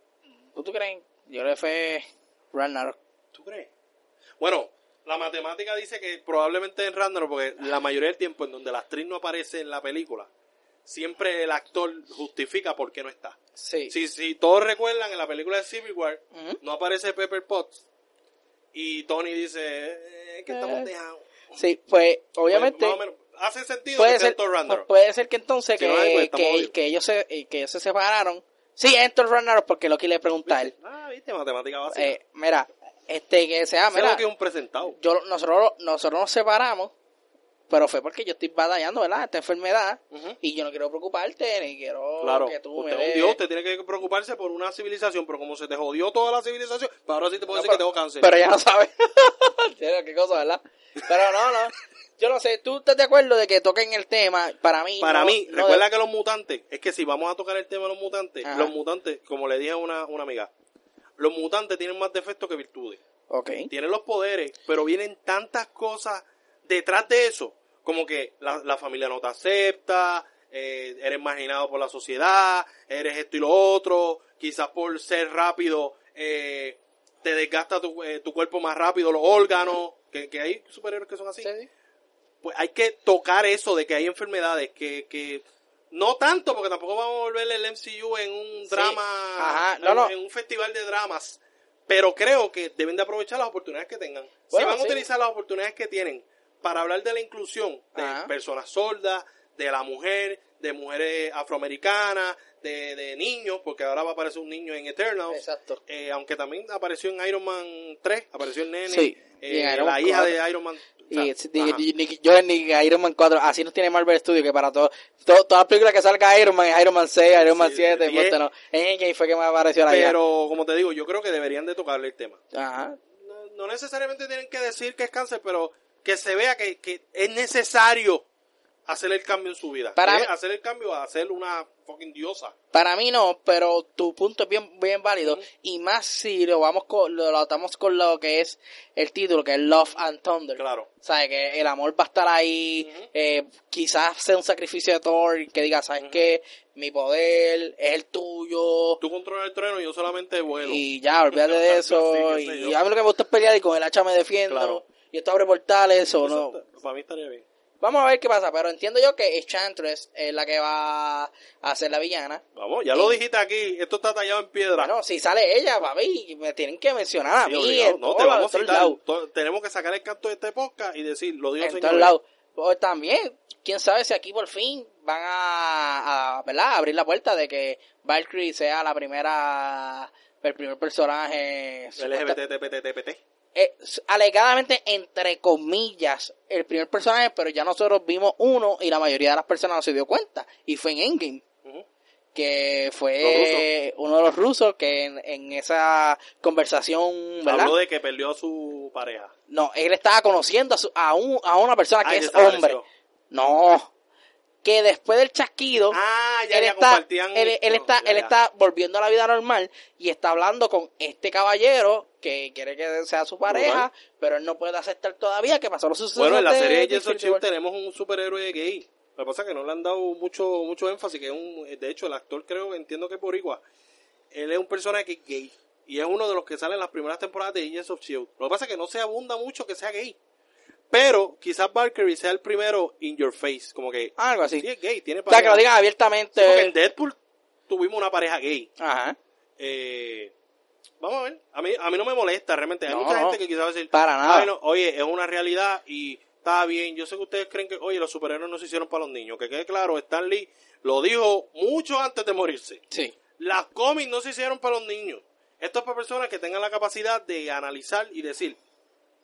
Speaker 2: ¿Tú, tú crees? Yo le fue Ragnarok.
Speaker 1: ¿Tú crees? Bueno, la matemática dice que probablemente en Ragnarok, porque la mayoría del tiempo en donde la actriz no aparece en la película, siempre el actor justifica por qué no está.
Speaker 2: Sí.
Speaker 1: Si, si todos recuerdan, en la película de Civil War,
Speaker 2: Ujú.
Speaker 1: no aparece Pepper Potts. Y Tony dice, eh, que estamos
Speaker 2: Eh,
Speaker 1: dejados.
Speaker 2: Sí, pues obviamente
Speaker 1: Pues, más o menos, hace sentido
Speaker 2: puede
Speaker 1: que sea
Speaker 2: ser
Speaker 1: el Thor Ragnarok.
Speaker 2: puede ser que entonces
Speaker 1: Si
Speaker 2: que,
Speaker 1: no hay, pues,
Speaker 2: que-
Speaker 1: estamos jodidos.
Speaker 2: que ellos se eh, que ellos se separaron. Sí, es en Thor Ragnarok porque Loki le pregunta a él.
Speaker 1: Ah, viste, matemática básica.
Speaker 2: Eh, mira, este que sea,
Speaker 1: Sé lo
Speaker 2: mira,
Speaker 1: que es un presentado.
Speaker 2: yo nosotros nosotros nos separamos, pero fue porque yo estoy batallando, ¿verdad? Esta enfermedad
Speaker 1: Ujú.
Speaker 2: y yo no quiero preocuparte, ni quiero
Speaker 1: Claro,
Speaker 2: que tú me
Speaker 1: usted es un
Speaker 2: des-
Speaker 1: dios, usted tiene que preocuparse por una civilización, pero como se te jodió toda la civilización, pues ahora sí te puedo
Speaker 2: No,
Speaker 1: decir que tengo cáncer.
Speaker 2: Pero ya no sabe. [laughs] Entiendo, qué cosa, ¿verdad? Pero no, no. Yo no sé, ¿tú estás de acuerdo de que toquen el tema? Para mí.
Speaker 1: Para
Speaker 2: no-
Speaker 1: mí,
Speaker 2: no eh.
Speaker 1: recuerda que los mutantes, es que si vamos a tocar el tema de los mutantes,
Speaker 2: Ajá.
Speaker 1: los mutantes, como le dije a una, una amiga, los mutantes tienen más defectos que virtudes.
Speaker 2: Ok.
Speaker 1: tienen los poderes, pero vienen tantas cosas detrás de eso, como que la, la familia no te acepta, eh, eres marginado por la sociedad, eres esto y lo otro, quizás por ser rápido eh, te desgasta tu, eh, tu cuerpo más rápido, los órganos, que, que hay superhéroes que son así.
Speaker 2: Sí, sí.
Speaker 1: Pues hay que tocar eso de que hay enfermedades que... que no tanto, porque tampoco vamos a volver el MCU en un drama,
Speaker 2: Ajá, no,
Speaker 1: en-
Speaker 2: no.
Speaker 1: en un festival de dramas. Pero creo que deben de aprovechar las oportunidades que tengan. si
Speaker 2: Bueno,
Speaker 1: van
Speaker 2: sí.
Speaker 1: a utilizar las oportunidades que tienen para hablar de la inclusión de
Speaker 2: Ajá.
Speaker 1: personas sordas, de la mujer, de mujeres afroamericanas, de, de niños, porque ahora va a aparecer un niño en Eternals.
Speaker 2: Exacto.
Speaker 1: Eh, aunque también apareció en Iron Man 3, apareció el nene,
Speaker 2: Sí,
Speaker 1: eh,
Speaker 2: y en Iron
Speaker 1: la
Speaker 2: Man
Speaker 1: hija
Speaker 2: 4.
Speaker 1: de Iron Man. o sea,
Speaker 2: Y es- ni-
Speaker 1: ajá.
Speaker 2: ni- ni- yo ni Iron Man 4, así nos tiene Marvel Studios que para todo, todo- toda película que salga Iron Man, Iron Man 6, Iron Man
Speaker 1: Sí,
Speaker 2: 7,
Speaker 1: diez.
Speaker 2: muerto, no. En Endgame fue que me apareció la
Speaker 1: Pero como te digo, yo creo que deberían de tocarle el tema.
Speaker 2: hija. Ajá.
Speaker 1: no, no necesariamente tienen que decir que es cáncer, pero que se vea que, que es necesario hacer el cambio en su vida.
Speaker 2: Para
Speaker 1: Eh,
Speaker 2: mí-
Speaker 1: hacer el cambio a hacer una fucking diosa.
Speaker 2: Para mí no, pero tu punto es bien, bien válido. Y más si lo vamos con, lo, lo atamos con lo que es el título, que es Love and Thunder.
Speaker 1: Claro.
Speaker 2: ¿Sabes? Que el amor va a estar ahí.
Speaker 1: Ujú.
Speaker 2: eh, quizás sea un sacrificio de Thor que diga, ¿sabes qué? Mi poder es el tuyo.
Speaker 1: Tú controlas el trueno y yo solamente vuelo.
Speaker 2: Y ya,
Speaker 1: [laughs]
Speaker 2: olvídate de eso.
Speaker 1: Sí, qué sé yo.
Speaker 2: y a mí lo que me gusta es pelear y con el hacha me defiendo.
Speaker 1: Claro.
Speaker 2: Y esto abre portales o
Speaker 1: Eso
Speaker 2: no.
Speaker 1: está- Para mí estaría bien.
Speaker 2: Vamos a ver qué pasa, pero entiendo yo que Enchantress es la que va a ser la villana.
Speaker 1: Vamos, ya lo dijiste aquí. Esto está tallado en piedra.
Speaker 2: Bueno, si sale ella, papi, me tienen que mencionar a
Speaker 1: Sí,
Speaker 2: mí.
Speaker 1: obligado.
Speaker 2: en
Speaker 1: no,
Speaker 2: todo-
Speaker 1: te vamos a
Speaker 2: en todos
Speaker 1: citar.
Speaker 2: lados.
Speaker 1: To- Tenemos que sacar el canto de este podcast y decir, lo digo
Speaker 2: En
Speaker 1: señor.
Speaker 2: todos lados. O también, quién sabe si aquí por fin van a, a, ¿verdad? a abrir la puerta de que Valkyrie sea la primera, el primer personaje supuesta-
Speaker 1: LGBT, TPT, TPT.
Speaker 2: eh, s- alegadamente entre comillas el primer personaje, pero ya nosotros vimos uno y la mayoría de las personas no se dio cuenta y fue en Endgame.
Speaker 1: Ujú.
Speaker 2: que fue uno de los rusos que en, en esa conversación, ¿verdad?
Speaker 1: Habló de que perdió a su pareja.
Speaker 2: No, él estaba conociendo a, su- a, un- a una persona que
Speaker 1: Ay,
Speaker 2: es
Speaker 1: desapareció.
Speaker 2: hombre. No, que después del chasquido,
Speaker 1: Ah, ya,
Speaker 2: él,
Speaker 1: ya
Speaker 2: está,
Speaker 1: compartían.
Speaker 2: él, él
Speaker 1: No,
Speaker 2: está,
Speaker 1: ya,
Speaker 2: él
Speaker 1: ya.
Speaker 2: está volviendo a la vida normal y está hablando con este caballero que quiere que sea su pareja,
Speaker 1: Brutal.
Speaker 2: pero él no puede aceptar todavía que pasó los sucesos.
Speaker 1: Bueno, en la
Speaker 2: de-
Speaker 1: serie de
Speaker 2: de
Speaker 1: Jason
Speaker 2: Infinity War.
Speaker 1: Chiu tenemos un superhéroe gay. Lo que pasa es que no le han dado mucho mucho énfasis, que es un, de hecho el actor creo, entiendo que es boricua. Él es un personaje que es gay E y es uno de los que sale en las primeras temporadas de Agents of Shield. Lo que pasa es que no se abunda mucho que sea gay. Pero quizás Valkyrie sea el primero in your face, como que ah,
Speaker 2: Algo así.
Speaker 1: sí, es gay, tiene
Speaker 2: o sea, que
Speaker 1: pareja.
Speaker 2: lo
Speaker 1: Sí,
Speaker 2: eh, digan
Speaker 1: porque en
Speaker 2: abiertamente.
Speaker 1: Deadpool tuvimos una pareja gay.
Speaker 2: Ajá.
Speaker 1: Eh, vamos a ver. A mí, a mí no me molesta realmente. Hay
Speaker 2: No,
Speaker 1: mucha
Speaker 2: no.
Speaker 1: gente que quizás va a decir,
Speaker 2: Para nada.
Speaker 1: "Ay, no, oye, es una realidad y está bien. Yo sé que ustedes creen que, oye, los superhéroes no se hicieron para los niños. Que quede claro, Stan Lee lo dijo mucho antes de morirse.
Speaker 2: Sí.
Speaker 1: Las cómics no se hicieron para los niños. Esto es para personas que tengan la capacidad de analizar y decir,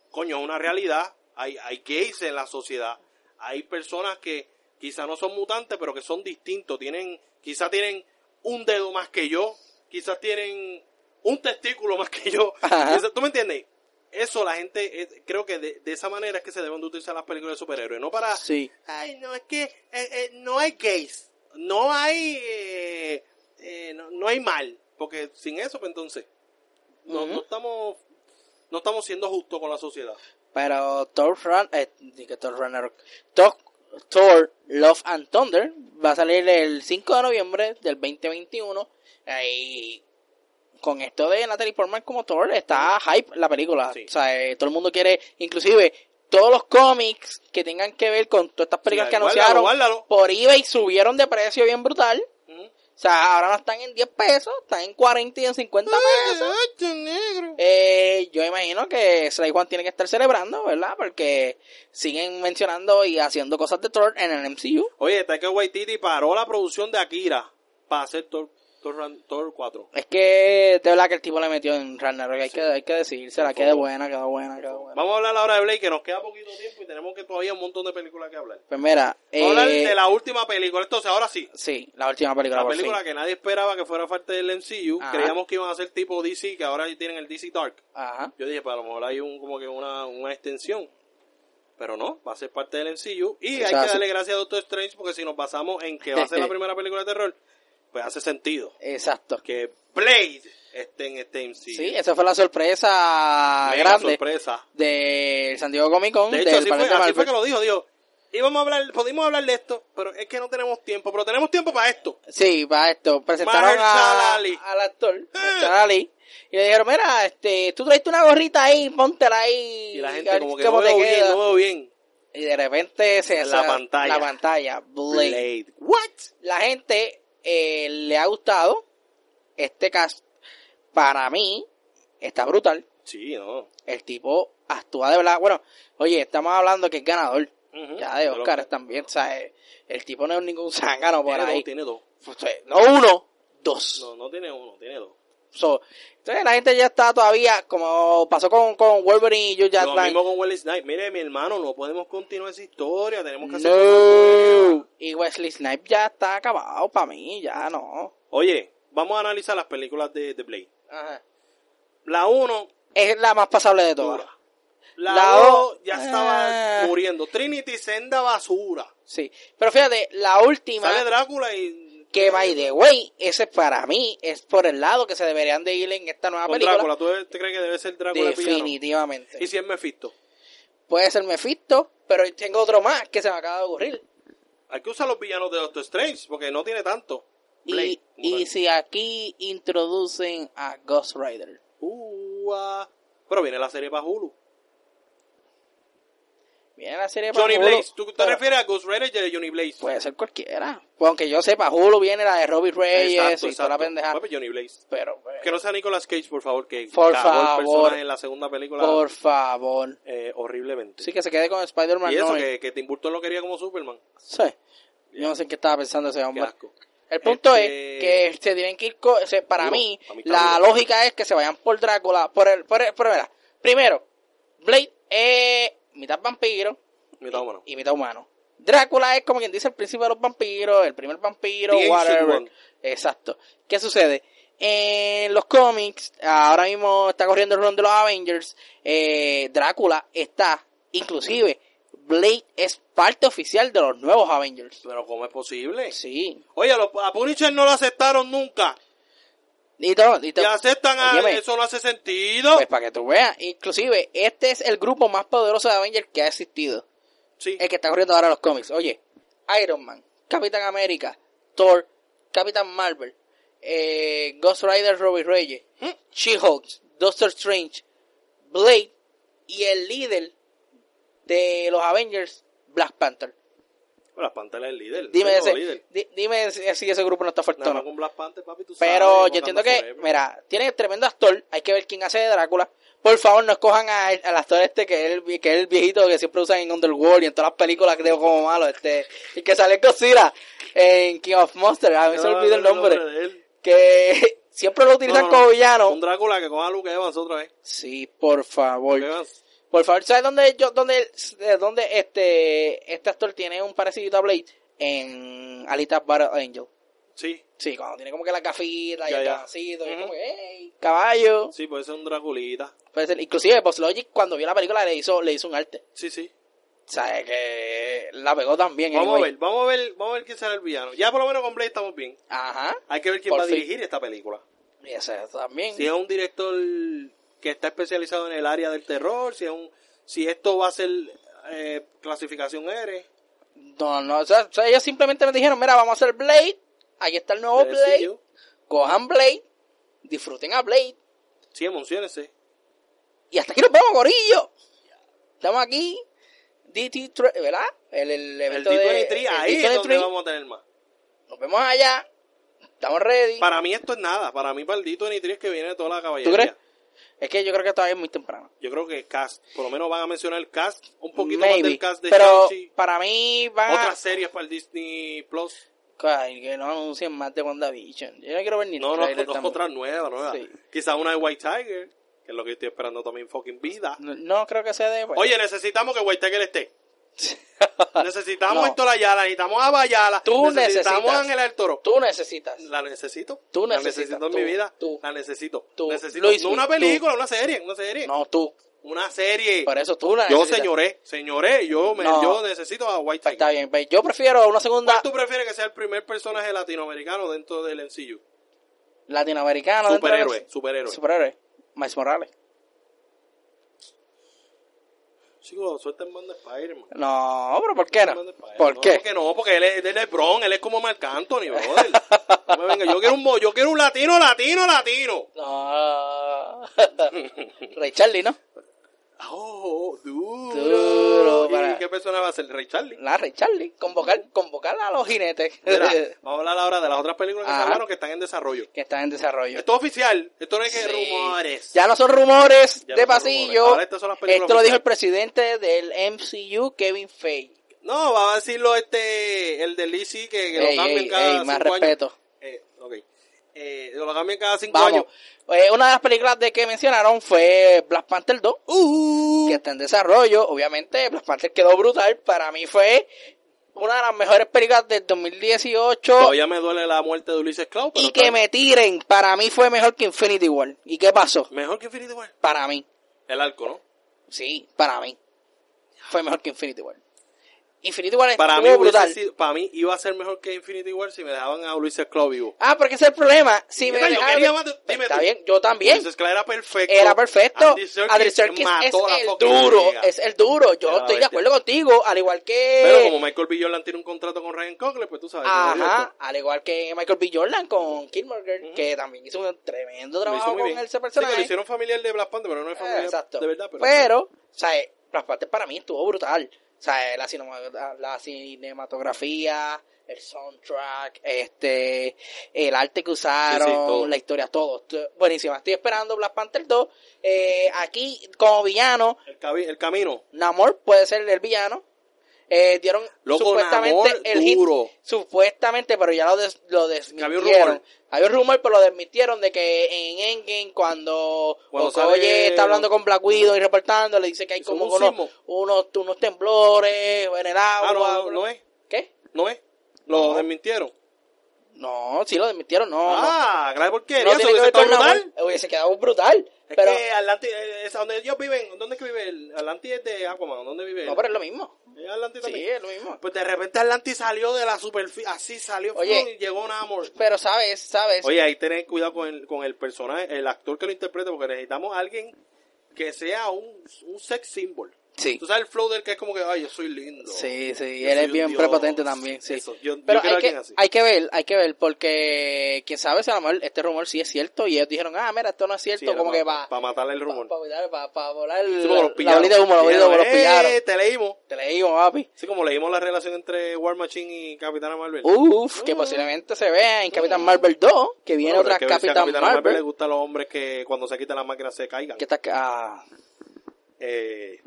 Speaker 1: coño, es una realidad. Hay, hay gays en la sociedad. Hay personas que quizá no son mutantes, pero que son distintos. Tienen, quizá tienen un dedo más que yo. Quizás tienen un testículo más que yo.
Speaker 2: Ajá.
Speaker 1: Quizá- ¿Tú me entiendes? Eso la gente, eh, creo que de, de esa manera es que se deben de utilizar las películas de superhéroes. No para
Speaker 2: Sí.
Speaker 1: Ay, no, es que eh, eh, no hay gays, no hay, eh, eh, no, no hay mal, porque sin eso, pues, entonces, no,
Speaker 2: Ujú.
Speaker 1: no estamos no estamos siendo justos con la sociedad.
Speaker 2: Pero Thor Run, eh, digo, Thor Ragnarok. Thor, Thor Love and Thunder va a salir el 5 de noviembre del 2021. Y con esto de Natalie Portman como Thor, está hype la película.
Speaker 1: Sí.
Speaker 2: O sea, eh, todo el mundo quiere, inclusive todos los cómics que tengan que ver con todas estas películas
Speaker 1: Sí,
Speaker 2: que
Speaker 1: guárdalo,
Speaker 2: anunciaron
Speaker 1: guárdalo.
Speaker 2: por eBay subieron de precio bien brutal.
Speaker 1: Ujú.
Speaker 2: O sea, ahora no están en 10 pesos, están en 40 y en 50 pesos. Eh, yo imagino que Sly Juan tiene que estar celebrando, ¿verdad? Porque siguen mencionando y haciendo cosas de Thor en el MCU.
Speaker 1: Oye, Taika Waititi paró la producción de Akira para hacer Thor, Thor, Ran- Thor 4.
Speaker 2: Es que de verdad que el tipo le metió en Ragnarok, hay, que, hay que decirse, la
Speaker 1: Por
Speaker 2: queda
Speaker 1: favor.
Speaker 2: buena, quedó buena, quedó buena.
Speaker 1: Vamos a hablar ahora de Blade, que nos queda poquito tiempo y tenemos que todavía un montón de películas que hablar.
Speaker 2: Pues mira,
Speaker 1: Vamos a hablar
Speaker 2: eh,
Speaker 1: de la última película, entonces ahora sí.
Speaker 2: sí, la última película,
Speaker 1: La
Speaker 2: por
Speaker 1: película
Speaker 2: fin.
Speaker 1: que nadie esperaba que fuera parte del MCU,
Speaker 2: Ajá.
Speaker 1: creíamos que iban a ser tipo DC, que ahora tienen el DC Dark.
Speaker 2: Ajá.
Speaker 1: Yo dije, para lo mejor hay un, como que una, una extensión. Pero no, va a ser parte del MCU. Y hay
Speaker 2: Eso es
Speaker 1: que
Speaker 2: así.
Speaker 1: darle gracias a Doctor Strange porque si nos basamos en que va a
Speaker 2: [laughs]
Speaker 1: ser la primera película de terror, pues hace sentido.
Speaker 2: Exacto.
Speaker 1: Que Blade esté en este MCU.
Speaker 2: Sí, esa fue la sorpresa
Speaker 1: Mega
Speaker 2: grande
Speaker 1: sorpresa.
Speaker 2: del San Diego Comic Con.
Speaker 1: De
Speaker 2: del
Speaker 1: hecho, así fue,
Speaker 2: panel de
Speaker 1: así fue
Speaker 2: Marvel.
Speaker 1: que lo dijo. Dijo, íbamos a hablar, pudimos hablar de esto, pero es que no tenemos tiempo. Pero tenemos tiempo para esto.
Speaker 2: Sí, para esto. Presentaron
Speaker 1: Mahershala
Speaker 2: a,
Speaker 1: Ali.
Speaker 2: al actor,
Speaker 1: [laughs]
Speaker 2: Mahershala Ali, y le dijeron, mira, este, tú traiste una gorrita ahí, póntela ahí.
Speaker 1: Y la
Speaker 2: a
Speaker 1: gente
Speaker 2: ver
Speaker 1: como que no
Speaker 2: cómo te
Speaker 1: veo bien,
Speaker 2: queda".
Speaker 1: no veo bien.
Speaker 2: Y de repente se
Speaker 1: La
Speaker 2: sa-
Speaker 1: pantalla.
Speaker 2: La pantalla, Blade.
Speaker 1: Blade. What?
Speaker 2: La gente eh, le ha gustado este cast. Para mí, está brutal.
Speaker 1: Sí, no.
Speaker 2: El tipo actúa de verdad. Bueno, oye, estamos hablando que es ganador.
Speaker 1: Ujú.
Speaker 2: Ya de
Speaker 1: Yo lo-
Speaker 2: Oscar también, o sea, eh, el tipo no es ningún [laughs] zángano por
Speaker 1: Tiene
Speaker 2: ahí.
Speaker 1: dos, tiene dos.
Speaker 2: Pues, eh, No uno, dos.
Speaker 1: No, no tiene uno, tiene dos.
Speaker 2: So, entonces la gente ya está todavía, como pasó con, con Wolverine y Hugh
Speaker 1: lo
Speaker 2: Jackman.
Speaker 1: mismo con Wesley Snipes. Mire, mi hermano, no podemos continuar esa historia. Tenemos que hacer.
Speaker 2: No. Y Wesley Snipes ya está acabado para mí, ya no.
Speaker 1: Oye, vamos a analizar las películas de, de Blade.
Speaker 2: Ajá.
Speaker 1: La 1,
Speaker 2: Es la más pasable de todas.
Speaker 1: dura. La
Speaker 2: La
Speaker 1: 2,
Speaker 2: dos,
Speaker 1: ya
Speaker 2: ah.
Speaker 1: estaba muriendo. Trinity, senda basura.
Speaker 2: Sí. Pero fíjate, la última,
Speaker 1: Sale Drácula y.
Speaker 2: que by the way, ese para mí es por el lado que se deberían de ir en esta nueva
Speaker 1: Con
Speaker 2: película.
Speaker 1: Drácula, ¿tú te crees que debe ser Drácula el villano?
Speaker 2: Definitivamente.
Speaker 1: ¿Y si es Mephisto?
Speaker 2: Puede ser Mephisto, pero tengo otro más que se me acaba de ocurrir.
Speaker 1: Hay que usar los villanos de Doctor Strange porque no tiene tanto. Blade,
Speaker 2: Y,
Speaker 1: como
Speaker 2: y
Speaker 1: tal.
Speaker 2: si aquí introducen a Ghost Rider.
Speaker 1: Uh, ah. Pero viene la serie para Hulu.
Speaker 2: Viene la serie para
Speaker 1: Johnny
Speaker 2: Hulu,
Speaker 1: Blaze, ¿tú te
Speaker 2: pero
Speaker 1: refieres a Ghost Rider y a Johnny Blaze?
Speaker 2: Puede ser cualquiera. Pues aunque yo sepa, Hulu viene la de Robbie Reyes y toda la pendeja.
Speaker 1: Pues, Johnny Blaze.
Speaker 2: Pero, pues,
Speaker 1: Que no sea Nicolas Cage, por favor, que
Speaker 2: Por
Speaker 1: cagó el
Speaker 2: favor.
Speaker 1: personaje en la segunda película
Speaker 2: por favor.
Speaker 1: eh, horriblemente.
Speaker 2: Sí, que se quede con Spider-Man.
Speaker 1: y eso,
Speaker 2: no, eh.
Speaker 1: que, que Tim Burton lo quería como Superman.
Speaker 2: Sí. Yo no sé en qué estaba pensando ese
Speaker 1: Qué
Speaker 2: hombre.
Speaker 1: asco.
Speaker 2: El punto
Speaker 1: Este-
Speaker 2: es que se tienen que ir. co- o sea, para
Speaker 1: Duro,
Speaker 2: mí,
Speaker 1: para mí está
Speaker 2: la
Speaker 1: duro.
Speaker 2: lógica es que se vayan por Drácula. Por el, por el- por- mira, primero, Blade es mitad vampiro
Speaker 1: Mi támara.
Speaker 2: y mitad humano. Drácula es como quien dice el príncipe de los vampiros, el primer vampiro,
Speaker 1: The Ancient
Speaker 2: whatever.
Speaker 1: One.
Speaker 2: Exacto. ¿Qué sucede? En los cómics, ahora mismo está corriendo el run de los Avengers, eh, Drácula está, inclusive, Blade es parte oficial de los nuevos Avengers.
Speaker 1: Pero ¿cómo es posible?
Speaker 2: Sí.
Speaker 1: Oye, los- a Punisher no lo aceptaron nunca.
Speaker 2: Y, todo, y todo-
Speaker 1: Y aceptan a...
Speaker 2: Óyeme,
Speaker 1: Eso no hace sentido.
Speaker 2: Pues para que tú veas, inclusive, este es el grupo más poderoso de Avengers que ha existido.
Speaker 1: sí.
Speaker 2: el que está corriendo ahora los cómics. Oye, Iron Man, Capitán América, Thor, Capitán Marvel, eh, Ghost Rider, Robbie Reyes,
Speaker 1: ¿Mm?
Speaker 2: She-Hulk, Doctor Strange, Blade y el líder de los Avengers, Black Panther.
Speaker 1: Black Panther es el líder.
Speaker 2: Dime,
Speaker 1: es el
Speaker 2: ese-
Speaker 1: nuevo líder.
Speaker 2: di- dime si si ese grupo no está fuerte
Speaker 1: Nada
Speaker 2: o
Speaker 1: más
Speaker 2: no.
Speaker 1: con Black Panther, papi, tú
Speaker 2: Pero
Speaker 1: sabes,
Speaker 2: yo entiendo
Speaker 1: Wakanda
Speaker 2: que,
Speaker 1: forever.
Speaker 2: mira, tiene tremendo actor. Hay que ver quién hace de Drácula. Por favor, no escojan a- al actor este que es, el, vi- que es el viejito que siempre usan en Underworld y en todas las películas que tengo como malo. Este, y que sale en Godzilla en King of Monsters. A mí se me
Speaker 1: No,
Speaker 2: olvida el
Speaker 1: no, no,
Speaker 2: nombre.
Speaker 1: de él.
Speaker 2: Que [laughs] siempre lo utilizan
Speaker 1: No, no, no.
Speaker 2: como villano.
Speaker 1: Un Drácula que coja a Luke Evans otra vez.
Speaker 2: Sí, por
Speaker 1: Luke
Speaker 2: favor.
Speaker 1: Evans.
Speaker 2: Por favor, ¿sabes dónde, yo, dónde, eh, dónde este, este actor tiene un parecido a Blade? En Alita Battle Angel.
Speaker 1: Sí,
Speaker 2: Sí, cuando tiene como que la gafitas y
Speaker 1: Ya,
Speaker 2: el
Speaker 1: ya.
Speaker 2: cabacito, y es
Speaker 1: Ujú.
Speaker 2: como, ¡ey, caballo!
Speaker 1: sí, puede ser un Draculita.
Speaker 2: Puede ser. Inclusive Boss Logic cuando vio la película le hizo, le hizo un arte.
Speaker 1: Sí, sí.
Speaker 2: O sea, es que la pegó también.
Speaker 1: Vamos a
Speaker 2: anyway.
Speaker 1: ver, vamos a ver, vamos a ver quién será el villano. Ya por lo menos con Blade estamos bien.
Speaker 2: Ajá.
Speaker 1: Hay que ver quién
Speaker 2: Por
Speaker 1: va
Speaker 2: fin.
Speaker 1: a dirigir esta película.
Speaker 2: Y ese también.
Speaker 1: Si es un director que está especializado en el área del terror, si es un, si esto va a ser eh, clasificación R.
Speaker 2: No, no, o sea, o sea, ellos simplemente me dijeron, mira, vamos a hacer Blade. Aquí está el nuevo Oh, Blade.
Speaker 1: sencillo.
Speaker 2: Cojan Blade. Disfruten a Blade.
Speaker 1: Sí, emocionense.
Speaker 2: Y hasta aquí nos vemos, gorillo. Estamos aquí. DT3, ¿verdad? El, el
Speaker 1: El
Speaker 2: evento de...
Speaker 1: D23, ahí
Speaker 2: el
Speaker 1: es donde
Speaker 2: D23.
Speaker 1: vamos a tener más.
Speaker 2: Nos vemos allá. Estamos ready.
Speaker 1: Para mí esto es nada. Para mí, para el D23 es que viene toda la
Speaker 2: ¿Tú
Speaker 1: caballería.
Speaker 2: crees? Es que yo creo que todavía es muy temprano.
Speaker 1: Yo creo que cast, por lo menos van a mencionar el cast, un poquito
Speaker 2: Maybe,
Speaker 1: más del cast de
Speaker 2: pero ah.
Speaker 1: Shang-Chi.
Speaker 2: para mí van a...
Speaker 1: Otras series para el Disney Plus.
Speaker 2: Ay, que no anuncien más de WandaVision. Yo no quiero ver ni
Speaker 1: No, no,
Speaker 2: trailer
Speaker 1: no,
Speaker 2: tampoco.
Speaker 1: otras nuevas, nuevas.
Speaker 2: Sí.
Speaker 1: Quizás una de White Tiger, que es lo que yo estoy esperando también fucking vida.
Speaker 2: No, no creo que sea de...
Speaker 1: Oye, necesitamos que White Tiger
Speaker 2: [laughs]
Speaker 1: esté. Necesitamos
Speaker 2: No.
Speaker 1: esto la Yala, necesitamos a Bayala.
Speaker 2: Tú
Speaker 1: necesitamos
Speaker 2: necesitas.
Speaker 1: a Ángela del Toro.
Speaker 2: tú necesitas.
Speaker 1: La necesito.
Speaker 2: Tú
Speaker 1: la
Speaker 2: necesitas,
Speaker 1: necesito en
Speaker 2: tú,
Speaker 1: mi vida.
Speaker 2: tú,
Speaker 1: la necesito.
Speaker 2: tú.
Speaker 1: necesito.
Speaker 2: Luis,
Speaker 1: no una
Speaker 2: tú.
Speaker 1: película, una serie, una serie.
Speaker 2: No, tú.
Speaker 1: Una serie.
Speaker 2: Por eso tú la
Speaker 1: Yo
Speaker 2: necesitas.
Speaker 1: señoré, señoré, yo me,
Speaker 2: No.
Speaker 1: yo necesito a White Tiger.
Speaker 2: Está bien, ve, yo prefiero una segunda
Speaker 1: ¿Cuál tú prefieres que sea el primer personaje latinoamericano dentro del MCU?
Speaker 2: latinoamericana. dentro de-
Speaker 1: superhéroe, superhéroe.
Speaker 2: Superhéroe. Miles Morales.
Speaker 1: Chicos, suelten banda Spider-Man.
Speaker 2: No, pero ¿por qué no?
Speaker 1: Banda Spider-Man.
Speaker 2: ¿Por
Speaker 1: No,
Speaker 2: qué?
Speaker 1: Porque no, porque él es, él es Bron, él es como Marc Anthony,
Speaker 2: [laughs]
Speaker 1: brother. No me venga, yo quiero un mo- yo quiero un latino, latino, latino.
Speaker 2: No. [laughs] Ray Charlie, ¿no?
Speaker 1: Oh, duro.
Speaker 2: Duro,
Speaker 1: ¿Y
Speaker 2: para-
Speaker 1: qué persona va a ser? Ray Charlie.
Speaker 2: La Ray Charlie. Convocar, convocar a los jinetes [laughs]
Speaker 1: Mira, vamos a hablar ahora de las otras películas que
Speaker 2: Ajá.
Speaker 1: salieron que están en desarrollo.
Speaker 2: que están en desarrollo.
Speaker 1: Esto es oficial, esto no es que
Speaker 2: Sí.
Speaker 1: rumores.
Speaker 2: Ya no son rumores
Speaker 1: Ya
Speaker 2: de
Speaker 1: no son rumores.
Speaker 2: pasillo.
Speaker 1: Ahora estas son las películas
Speaker 2: Esto lo dijo
Speaker 1: oficiales.
Speaker 2: el presidente del MCU, Kevin Feige.
Speaker 1: No, va a decirlo este, el de Lizzie que, que
Speaker 2: Ey,
Speaker 1: lo cambian
Speaker 2: ey,
Speaker 1: cada
Speaker 2: ey,
Speaker 1: cinco
Speaker 2: más
Speaker 1: años.
Speaker 2: respeto.
Speaker 1: Eh, ok. Eh, lo cambian cada cinco
Speaker 2: Vamos.
Speaker 1: años.
Speaker 2: Eh, una de las películas de que mencionaron fue Black Panther 2,
Speaker 1: Uh,
Speaker 2: que está en desarrollo. Obviamente, Black Panther quedó brutal. Para mí fue una de las mejores películas del 2018.
Speaker 1: Todavía me duele la muerte de Ulises Clau, pero
Speaker 2: Y que
Speaker 1: está-
Speaker 2: me tiren, para mí fue mejor que Infinity War. ¿Y qué pasó?
Speaker 1: mejor que Infinity War.
Speaker 2: Para mí.
Speaker 1: El arco, ¿no?
Speaker 2: Sí, para mí. Fue mejor que Infinity War. Infinity War
Speaker 1: Para mí,
Speaker 2: estuvo
Speaker 1: hubiese
Speaker 2: brutal.
Speaker 1: sido- para mí iba a ser mejor que Infinity War si me dejaban a Ulises Clau vivo.
Speaker 2: Ah, porque ese es el problema. Si me
Speaker 1: Mira, yo
Speaker 2: dejaron- Pues,
Speaker 1: quería más de- dime
Speaker 2: Está
Speaker 1: tú.
Speaker 2: bien, yo también.
Speaker 1: Ulises Clau era perfecto.
Speaker 2: Era perfecto.
Speaker 1: Andy Serkis
Speaker 2: Andy Serkis es
Speaker 1: mató la
Speaker 2: el
Speaker 1: fucking
Speaker 2: duro.
Speaker 1: liga.
Speaker 2: Es el duro. Yo
Speaker 1: Era
Speaker 2: estoy de
Speaker 1: bestia.
Speaker 2: acuerdo contigo. Al igual que.
Speaker 1: Pero como Michael B. Jordan tiene un contrato con Ryan Coogler, pues tú sabes. yo digo
Speaker 2: Ajá,
Speaker 1: esto.
Speaker 2: al igual que Michael B. Jordan con Killmonger,
Speaker 1: Ujú.
Speaker 2: que también hizo un
Speaker 1: Lo
Speaker 2: tremendo
Speaker 1: hizo
Speaker 2: trabajo
Speaker 1: muy
Speaker 2: con
Speaker 1: bien.
Speaker 2: ese
Speaker 1: Sí, que
Speaker 2: personaje.
Speaker 1: lo hicieron familiar de Black Panther, pero no es familiar
Speaker 2: Eh, Exacto.
Speaker 1: de verdad.
Speaker 2: pero, o sea, eh, Black Panther para mí estuvo brutal. O sea, eh, la, cinema- la cinematografía, el soundtrack, este, el arte que usaron,
Speaker 1: Sí, sí, todo.
Speaker 2: la historia, todo. Estu- Buenísima. Estoy esperando Black Panther 2. Eh, aquí, como villano,
Speaker 1: El, cabi- el camino.
Speaker 2: Namor puede ser el villano. Eh, dieron
Speaker 1: Loco,
Speaker 2: supuestamente
Speaker 1: Namor,
Speaker 2: el hit,
Speaker 1: duro.
Speaker 2: Supuestamente, pero ya lo, des- lo
Speaker 1: había un
Speaker 2: desmintieron.
Speaker 1: rumor.
Speaker 2: Había un rumor, pero lo desmintieron de que en Endgame, cuando,
Speaker 1: Cuando
Speaker 2: Okoye
Speaker 1: sale-
Speaker 2: está hablando con Black Widow y reportando, le dice que hay
Speaker 1: Hizo
Speaker 2: como
Speaker 1: un
Speaker 2: unos,
Speaker 1: sismo.
Speaker 2: unos, unos temblores en el agua.
Speaker 1: Ah, no, no, no es.
Speaker 2: ¿Qué?
Speaker 1: No es. Lo
Speaker 2: No.
Speaker 1: desmintieron.
Speaker 2: No, sí lo desmintieron, no.
Speaker 1: ah, gracias por qué.
Speaker 2: no, no
Speaker 1: eso
Speaker 2: tiene que
Speaker 1: hubiese
Speaker 2: ver con
Speaker 1: estado brutal.
Speaker 2: Namor. Hubiese quedado brutal.
Speaker 1: Es
Speaker 2: pero,
Speaker 1: que Atlantis, eh, es donde ellos viven, ¿dónde es que vive el Atlantis es de Aquaman? ¿Dónde vive él?
Speaker 2: no, pero es lo mismo.
Speaker 1: ¿Es Atlantis
Speaker 2: Sí,
Speaker 1: también?
Speaker 2: es lo mismo.
Speaker 1: Pues de repente Atlantis salió de la superficie, así salió
Speaker 2: Oye.
Speaker 1: fum, y llegó Namor.
Speaker 2: Pero sabes, sabes.
Speaker 1: Oye, ahí tenés cuidado con el, con el personaje, el actor que lo interprete, porque necesitamos a alguien que sea un, un sex symbol.
Speaker 2: Sí.
Speaker 1: Tú sabes el flow del que es como que, ay, yo soy lindo.
Speaker 2: Sí, sí,
Speaker 1: Yo
Speaker 2: él
Speaker 1: soy
Speaker 2: es
Speaker 1: un
Speaker 2: bien
Speaker 1: dios.
Speaker 2: prepotente también, sí.
Speaker 1: Eso, yo- yo
Speaker 2: Pero
Speaker 1: quiero
Speaker 2: hay,
Speaker 1: a
Speaker 2: que,
Speaker 1: alguien así.
Speaker 2: hay que ver, hay que ver, porque quién sabe si a lo mejor este rumor sí es cierto y ellos dijeron, ah, mira, esto no es cierto, como que va
Speaker 1: Para matarle el rumor.
Speaker 2: para volar
Speaker 1: Sí, porque
Speaker 2: el-
Speaker 1: los
Speaker 2: la
Speaker 1: pillaron.
Speaker 2: bolita de humo, la bolita de humo, los
Speaker 1: ¡Eh!
Speaker 2: pillaron.
Speaker 1: Te leímos.
Speaker 2: Te le digo, papi.
Speaker 1: Sí, como leímos la relación entre War Machine y Capitana Marvel.
Speaker 2: Uh, Uf, que posiblemente se vea en Capitán Marvel 2, que viene
Speaker 1: Uh. Bueno, pero
Speaker 2: otra
Speaker 1: hay que ver si a
Speaker 2: Capitán
Speaker 1: Capitana Marvel. le
Speaker 2: Marvel.
Speaker 1: gustan los hombres que cuando se quitan las máquinas se caigan.
Speaker 2: Que está ah,
Speaker 1: Eh,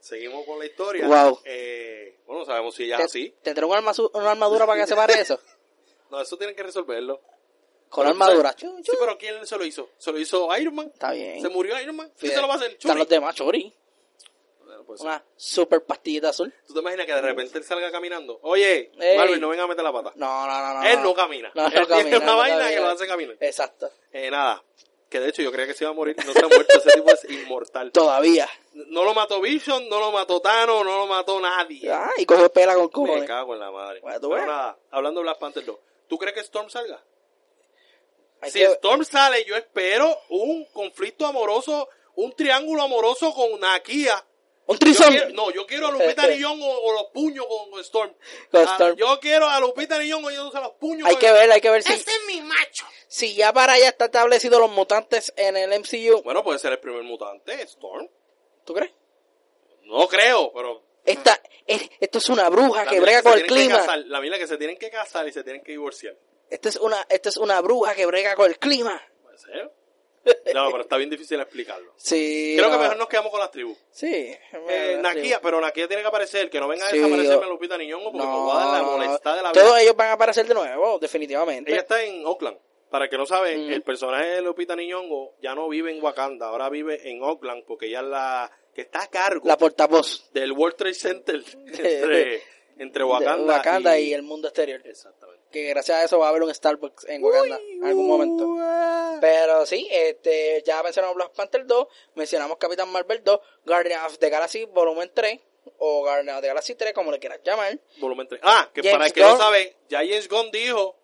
Speaker 1: seguimos con la historia.
Speaker 2: Wow.
Speaker 1: Eh, bueno, sabemos si ella es
Speaker 2: te-
Speaker 1: así.
Speaker 2: ¿Tendrá un arma su- una armadura para que se pare
Speaker 1: [laughs]
Speaker 2: eso?
Speaker 1: No, eso tienen que resolverlo.
Speaker 2: Con
Speaker 1: Pero,
Speaker 2: armadura.
Speaker 1: ¿tú sabes? Sí,
Speaker 2: Chu, chu.
Speaker 1: pero ¿quién se lo hizo? ¿Se lo hizo Iron Man.
Speaker 2: Está bien.
Speaker 1: Se murió Iron Man. ¿Quién se lo va a hacer?
Speaker 2: Están
Speaker 1: Churi.
Speaker 2: los demás, Chori.
Speaker 1: Bueno, pues,
Speaker 2: Una super pastillita azul.
Speaker 1: ¿Tú te imaginas que de repente él salga caminando? Oye,
Speaker 2: Ey.
Speaker 1: Marvel, no venga a meter la pata.
Speaker 2: No, no, no, no.
Speaker 1: Él no camina.
Speaker 2: No, no
Speaker 1: Él
Speaker 2: camina,
Speaker 1: tiene una
Speaker 2: no
Speaker 1: vaina
Speaker 2: camina.
Speaker 1: que lo hace caminar.
Speaker 2: Exacto.
Speaker 1: Eh, nada. Que de hecho yo creía que se iba a morir. No se ha muerto. Ese tipo es inmortal.
Speaker 2: Todavía.
Speaker 1: No lo mató Vision, no lo mató Thanos, no lo mató nadie.
Speaker 2: Ah, y cogió pela con
Speaker 1: Me
Speaker 2: cojones.
Speaker 1: cago en la madre.
Speaker 2: eh. Bueno, tú
Speaker 1: Pero
Speaker 2: ves.
Speaker 1: nada, hablando de Black Panther 2. ¿Tú crees que Storm salga?
Speaker 2: eh. Hay
Speaker 1: si
Speaker 2: que-
Speaker 1: Storm sale, yo espero un conflicto amoroso, un triángulo amoroso con Nakia.
Speaker 2: Un
Speaker 1: Yo
Speaker 2: trisón.
Speaker 1: quiero- no, yo quiero a Lupita
Speaker 2: [laughs]
Speaker 1: Nyong'o o, o los puños con, con Storm.
Speaker 2: Con
Speaker 1: Ah,
Speaker 2: Storm.
Speaker 1: yo quiero a Lupita Nyong'o yo uso los puños.
Speaker 2: Hay
Speaker 1: con-
Speaker 2: que ver, hay que ver si,
Speaker 1: Ese es mi macho.
Speaker 2: si ya para allá está establecido los mutantes en el MCU.
Speaker 1: Bueno, puede ser el primer mutante, Storm.
Speaker 2: ¿Tú crees?
Speaker 1: No creo, pero
Speaker 2: Esta, es- esto es una bruja
Speaker 1: La
Speaker 2: Ah, que
Speaker 1: mierda
Speaker 2: brega
Speaker 1: se
Speaker 2: con el
Speaker 1: tienen que
Speaker 2: clima.
Speaker 1: casar, la mierda que se tienen que casar y se tienen que divorciar.
Speaker 2: Esta es una, esta es una bruja que brega con el clima.
Speaker 1: ¿Puede ser? No, pero está bien difícil explicarlo.
Speaker 2: [laughs] Sí.
Speaker 1: Creo que
Speaker 2: no.
Speaker 1: mejor nos quedamos con las tribus.
Speaker 2: Sí.
Speaker 1: Eh, Nakia, pero Nakia tiene que aparecer, que no venga a
Speaker 2: Sí,
Speaker 1: desaparecerme
Speaker 2: yo-
Speaker 1: Lupita Niñongo porque nos
Speaker 2: No,
Speaker 1: va a dar la
Speaker 2: no, no.
Speaker 1: molestia de la vida.
Speaker 2: Todos ellos van a aparecer de nuevo, definitivamente.
Speaker 1: Ella está en Oakland. Para el que no sabe,
Speaker 2: Mm.
Speaker 1: el personaje de Lupita Niñongo ya no vive en Wakanda, ahora vive en Oakland porque ella es la que está a cargo
Speaker 2: La portavoz
Speaker 1: del World Trade
Speaker 2: [laughs]
Speaker 1: Center [laughs] entre, entre
Speaker 2: de
Speaker 1: Wakanda,
Speaker 2: Wakanda y el mundo exterior.
Speaker 1: Exactamente.
Speaker 2: que gracias a eso va a haber un Starbucks en Wakanda en algún momento. Pero sí, este, ya mencionamos Black Panther 2, mencionamos Capitán Marvel 2, Guardian of the Galaxy Volumen 3 o Guardian of the Galaxy 3, como le quieras llamar.
Speaker 1: Volumen 3. Ah, que
Speaker 2: James
Speaker 1: para el que
Speaker 2: Gunn.
Speaker 1: no sabe, ya James Gunn dijo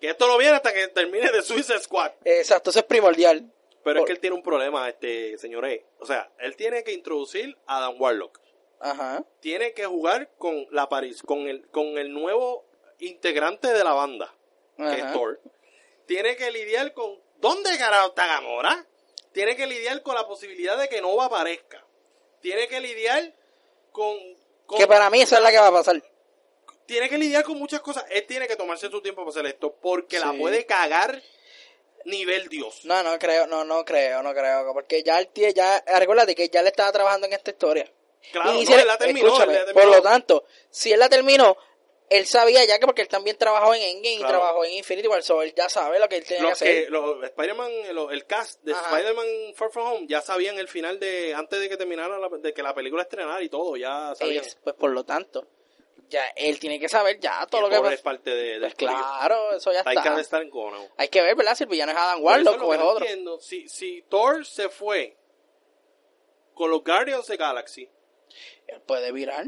Speaker 1: que esto no viene hasta que termine de Suicide Squad.
Speaker 2: Exacto, eso es primordial.
Speaker 1: Pero es
Speaker 2: Por-
Speaker 1: que él tiene un problema, este señores. O sea, él tiene que introducir a Dan Warlock.
Speaker 2: Ajá.
Speaker 1: Tiene que jugar con la París, con el, con el nuevo integrante de la banda, que es
Speaker 2: Ajá.
Speaker 1: Thor. Tiene que lidiar con ¿dónde carajo está Gamora? Tiene que lidiar con la posibilidad de que Nova aparezca. Tiene que lidiar con, con
Speaker 2: Que para mí esa es la que va a pasar.
Speaker 1: tiene que lidiar con muchas cosas. Él tiene que tomarse su tiempo para hacer esto porque la
Speaker 2: Sí.
Speaker 1: puede cagar nivel Dios.
Speaker 2: No, no creo, no, no creo, no creo. Porque ya el tío, ya, recuérdate que ya le estaba trabajando en esta historia.
Speaker 1: Claro,
Speaker 2: Y
Speaker 1: no, él la terminó,
Speaker 2: escúchame,
Speaker 1: él la terminó.
Speaker 2: Por lo tanto, si él la terminó, él sabía ya que porque él también trabajó en Endgame
Speaker 1: Claro.
Speaker 2: y trabajó en Infinity War, so él ya sabe lo que él tenía que
Speaker 1: Los que,
Speaker 2: hacer.
Speaker 1: los Spider-Man, los- el cast de
Speaker 2: Ajá.
Speaker 1: Spider-Man Far From Home ya sabían el final de antes de que terminara la, de que la película estrenara y todo, ya sabían.
Speaker 2: Es- pues por lo tanto, ya él tiene que saber ya todo
Speaker 1: Y
Speaker 2: lo que
Speaker 1: pobre
Speaker 2: va-
Speaker 1: es parte de, del
Speaker 2: Pues
Speaker 1: corillo.
Speaker 2: claro, eso ya
Speaker 1: Hay que
Speaker 2: está.
Speaker 1: estar en Gono.
Speaker 2: Hay que ver, ¿verdad? Si el villano es Adam
Speaker 1: Por eso
Speaker 2: Warlock
Speaker 1: lo
Speaker 2: o
Speaker 1: que
Speaker 2: es
Speaker 1: no
Speaker 2: otro.
Speaker 1: entiendo, si, si Thor se fue con los Guardians de Galaxy,
Speaker 2: Él puede virar.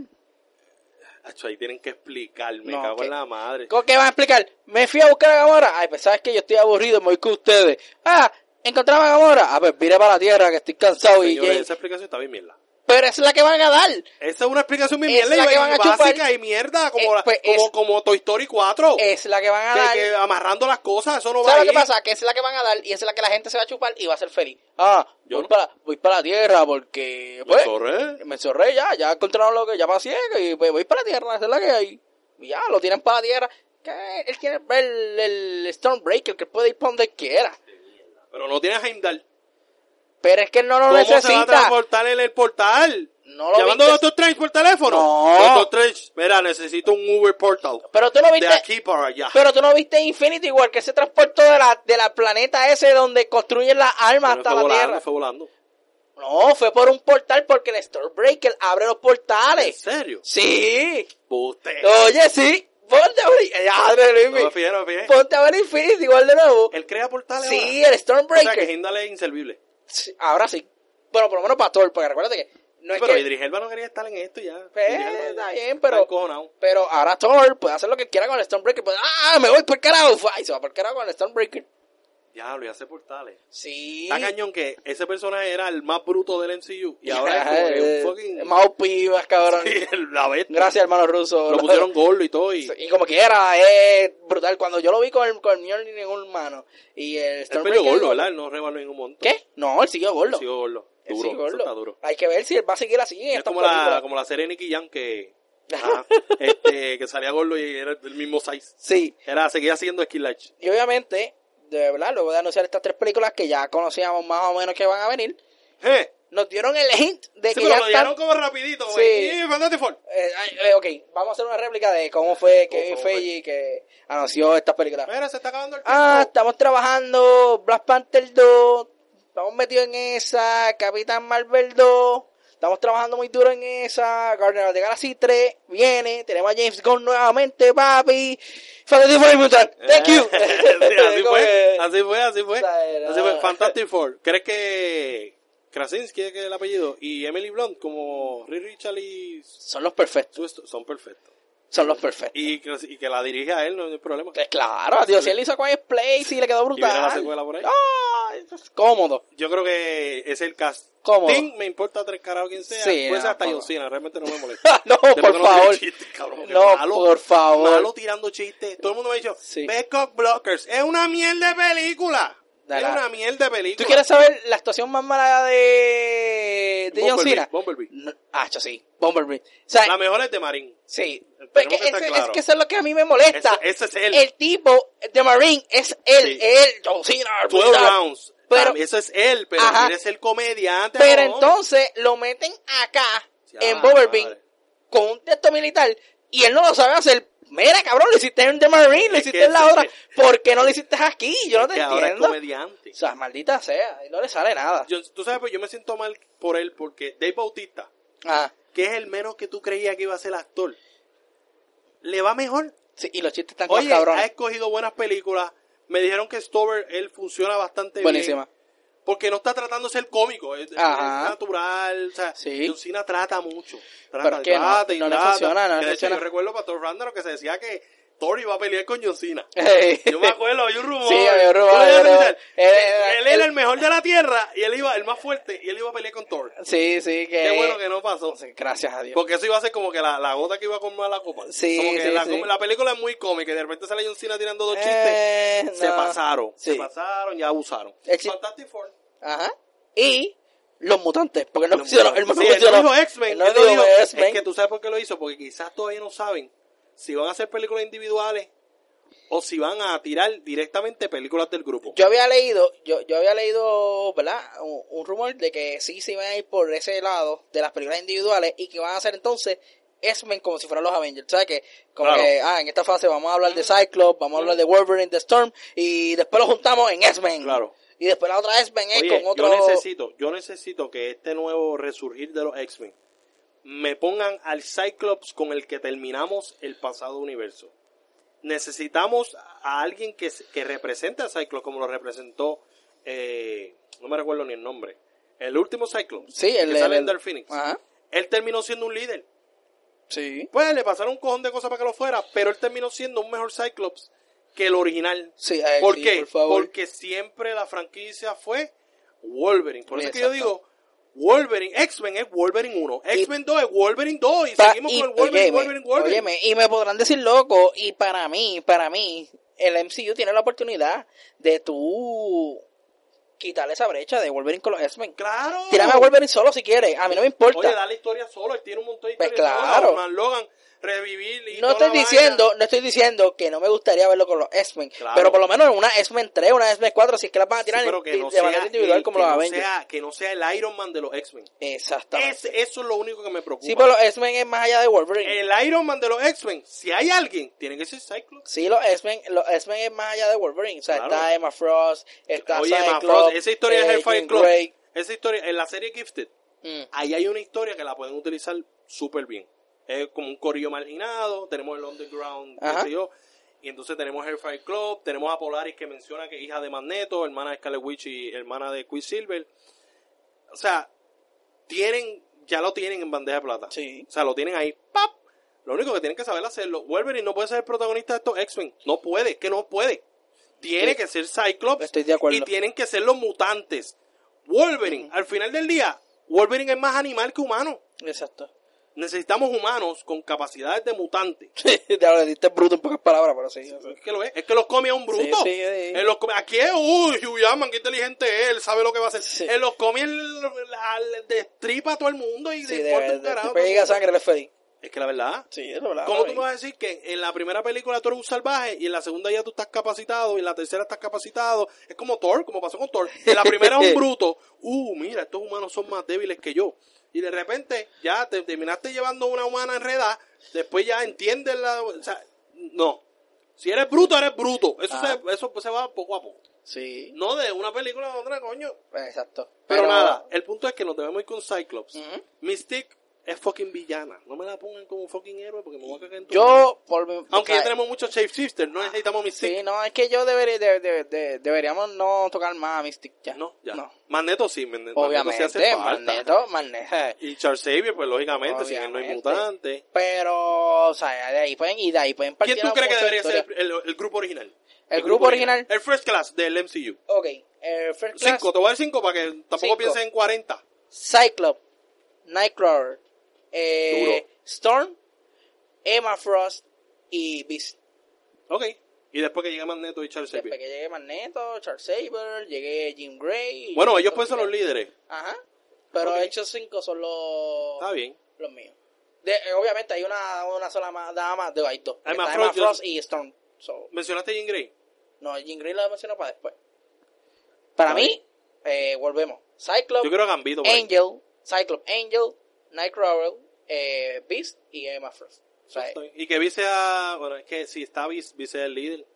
Speaker 1: acho, ahí tienen que explicarme,
Speaker 2: No,
Speaker 1: cago
Speaker 2: que-
Speaker 1: en la madre.
Speaker 2: ¿Con qué van a explicar? Me fui a buscar a Gamora. Ay, pues sabes que yo estoy aburrido, me voy con ustedes. Ah, encontraba a Gamora. Ah, pues vire para la tierra que estoy cansado
Speaker 1: Señores,
Speaker 2: y
Speaker 1: esa explicación está bien mierda.
Speaker 2: Pero es la que van a dar.
Speaker 1: Esa es una explicación bien
Speaker 2: Es
Speaker 1: mierda
Speaker 2: la
Speaker 1: y
Speaker 2: que van a
Speaker 1: básica
Speaker 2: chupar.
Speaker 1: y mierda, como,
Speaker 2: Eh,
Speaker 1: la-
Speaker 2: pues
Speaker 1: como,
Speaker 2: es-
Speaker 1: como Toy Story 4.
Speaker 2: Es la que van a
Speaker 1: que,
Speaker 2: dar.
Speaker 1: que amarrando las cosas, eso no va a
Speaker 2: ¿Sabes
Speaker 1: ir.
Speaker 2: lo que pasa? Que es la que van a dar y es la que la gente se va a chupar y va a ser feliz. Ah,
Speaker 1: Yo
Speaker 2: voy,
Speaker 1: no.
Speaker 2: para, voy para la tierra porque.
Speaker 1: Me
Speaker 2: Pues,
Speaker 1: zorré.
Speaker 2: me zorré ya, ya encontraron lo que ya pasé y pues voy para la tierra, esa es la que hay. Y ya, lo tienen para la tierra. Que él tiene el, el Stormbreaker que puede ir para donde quiera.
Speaker 1: Pero no tiene a Heimdall.
Speaker 2: Pero es que él no lo
Speaker 1: ¿Cómo se va a
Speaker 2: necesita.
Speaker 1: transportar en el portal?
Speaker 2: No lo
Speaker 1: ¿Llamando
Speaker 2: viste.
Speaker 1: a Doctor Strange por teléfono?
Speaker 2: No.
Speaker 1: Doctor Strange, mira, necesito un Uber portal.
Speaker 2: Pero tú no
Speaker 1: De
Speaker 2: viste.
Speaker 1: aquí para allá.
Speaker 2: Pero tú no viste Infinity War que se transportó de la, de la planeta ese donde construyen las armas
Speaker 1: Pero
Speaker 2: hasta
Speaker 1: fue
Speaker 2: la
Speaker 1: volando,
Speaker 2: tierra.
Speaker 1: fue volando.
Speaker 2: No, fue por un portal porque el Stormbreaker abre los
Speaker 1: ¿En
Speaker 2: portales.
Speaker 1: serio?
Speaker 2: Sí.
Speaker 1: Puta.
Speaker 2: Oye, sí. Ponte a ver. eh, madre, Luis,
Speaker 1: Eh. No me fijé, no me fijé.
Speaker 2: Ponte a ver Infinity War de nuevo.
Speaker 1: Él crea portales
Speaker 2: Sí,
Speaker 1: ahora.
Speaker 2: el
Speaker 1: O sea que
Speaker 2: Stormbreaker.
Speaker 1: Heimdall es inservible.
Speaker 2: Sí, Ahora sí. Bueno, por lo menos para Thor, porque recuérdate que no es
Speaker 1: Pero
Speaker 2: que-
Speaker 1: Idris Elba no quería estar en esto ya.
Speaker 2: Pues,
Speaker 1: Idris Elba ya
Speaker 2: está bien,
Speaker 1: está
Speaker 2: pero-
Speaker 1: encojonado.
Speaker 2: Pero ahora pues, Thor puede hacer lo que quiera con el Stormbreaker. Puede, ah, me voy por carajo. Ay, se va por carajo con el Stormbreaker.
Speaker 1: Diablo, y hace portales.
Speaker 2: Sí.
Speaker 1: Está cañón que ese personaje era el más bruto del MCU y ahora es
Speaker 2: Ajá,
Speaker 1: como que
Speaker 2: eh,
Speaker 1: un fucking... [laughs]
Speaker 2: Más pibas, cabrón.
Speaker 1: Sí, la bestia.
Speaker 2: Gracias, hermano ruso.
Speaker 1: Lo pusieron gordo y todo y...
Speaker 2: Y como quiera, es brutal. Cuando yo lo vi con el, con el Mjolnir en un mano y el
Speaker 1: Él peleó
Speaker 2: Stormbreaker...
Speaker 1: gordo, ¿verdad? Él no rebaló ningún montón.
Speaker 2: ¿Qué? No, él siguió gordo.
Speaker 1: Él siguió gordo.
Speaker 2: Él
Speaker 1: Duro,
Speaker 2: siguió
Speaker 1: eso
Speaker 2: gordo.
Speaker 1: está duro.
Speaker 2: Hay que ver si él va a seguir así en
Speaker 1: Es
Speaker 2: estas
Speaker 1: como la,
Speaker 2: películas.
Speaker 1: como la serie de Nicky Jam
Speaker 2: [laughs]
Speaker 1: que... ajá, este, que salía gordo y era del mismo size.
Speaker 2: Sí.
Speaker 1: Era, seguía haciendo skill latch.
Speaker 2: Y obviamente, de verdad, luego de anunciar estas tres películas que ya conocíamos más o menos que van a venir,
Speaker 1: Eh,
Speaker 2: nos dieron el hint de
Speaker 1: sí,
Speaker 2: que
Speaker 1: pero
Speaker 2: ya
Speaker 1: lo dieron
Speaker 2: están...
Speaker 1: como rapidito,
Speaker 2: Sí.
Speaker 1: güey. Sí. Fantastic Four.
Speaker 2: Eh, ay, eh, ok, vamos a hacer una réplica de cómo fue
Speaker 1: ¿Cómo
Speaker 2: que
Speaker 1: fue?
Speaker 2: Feige que anunció estas películas.
Speaker 1: Mira, se está acabando el tiempo.
Speaker 2: Ah, estamos trabajando Black Panther 2, estamos metidos en esa, Capitán Marvel 2, estamos trabajando muy duro en esa, Guardians of the Galaxy 3, viene, tenemos a James Gunn nuevamente, papi, Fantastic Four y Mutant, thank you.
Speaker 1: Eh, [laughs] Sí, así,
Speaker 2: [laughs] Como
Speaker 1: fue,
Speaker 2: que-
Speaker 1: así fue, así fue,
Speaker 2: Exagerado.
Speaker 1: así fue. Fantastic Four. ¿Crees que Krasinski es que es el apellido? Y Emily Blunt, como Riri Richard y
Speaker 2: Son los perfectos,
Speaker 1: Sue Sto- son perfectos.
Speaker 2: son los perfectos.
Speaker 1: Y, Kras- y que la dirige a él, no hay problema.
Speaker 2: Pues claro, tío, si él hizo Quiet Place y le quedó
Speaker 1: Y viene la
Speaker 2: brutal.
Speaker 1: secuela por ahí.
Speaker 2: Ah, eso es cómodo. [laughs]
Speaker 1: Yo creo que es el cast.
Speaker 2: Cómodo.
Speaker 1: Ting, me importa tres carajos quien sea.
Speaker 2: Sí,
Speaker 1: Puede ser
Speaker 2: no,
Speaker 1: hasta
Speaker 2: por
Speaker 1: John
Speaker 2: favor.
Speaker 1: Cena, realmente
Speaker 2: [laughs]
Speaker 1: no me molesta.
Speaker 2: Ah, no,
Speaker 1: Después
Speaker 2: por
Speaker 1: que no
Speaker 2: favor.
Speaker 1: tire chistes, cabrón, que
Speaker 2: No,
Speaker 1: malo.
Speaker 2: por favor.
Speaker 1: Malo tirando chistes. Todo el mundo me ha dicho,
Speaker 2: Sí.
Speaker 1: Bangkok Blockers, es una mierda de película.
Speaker 2: Da
Speaker 1: Es
Speaker 2: la-
Speaker 1: una mierda de película.
Speaker 2: ¿Tú quieres saber la actuación más mala de, de John
Speaker 1: Bumblebee,
Speaker 2: Cena?
Speaker 1: Bumblebee.
Speaker 2: No, ah, yo sí, Bumblebee. O sea,
Speaker 1: La mejor es de Marín.
Speaker 2: sí.
Speaker 1: tenemos
Speaker 2: Porque
Speaker 1: que estar
Speaker 2: ese-
Speaker 1: claro.
Speaker 2: Es que eso es lo que a mí me molesta.
Speaker 1: Ese- ese es él.
Speaker 2: El tipo de Marine es él,
Speaker 1: Sí.
Speaker 2: él, John Cena.
Speaker 1: 12
Speaker 2: brutal.
Speaker 1: rounds.
Speaker 2: Pero-
Speaker 1: Tam- eso es él, pero
Speaker 2: Ajá.
Speaker 1: quiere ser comediante.
Speaker 2: Pero
Speaker 1: ¿no?
Speaker 2: entonces lo meten acá,
Speaker 1: Ya,
Speaker 2: en Bumblebee,
Speaker 1: madre.
Speaker 2: con un texto militar, y él no lo sabe hacer. Mira, cabrón, lo hiciste en The Marine, lo
Speaker 1: Es
Speaker 2: hiciste
Speaker 1: que
Speaker 2: en la
Speaker 1: ese-
Speaker 2: otra. ¿Por qué no lo hiciste aquí? Yo no te
Speaker 1: que ahora es
Speaker 2: entiendo. O
Speaker 1: comediante.
Speaker 2: sea, maldita sea, y no le sale nada.
Speaker 1: Yo- tú sabes, pues yo me siento mal por él porque Dave Bautista,
Speaker 2: Ah,
Speaker 1: que es el menos que tú creías que iba a ser actor, le va mejor.
Speaker 2: sí, y los chistes están con
Speaker 1: Oye,
Speaker 2: cabrón.
Speaker 1: ha escogido buenas películas. Me dijeron que Stover, él funciona bastante
Speaker 2: Buenísima.
Speaker 1: bien. Porque no está tratando de ser cómico, es, es
Speaker 2: Ajá.
Speaker 1: natural. O sea,
Speaker 2: Sí.
Speaker 1: John Cena trata mucho. Trata,
Speaker 2: Pero es que no,
Speaker 1: trata y
Speaker 2: no le
Speaker 1: trata.
Speaker 2: funciona, no
Speaker 1: Que
Speaker 2: le
Speaker 1: de hecho,
Speaker 2: funciona.
Speaker 1: Yo recuerdo para Thor Ragnarok que se decía que Thor iba a pelear con John Cena.
Speaker 2: [laughs] Ey.
Speaker 1: Yo me acuerdo, había un rumor.
Speaker 2: Sí, había un rumor,
Speaker 1: Yo leía
Speaker 2: había un rumor.
Speaker 1: revisar.
Speaker 2: Él-
Speaker 1: Que Él
Speaker 2: él-
Speaker 1: era el mejor de la tierra y él iba, el más fuerte, y él iba a pelear con Thor.
Speaker 2: Sí, sí, que.
Speaker 1: Qué bueno que no pasó.
Speaker 2: Gracias a Dios.
Speaker 1: Porque eso iba a ser como que la, la gota que iba a comer la copa.
Speaker 2: Sí,
Speaker 1: Como que
Speaker 2: sí,
Speaker 1: la,
Speaker 2: sí.
Speaker 1: com- la película es muy cómica y de repente sale John Cena tirando dos chistes.
Speaker 2: Eh,
Speaker 1: Se
Speaker 2: no.
Speaker 1: pasaron, se
Speaker 2: Sí.
Speaker 1: pasaron, ya abusaron.
Speaker 2: El chi-
Speaker 1: Fantastic Four.
Speaker 2: Ajá. Y los mutantes, porque no
Speaker 1: Los
Speaker 2: funcionó.
Speaker 1: mutantes.
Speaker 2: Él no
Speaker 1: Sí, él no
Speaker 2: funcionó.
Speaker 1: dijo X-Men.
Speaker 2: Él no
Speaker 1: él no
Speaker 2: dijo
Speaker 1: dijo-
Speaker 2: X-Men.
Speaker 1: Es que tú sabes por qué lo hizo, porque quizás todavía no saben si van a hacer películas individuales o si van a tirar directamente películas del grupo.
Speaker 2: Yo había leído, yo, yo había leído, ¿verdad? Un, un rumor de que sí se iban a ir por ese lado de las películas individuales y que van a hacer entonces X-Men como si fueran los Avengers. ¿Sabes que Como
Speaker 1: Claro.
Speaker 2: que, ah, en esta fase vamos a hablar de Cyclops, vamos a hablar de Wolverine, de Storm y después lo juntamos en X-Men.
Speaker 1: Claro.
Speaker 2: Y después la otra X-Men es
Speaker 1: Oye,
Speaker 2: con otro.
Speaker 1: yo necesito, yo necesito que este nuevo resurgir de los X-Men me pongan al Cyclops con el que terminamos el pasado universo. Necesitamos a alguien que, se- que represente a Cyclops como lo representó, eh, no me recuerdo ni el nombre, el último Cyclops,
Speaker 2: Sí, el
Speaker 1: que sale
Speaker 2: el-
Speaker 1: en Dark Phoenix.
Speaker 2: Ajá.
Speaker 1: Él terminó siendo un líder.
Speaker 2: Sí.
Speaker 1: Pues le pasaron un cojón de cosas para que lo fuera, pero él terminó siendo un mejor Cyclops que el original.
Speaker 2: Sí, ay,
Speaker 1: ¿Por
Speaker 2: sí,
Speaker 1: qué?
Speaker 2: por favor.
Speaker 1: Porque siempre la franquicia fue Wolverine. Por eso es que yo
Speaker 2: Exacto.
Speaker 1: digo, Wolverine, X-Men es Wolverine 1, X-Men 2 es Wolverine 2 y
Speaker 2: Pa-
Speaker 1: seguimos
Speaker 2: y-
Speaker 1: con el Wolverine,
Speaker 2: óyeme,
Speaker 1: Wolverine, Wolverine.
Speaker 2: óyeme, y me podrán decir loco, y para mí, para mí, el MCU tiene la oportunidad de tú quitarle esa brecha de Wolverine con los X-Men.
Speaker 1: Claro.
Speaker 2: Tírame a Wolverine solo si quieres, a mí no me importa.
Speaker 1: Oye, da la historia solo, él tiene un montón de
Speaker 2: Pues
Speaker 1: historias. solas,
Speaker 2: claro.
Speaker 1: Batman, Logan, revivir y
Speaker 2: no
Speaker 1: toda
Speaker 2: estoy
Speaker 1: la vaina.
Speaker 2: diciendo, no estoy diciendo que no me gustaría verlo con los X-Men,
Speaker 1: Claro.
Speaker 2: pero por lo menos en una X-Men 3, una X-Men 4, si es que las van a
Speaker 1: Sí,
Speaker 2: tirar
Speaker 1: pero
Speaker 2: de
Speaker 1: que no
Speaker 2: manera
Speaker 1: sea
Speaker 2: individual
Speaker 1: el-
Speaker 2: como
Speaker 1: que
Speaker 2: los
Speaker 1: no
Speaker 2: Avengers.
Speaker 1: sea- que no sea el Iron Man de los X-Men.
Speaker 2: Exactamente.
Speaker 1: Ese- Eso es lo único que me preocupa.
Speaker 2: Sí, pero los X-Men es más allá de Wolverine.
Speaker 1: El Iron Man de los X-Men, si hay alguien, tiene que ser Cyclops.
Speaker 2: Sí, los X-Men, los X-Men es más allá de Wolverine. O sea,
Speaker 1: Claro.
Speaker 2: está Emma Frost, está
Speaker 1: Oye, Emma
Speaker 2: Cyclops,
Speaker 1: Frost, esa historia
Speaker 2: eh,
Speaker 1: de Hellfire
Speaker 2: Jean
Speaker 1: Club.
Speaker 2: Grey.
Speaker 1: Esa historia, en la serie Gifted,
Speaker 2: Mm.
Speaker 1: ahí hay una historia que la pueden utilizar súper bien. Es como un corillo marginado, tenemos el Underground, qué
Speaker 2: Ajá.
Speaker 1: sé yo, y entonces tenemos Hellfire Club, tenemos a Polaris que menciona que es hija de Magneto, hermana de Scarlet Witch y hermana de Quicksilver. O sea, tienen, ya lo tienen en bandeja de plata.
Speaker 2: Sí.
Speaker 1: O sea, lo tienen ahí, ¡pap! Lo único que tienen que saber hacerlo. Wolverine no puede ser el protagonista de estos X-Men. No puede, es que no puede. Tiene que ser Cyclops.
Speaker 2: Estoy de acuerdo.
Speaker 1: Y tienen que ser los mutantes. Wolverine, al final del día, Wolverine es más animal que humano.
Speaker 2: Exacto. [laughs]
Speaker 1: Necesitamos humanos con capacidades de mutante.
Speaker 2: ya lo diste bruto en pocas palabras, pero sí. o sea.
Speaker 1: Es que, lo es. es que los cómics es un bruto.
Speaker 2: sí, sí.
Speaker 1: En los cómics- aquí es, uy, Hugh Jackman, qué inteligente es, él, sabe lo que va a hacer.
Speaker 2: Sí.
Speaker 1: En los cómics él, la- le destripa a todo el mundo y
Speaker 2: Sí,
Speaker 1: le
Speaker 2: de
Speaker 1: corta
Speaker 2: verdad.
Speaker 1: un carajo.
Speaker 2: Te pega sangre le fedí.
Speaker 1: Es que la verdad.
Speaker 2: Sí, es verdad.
Speaker 1: ¿Cómo tú me vas a decir que en la primera película tú eres un salvaje y en la segunda ya tú estás capacitado y en la tercera estás capacitado? Es como Thor, como pasó con Thor. En la primera
Speaker 2: [laughs]
Speaker 1: es un bruto. Uh, mira, estos humanos son más débiles que yo. Y de repente ya te terminaste llevando una humana enredada, después ya entiendes la... O sea, no. Si eres bruto, eres bruto. Eso,
Speaker 2: Ah.
Speaker 1: se, eso se va poco a poco.
Speaker 2: Sí.
Speaker 1: No de una película a otra, coño.
Speaker 2: Pues, Exacto.
Speaker 1: Pero, nada, el punto es que nos debemos ir con Cyclops.
Speaker 2: Ujú.
Speaker 1: Mystique es fucking villana. No me la pongan como fucking héroe porque me voy a cagar en tu
Speaker 2: Yo, por mi-
Speaker 1: aunque ya
Speaker 2: o sea,
Speaker 1: tenemos muchos shape shifters, no necesitamos Mystique.
Speaker 2: Ah, Sí, no, es que yo debería, de- de- de- deberíamos no tocar más a Mystic ya.
Speaker 1: No, ya.
Speaker 2: No.
Speaker 1: Magneto sí, Magneto sí hace
Speaker 2: Obviamente,
Speaker 1: falta.
Speaker 2: Magneto, Magneto.
Speaker 1: [laughs] Y Charles Xavier, pues lógicamente, sin él no hay
Speaker 2: Obviamente.
Speaker 1: mutante.
Speaker 2: Pero, o sea, de ahí pueden, y de ahí pueden partir.
Speaker 1: ¿Quién tú
Speaker 2: a
Speaker 1: crees que
Speaker 2: muchas
Speaker 1: debería
Speaker 2: historias.
Speaker 1: ser el, el- el grupo original?
Speaker 2: El grupo original.
Speaker 1: El First Class del MCU.
Speaker 2: Ok, eh, First Class,
Speaker 1: Cinco, te voy a dar cinco para que tampoco
Speaker 2: Cinco.
Speaker 1: pienses en 40.
Speaker 2: Cyclops, Nightcrawler, eh,
Speaker 1: Duro.
Speaker 2: Storm, Emma Frost y Beast.
Speaker 1: Ok. Y después que llegue Magneto y Charles
Speaker 2: Después
Speaker 1: Xavier.
Speaker 2: que llegue Magneto, Charles Saber, llegue Jim Gray. y-
Speaker 1: Bueno, ellos pueden ser los líderes.
Speaker 2: Ajá. Pero
Speaker 1: Ok.
Speaker 2: hechos cinco son los...
Speaker 1: Está bien.
Speaker 2: los míos. De- eh, obviamente hay una, una sola ma- dama, de hay dos.
Speaker 1: Emma
Speaker 2: Está Emma
Speaker 1: Frost, yo-
Speaker 2: Frost y Storm. So,
Speaker 1: ¿Mencionaste a Jean Grey?
Speaker 2: no, Jean Grey la menciono para después. Para
Speaker 1: Está
Speaker 2: mí, eh, volvemos. Cyclops,
Speaker 1: Yo quiero a Gambito. por ahí.
Speaker 2: Angel, Cyclops, Angel, Nightcrawler, eh, Beast y Emma Frost. O sea,
Speaker 1: Está bien. Y que vice a... Bueno, es que si está vice, vice es el líder.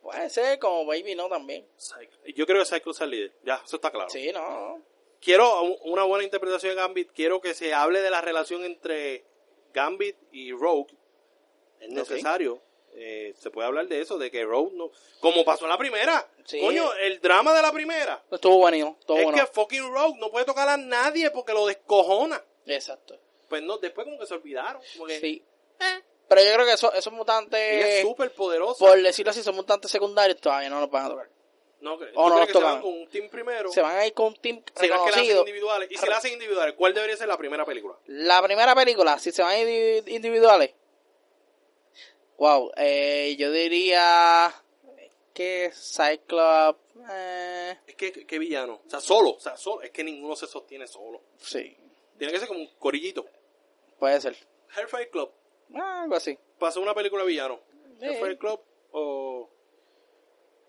Speaker 2: puede ser como Baby No también.
Speaker 1: Cyclops. Yo creo que Cyclops es el líder. Ya, eso está claro.
Speaker 2: Sí, no.
Speaker 1: quiero un- una buena interpretación de Gambit. Quiero que se hable de la relación entre Gambit y Rogue. Es
Speaker 2: Ok.
Speaker 1: necesario. Eh, se puede hablar de eso, de que Rogue no. Como pasó en la primera.
Speaker 2: Sí.
Speaker 1: Coño, el drama de la primera.
Speaker 2: Estuvo bueno, estuvo
Speaker 1: es
Speaker 2: bueno.
Speaker 1: que fucking Rogue no puede tocar a nadie porque lo descojona.
Speaker 2: Exacto.
Speaker 1: Pues no, después como que se olvidaron. Como que
Speaker 2: Sí. Pero yo creo que eso- esos
Speaker 1: Ella es
Speaker 2: mutantes,
Speaker 1: súper poderosa.
Speaker 2: por decirlo así, son mutantes secundarios, todavía no los van a tocar.
Speaker 1: No, cre- ¿tú
Speaker 2: Oh, no,
Speaker 1: crees que se
Speaker 2: tocaban.
Speaker 1: van con un team primero.
Speaker 2: Se van a ir con un team
Speaker 1: Será que la hacen
Speaker 2: reconocido.
Speaker 1: individuales. Y si la hacen individuales, ¿cuál debería ser la primera película?
Speaker 2: La primera película, si se van indi- individuales. Wow, eh, yo diría que Cyclops. eh,
Speaker 1: Es que, que villano. O sea, solo. O sea, solo. Es que ninguno se sostiene solo.
Speaker 2: sí,
Speaker 1: Tiene que ser como un corillito.
Speaker 2: puede ser. Ah,
Speaker 1: Hellfire Club.
Speaker 2: Algo así.
Speaker 1: Pasó una película de villano.
Speaker 2: Sí.
Speaker 1: Hellfire Club o...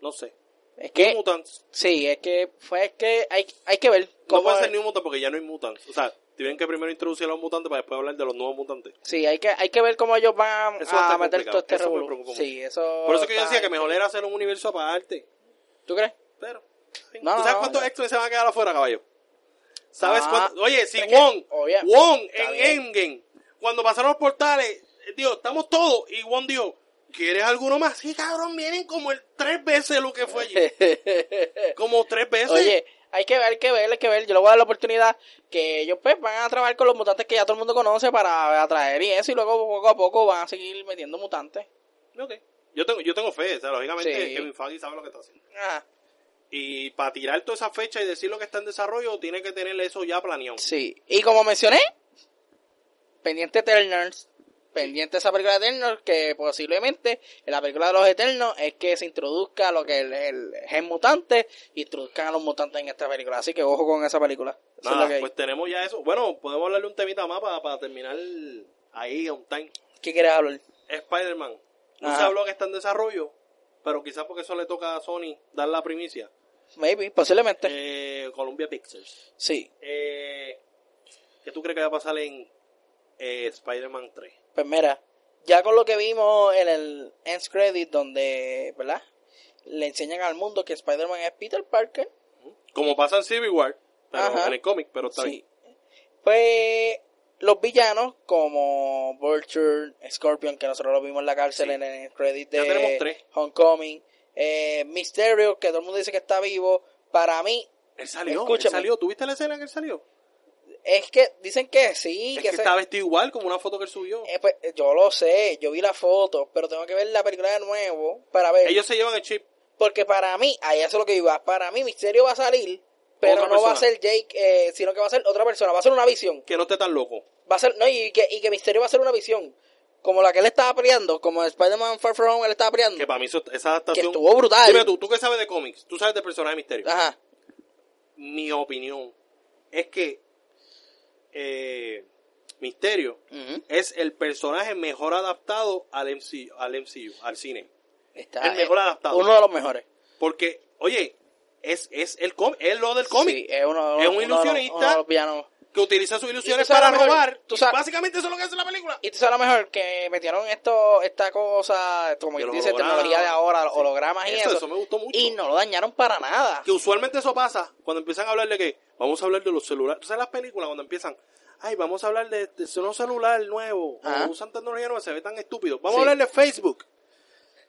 Speaker 1: No sé.
Speaker 2: Es
Speaker 1: New
Speaker 2: que,
Speaker 1: Mutants.
Speaker 2: sí, es que, pues, es que hay, hay que ver
Speaker 1: No
Speaker 2: cómo.
Speaker 1: puede ser New Mutants porque ya no hay Mutants. O sea, tienen que primero introducir a los mutantes para después hablar de los nuevos mutantes.
Speaker 2: Sí, hay que, hay que ver cómo ellos van
Speaker 1: Eso
Speaker 2: a
Speaker 1: está
Speaker 2: meter todo
Speaker 1: complicado.
Speaker 2: este
Speaker 1: Eso me
Speaker 2: revolú.
Speaker 1: preocupa mucho.
Speaker 2: Sí, eso.
Speaker 1: Por eso que yo
Speaker 2: está-
Speaker 1: decía que mejor era hacer un universo aparte. [laughs]
Speaker 2: ¿Tú crees?
Speaker 1: Pero... ¿Tú
Speaker 2: No, no,
Speaker 1: sabes
Speaker 2: no,
Speaker 1: cuántos
Speaker 2: no.
Speaker 1: extras se van a quedar afuera, caballo? ¿Sabes
Speaker 2: Ah,
Speaker 1: cuánto? Oye, si
Speaker 2: es que-
Speaker 1: Wong,
Speaker 2: obvia-
Speaker 1: Wong
Speaker 2: está
Speaker 1: en
Speaker 2: bien.
Speaker 1: Endgame, cuando pasaron los portales, dijo, estamos todos, y Wong dijo, ¿quieres alguno más? Sí, cabrón, vienen como el tres veces lo que fue allí.
Speaker 2: [laughs]
Speaker 1: como tres veces.
Speaker 2: Oye, hay que ver, hay que ver, hay que ver. Yo le voy a dar la oportunidad que ellos pues van a trabajar con los mutantes que ya todo el mundo conoce para atraer y eso y luego poco a poco van a seguir metiendo mutantes.
Speaker 1: Ok. Yo tengo, yo tengo fe, o sea, lógicamente
Speaker 2: Sí.
Speaker 1: Kevin Feige sabe lo que está haciendo.
Speaker 2: Ajá.
Speaker 1: Y para tirar toda esa fecha y decir lo que está en desarrollo, tiene que tener eso ya planeado.
Speaker 2: Sí. Y como mencioné, pendiente Eternals, pendiente esa película de Eternals que posiblemente en la película de los Eternos es que se introduzca lo que es el, el gen mutante y introduzcan a los mutantes en esta película. Así que ojo con esa película. Eso es
Speaker 1: Nada,
Speaker 2: lo que hay.
Speaker 1: pues tenemos ya eso. Bueno, podemos hablarle un temita más para, para terminar ahí on time.
Speaker 2: ¿Qué quieres hablar?
Speaker 1: Spider-Man. No
Speaker 2: Ajá.
Speaker 1: se habló que está en desarrollo, pero quizás porque eso le toca a Sony dar la primicia.
Speaker 2: Maybe, posiblemente.
Speaker 1: Eh, Columbia Pictures.
Speaker 2: sí.
Speaker 1: Eh, ¿Qué tú crees que va a pasar en eh, Spider-Man 3?
Speaker 2: Pues mira, ya con lo que vimos en el end credit donde, ¿verdad? Le enseñan al mundo que Spider-Man es Peter Parker.
Speaker 1: Como pasa en Civil War, pero
Speaker 2: Ajá.
Speaker 1: en el cómic, pero está bien.
Speaker 2: Sí. Pues los villanos como Vulture, Scorpion, que nosotros lo vimos en la cárcel
Speaker 1: Sí.
Speaker 2: en el end credit
Speaker 1: Ya tenemos
Speaker 2: de
Speaker 1: tres.
Speaker 2: Homecoming, eh, Mysterio, que todo el mundo dice que está vivo. Para mí,
Speaker 1: Él salió, él
Speaker 2: Escúchame.
Speaker 1: salió. ¿Tuviste la escena que él salió?
Speaker 2: Es que dicen que sí,
Speaker 1: Es que
Speaker 2: que, se-
Speaker 1: está vestido igual como una foto que él subió.
Speaker 2: eh, pues, yo lo sé, yo vi la foto, pero tengo que ver la película de nuevo para ver.
Speaker 1: Ellos se llevan el chip.
Speaker 2: Porque para mí, ahí eso es lo que iba, para mí Misterio va a salir, pero
Speaker 1: Otra
Speaker 2: no va a
Speaker 1: persona.
Speaker 2: ser Jake, eh, sino que va a ser otra persona, va a ser una visión.
Speaker 1: Que no esté tan loco.
Speaker 2: Va a ser, no, y que, y que Misterio va a ser una visión. Como la que él estaba peleando, como en Spider-Man Far From Home, él estaba peleando.
Speaker 1: Que para mí eso- esa adaptación...
Speaker 2: estuvo brutal.
Speaker 1: Dime tú, tú que sabes de cómics, tú sabes de personajes misterios.
Speaker 2: Ajá.
Speaker 1: Mi opinión es que eh, Misterio
Speaker 2: Ujú.
Speaker 1: es el personaje mejor adaptado al MCU, al, MCU, al cine.
Speaker 2: Está,
Speaker 1: El mejor
Speaker 2: eh,
Speaker 1: adaptado.
Speaker 2: Uno de los mejores.
Speaker 1: Porque, oye, es, es, el com- es lo del cómic.
Speaker 2: Sí, es uno,
Speaker 1: Es un
Speaker 2: uno de los-
Speaker 1: ilusionista.
Speaker 2: uno de los villanos.
Speaker 1: Que utiliza sus ilusiones
Speaker 2: sabes
Speaker 1: para
Speaker 2: lo mejor,
Speaker 1: robar.
Speaker 2: tú
Speaker 1: Y
Speaker 2: sabes-
Speaker 1: Básicamente eso es lo que hace la película.
Speaker 2: Y tú sabes lo mejor que metieron esto, esta cosa, como
Speaker 1: De
Speaker 2: que
Speaker 1: los
Speaker 2: dice,
Speaker 1: hologramas.
Speaker 2: tecnología de ahora, hologramas y
Speaker 1: Eso,
Speaker 2: eso.
Speaker 1: eso me gustó mucho.
Speaker 2: Y no lo dañaron para nada.
Speaker 1: Que usualmente eso pasa cuando empiezan a hablar de que vamos a hablar de los celulares. ¿Tú sabes las películas cuando empiezan? Ay, vamos a hablar de, de ese nuevo celular nuevo.
Speaker 2: Ajá.
Speaker 1: O usan tecnología nueva, se ve tan estúpido. Vamos
Speaker 2: Sí.
Speaker 1: a hablar de Facebook.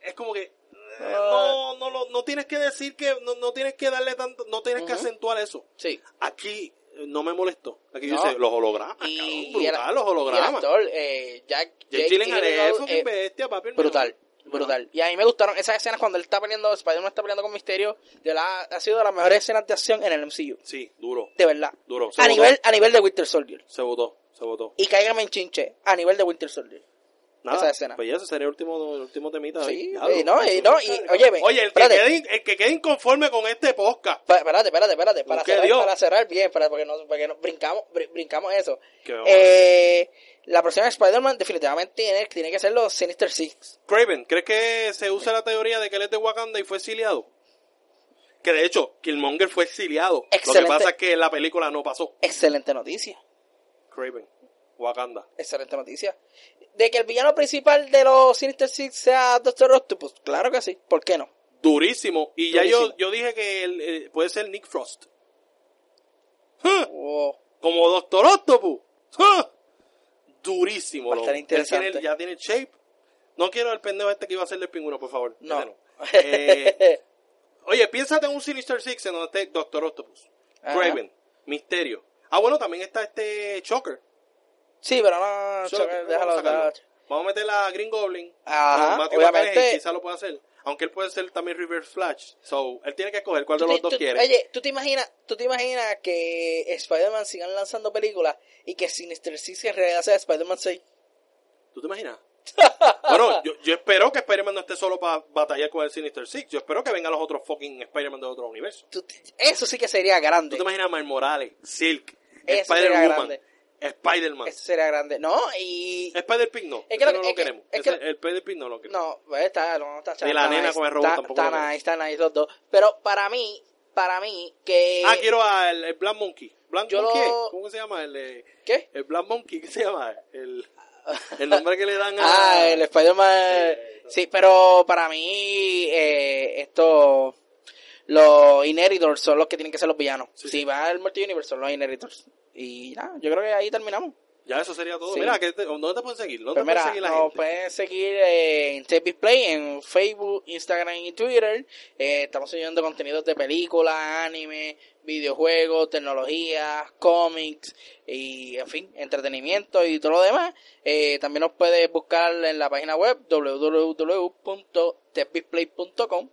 Speaker 1: Es como que. eh,
Speaker 2: Ah.
Speaker 1: No, no, lo- no tienes que decir que. No, no tienes que darle tanto. No tienes que
Speaker 2: Ujú.
Speaker 1: acentuar eso.
Speaker 2: Sí.
Speaker 1: Aquí eh, no me molestó. Aquí
Speaker 2: No.
Speaker 1: dice los hologramas.
Speaker 2: Y,
Speaker 1: Ah, cabrón,
Speaker 2: y el-
Speaker 1: brutal, los
Speaker 2: y el
Speaker 1: hologramas.
Speaker 2: actor, eh, Jack,
Speaker 1: Jake
Speaker 2: Jake
Speaker 1: Gyllenhaal
Speaker 2: Gyllenhaal,
Speaker 1: es fucking
Speaker 2: eh,
Speaker 1: bestia, papi. hermano.
Speaker 2: brutal, brutal. Y a mí me gustaron esas escenas cuando él está peleando, Spider-Man está peleando con Misterio. De la, ha sido de las mejores escenas de acción en el MCU.
Speaker 1: Sí, duro.
Speaker 2: De verdad.
Speaker 1: Duro. Se
Speaker 2: A
Speaker 1: votó.
Speaker 2: nivel, a nivel de Winter Soldier.
Speaker 1: Se votó, se votó.
Speaker 2: Y cáigame en chinche. A nivel de Winter Soldier.
Speaker 1: Nada,
Speaker 2: Esa escena.
Speaker 1: Pues ya ese sería el último, el último temita.
Speaker 2: Sí,
Speaker 1: Diablo,
Speaker 2: y no, y
Speaker 1: eso
Speaker 2: no,
Speaker 1: está
Speaker 2: y-
Speaker 1: cabrón.
Speaker 2: óyeme,
Speaker 1: Oye, el que,
Speaker 2: espérate.
Speaker 1: quede, in- el que quede inconforme con este podcast.
Speaker 2: Pa- espérate, espérate, espérate. Para
Speaker 1: ¿Por qué,
Speaker 2: cerrar,
Speaker 1: Dios?
Speaker 2: para cerrar bien, para, porque, no, porque no- brincamos, br- brincamos eso.
Speaker 1: Qué bueno.
Speaker 2: Eh, la próxima de Spider-Man definitivamente tiene, tiene que ser los Sinister Six.
Speaker 1: Craven, ¿crees que se usa la teoría de que él es de Wakanda y fue exiliado? Que de hecho, Killmonger fue exiliado. Lo
Speaker 2: Excelente.
Speaker 1: que pasa es que en la película no pasó.
Speaker 2: Excelente noticia.
Speaker 1: Craven, Wakanda.
Speaker 2: Excelente noticia. De que el villano principal de los Sinister Six sea Doctor Octopus. Claro que sí. ¿Por qué no?
Speaker 1: Durísimo. Y ya yo,
Speaker 2: Durísimo.
Speaker 1: yo dije que él, eh, puede ser Nick Frost. ¡Huh!
Speaker 2: Oh,
Speaker 1: Como Doctor Octopus. ¡Ah! Durísimo.
Speaker 2: Va a estar
Speaker 1: loco. Él
Speaker 2: interesante.
Speaker 1: tiene- ya tiene el shape. No quiero el pendejo este que iba a hacerle el pingüino, por favor.
Speaker 2: no.
Speaker 1: Ese Eh, oye, piénsate en un Sinister Six en donde esté Doctor Octopus,
Speaker 2: Ajá.
Speaker 1: Craven, Misterio. Ah, bueno, también está este Shocker.
Speaker 2: sí, pero no.
Speaker 1: Eso es lo que-
Speaker 2: Ah, Choker,
Speaker 1: vamos,
Speaker 2: déjalo,
Speaker 1: a sacarlo.
Speaker 2: déjalo.
Speaker 1: Vamos a meter a Green Goblin.
Speaker 2: Ajá,
Speaker 1: a Matthew
Speaker 2: obviamente.
Speaker 1: McConaughey, Quizá lo pueda hacer. Aunque él puede ser también River Flash. So, él tiene que escoger cuál de
Speaker 2: Tú
Speaker 1: los
Speaker 2: te-
Speaker 1: dos
Speaker 2: tú-
Speaker 1: quiere.
Speaker 2: Oye, ¿tú te imaginas, tú te imaginas que Spider-Man sigan lanzando películas y que Sinister Six en realidad sea Spider-Man 6?
Speaker 1: ¿Tú te
Speaker 2: [laughs]
Speaker 1: imaginas? bueno, yo, yo espero que Spider-Man no esté solo para batallar con el Sinister Six. Yo espero que vengan los otros fucking Spider-Man de otro universo.
Speaker 2: Tú te- Eso sí que sería
Speaker 1: ¿Tú
Speaker 2: grande.
Speaker 1: te imaginas a Miles Morales, Silk,
Speaker 2: Eso sería
Speaker 1: Spider-Woman,
Speaker 2: grande.
Speaker 1: Spider-Man?
Speaker 2: Eso sería grande. No, y...
Speaker 1: Spider-Pig no.
Speaker 2: Es
Speaker 1: Es
Speaker 2: que
Speaker 1: que
Speaker 2: lo
Speaker 1: no
Speaker 2: que- es
Speaker 1: lo
Speaker 2: que-
Speaker 1: queremos.
Speaker 2: es que
Speaker 1: Ese-
Speaker 2: lo-
Speaker 1: el Spider-Pig no lo queremos.
Speaker 2: No, pues, está, no, está
Speaker 1: Ni la
Speaker 2: está
Speaker 1: nena
Speaker 2: nice,
Speaker 1: con el robot
Speaker 2: está,
Speaker 1: tampoco lo
Speaker 2: Está
Speaker 1: queremos.
Speaker 2: nice, está nice los dos. Pero para mí, para mí, que...
Speaker 1: Ah, quiero al el Black Monkey. Black
Speaker 2: eh, Yo
Speaker 1: Monkey,
Speaker 2: lo-
Speaker 1: ¿cómo se llama? El, eh,
Speaker 2: ¿Qué?
Speaker 1: el Black Monkey, ¿qué se llama? El, el nombre que le dan a...
Speaker 2: Ah, el Spider-Man... Sí, pero para mí, eh, esto... Los Inheritors son los que tienen que ser los villanos.
Speaker 1: Sí,
Speaker 2: si
Speaker 1: sí.
Speaker 2: va al Multiverse, son los Inheritors. Y nada, yo creo que ahí terminamos.
Speaker 1: Ya, eso sería todo.
Speaker 2: Sí.
Speaker 1: Mira, que te- ¿dónde te pueden seguir? ¿Dónde te
Speaker 2: Pues
Speaker 1: pueden
Speaker 2: mira,
Speaker 1: seguir la
Speaker 2: nos
Speaker 1: gente?
Speaker 2: pueden seguir eh, en Tape Play, en Facebook, Instagram y Twitter. Eh, estamos subiendo contenidos de películas, anime, videojuegos, tecnología, cómics y, en fin, entretenimiento y todo lo demás. Eh, también nos puedes buscar en la página web www.tapedisplay.com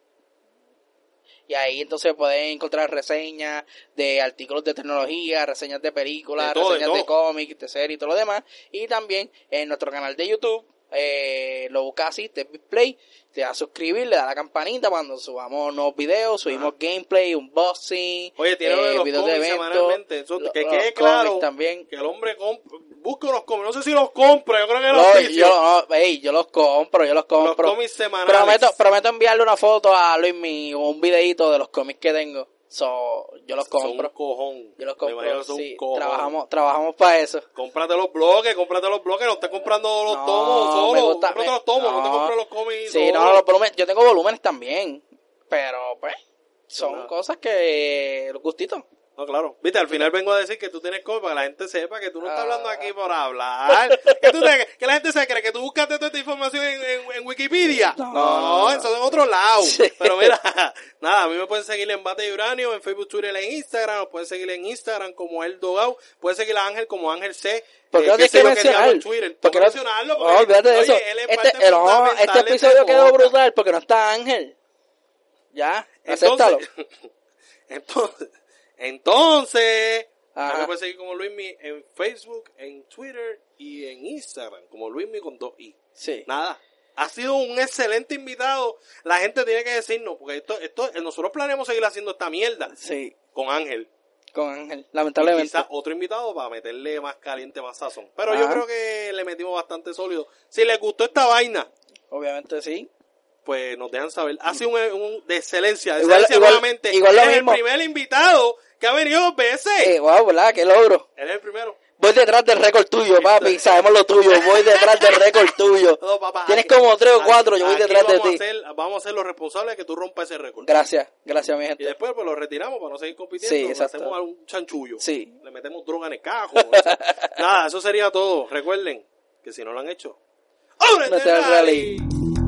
Speaker 2: y ahí entonces pueden encontrar reseñas de artículos de tecnología, reseñas de películas,
Speaker 1: De todo, de
Speaker 2: reseñas de,
Speaker 1: todo.
Speaker 2: cómics, de series y todo lo demás. Y también en nuestro canal de YouTube, eh, lo buscas así, Tech Big Play, te das a suscribir, le das a la campanita cuando subamos nuevos videos, subimos gameplay, unboxing, eh,
Speaker 1: Oye, tiene lo de los
Speaker 2: videos
Speaker 1: cómics
Speaker 2: eventos,
Speaker 1: semanalmente. Eso-
Speaker 2: lo-
Speaker 1: que
Speaker 2: los
Speaker 1: quede
Speaker 2: cómics
Speaker 1: claro
Speaker 2: también.
Speaker 1: que el hombre comp- busca unos cómics. No sé si los compra, yo creo que
Speaker 2: Los-
Speaker 1: los
Speaker 2: yo, no, ey, yo los compro, yo los
Speaker 1: Los
Speaker 2: compro.
Speaker 1: cómics semanales.
Speaker 2: prometo, prometo enviarle una foto a Luis mi un videito de los cómics que tengo. So, yo los
Speaker 1: Son un
Speaker 2: compro.
Speaker 1: cojón.
Speaker 2: Yo los
Speaker 1: Me imagino
Speaker 2: compro.
Speaker 1: que son un
Speaker 2: sí,
Speaker 1: cojón.
Speaker 2: trabajamos, trabajamos para eso.
Speaker 1: Cómprate los bloques, cómprate los bloques, no estás comprando los
Speaker 2: No,
Speaker 1: tomos
Speaker 2: me
Speaker 1: solo,
Speaker 2: gusta-
Speaker 1: cómprate
Speaker 2: me-
Speaker 1: los tomos, no,
Speaker 2: no.
Speaker 1: te compras los cómics
Speaker 2: Sí, no,
Speaker 1: solo.
Speaker 2: los volúmenes- yo tengo volúmenes también. Pero, pues, son
Speaker 1: Nada.
Speaker 2: cosas que. Los gustitos.
Speaker 1: No, claro. Viste, al final vengo a decir que tú tienes COVID para que la gente sepa que tú no estás hablando
Speaker 2: Ah.
Speaker 1: aquí por hablar. que, tú te- que la gente se cree que tú buscaste toda esta información en, en- en Wikipedia. No,
Speaker 2: No.
Speaker 1: eso es en otro lado.
Speaker 2: Sí.
Speaker 1: Pero mira, [laughs] nada, a mí me pueden seguir en Bate de Uranio, en Facebook, Twitter, en Instagram. Nos pueden seguir en Instagram como El Dogao. Pueden seguir a Ángel como Ángel C.
Speaker 2: ¿Por qué
Speaker 1: Eh,
Speaker 2: no
Speaker 1: qué
Speaker 2: tienes
Speaker 1: sé
Speaker 2: que
Speaker 1: yo qué
Speaker 2: mencionar?
Speaker 1: diablo en Twitter.
Speaker 2: ¿Por
Speaker 1: ¿Por
Speaker 2: qué
Speaker 1: qué
Speaker 2: no-
Speaker 1: mencionarlo?
Speaker 2: No, olvídate de
Speaker 1: oye,
Speaker 2: eso.
Speaker 1: él es parte
Speaker 2: Este, el- no,
Speaker 1: fundamental
Speaker 2: este
Speaker 1: de este
Speaker 2: episodio quedó
Speaker 1: podcast.
Speaker 2: brutal porque no está Ángel. Ya, acéptalo.
Speaker 1: [laughs] Entonces, entonces,
Speaker 2: Ajá.
Speaker 1: a mí me puedes seguir como Luismi en Facebook, en Twitter y en Instagram, como Luismi con dos i.
Speaker 2: Sí.
Speaker 1: Nada. Ha sido un excelente invitado. La gente tiene que decirnos, porque esto, esto, nosotros planeamos seguir haciendo esta mierda
Speaker 2: Sí,
Speaker 1: con Ángel.
Speaker 2: con Ángel,
Speaker 1: Y
Speaker 2: lamentablemente.
Speaker 1: quizás otro invitado para meterle más caliente, más sazón. Pero yo
Speaker 2: Ajá.
Speaker 1: creo que le metimos bastante sólido. Si les gustó esta vaina,
Speaker 2: Obviamente sí.
Speaker 1: pues nos dejan saber. Ha sido un, un- de excelencia, de
Speaker 2: Igual-
Speaker 1: excelencia
Speaker 2: igual-
Speaker 1: nuevamente.
Speaker 2: igual lo
Speaker 1: es
Speaker 2: mismo.
Speaker 1: el primer invitado que ha venido dos veces.
Speaker 2: Eh, wow, ¿verdad? Qué logro.
Speaker 1: Él es el primero.
Speaker 2: Voy detrás del récord tuyo, papi. Sabemos lo tuyo. Voy detrás del récord tuyo.
Speaker 1: [laughs] No, papá,
Speaker 2: Tienes
Speaker 1: aquí-
Speaker 2: como tres o
Speaker 1: aquí-
Speaker 2: cuatro. Yo voy
Speaker 1: aquí
Speaker 2: detrás de
Speaker 1: vamos
Speaker 2: ti.
Speaker 1: a ser- vamos a ser los responsables de que tú rompas ese récord.
Speaker 2: Gracias, gracias, mi
Speaker 1: Y
Speaker 2: gente.
Speaker 1: después pues lo retiramos para no seguir compitiendo.
Speaker 2: Sí,
Speaker 1: le
Speaker 2: exacto.
Speaker 1: Hacemos algún chanchullo.
Speaker 2: Sí.
Speaker 1: Le metemos droga en el cajo. eso.
Speaker 2: [laughs]
Speaker 1: Nada, eso sería todo. Recuerden que si no lo han hecho, ¡ábrete
Speaker 2: No te
Speaker 1: el
Speaker 2: rally!
Speaker 1: rally!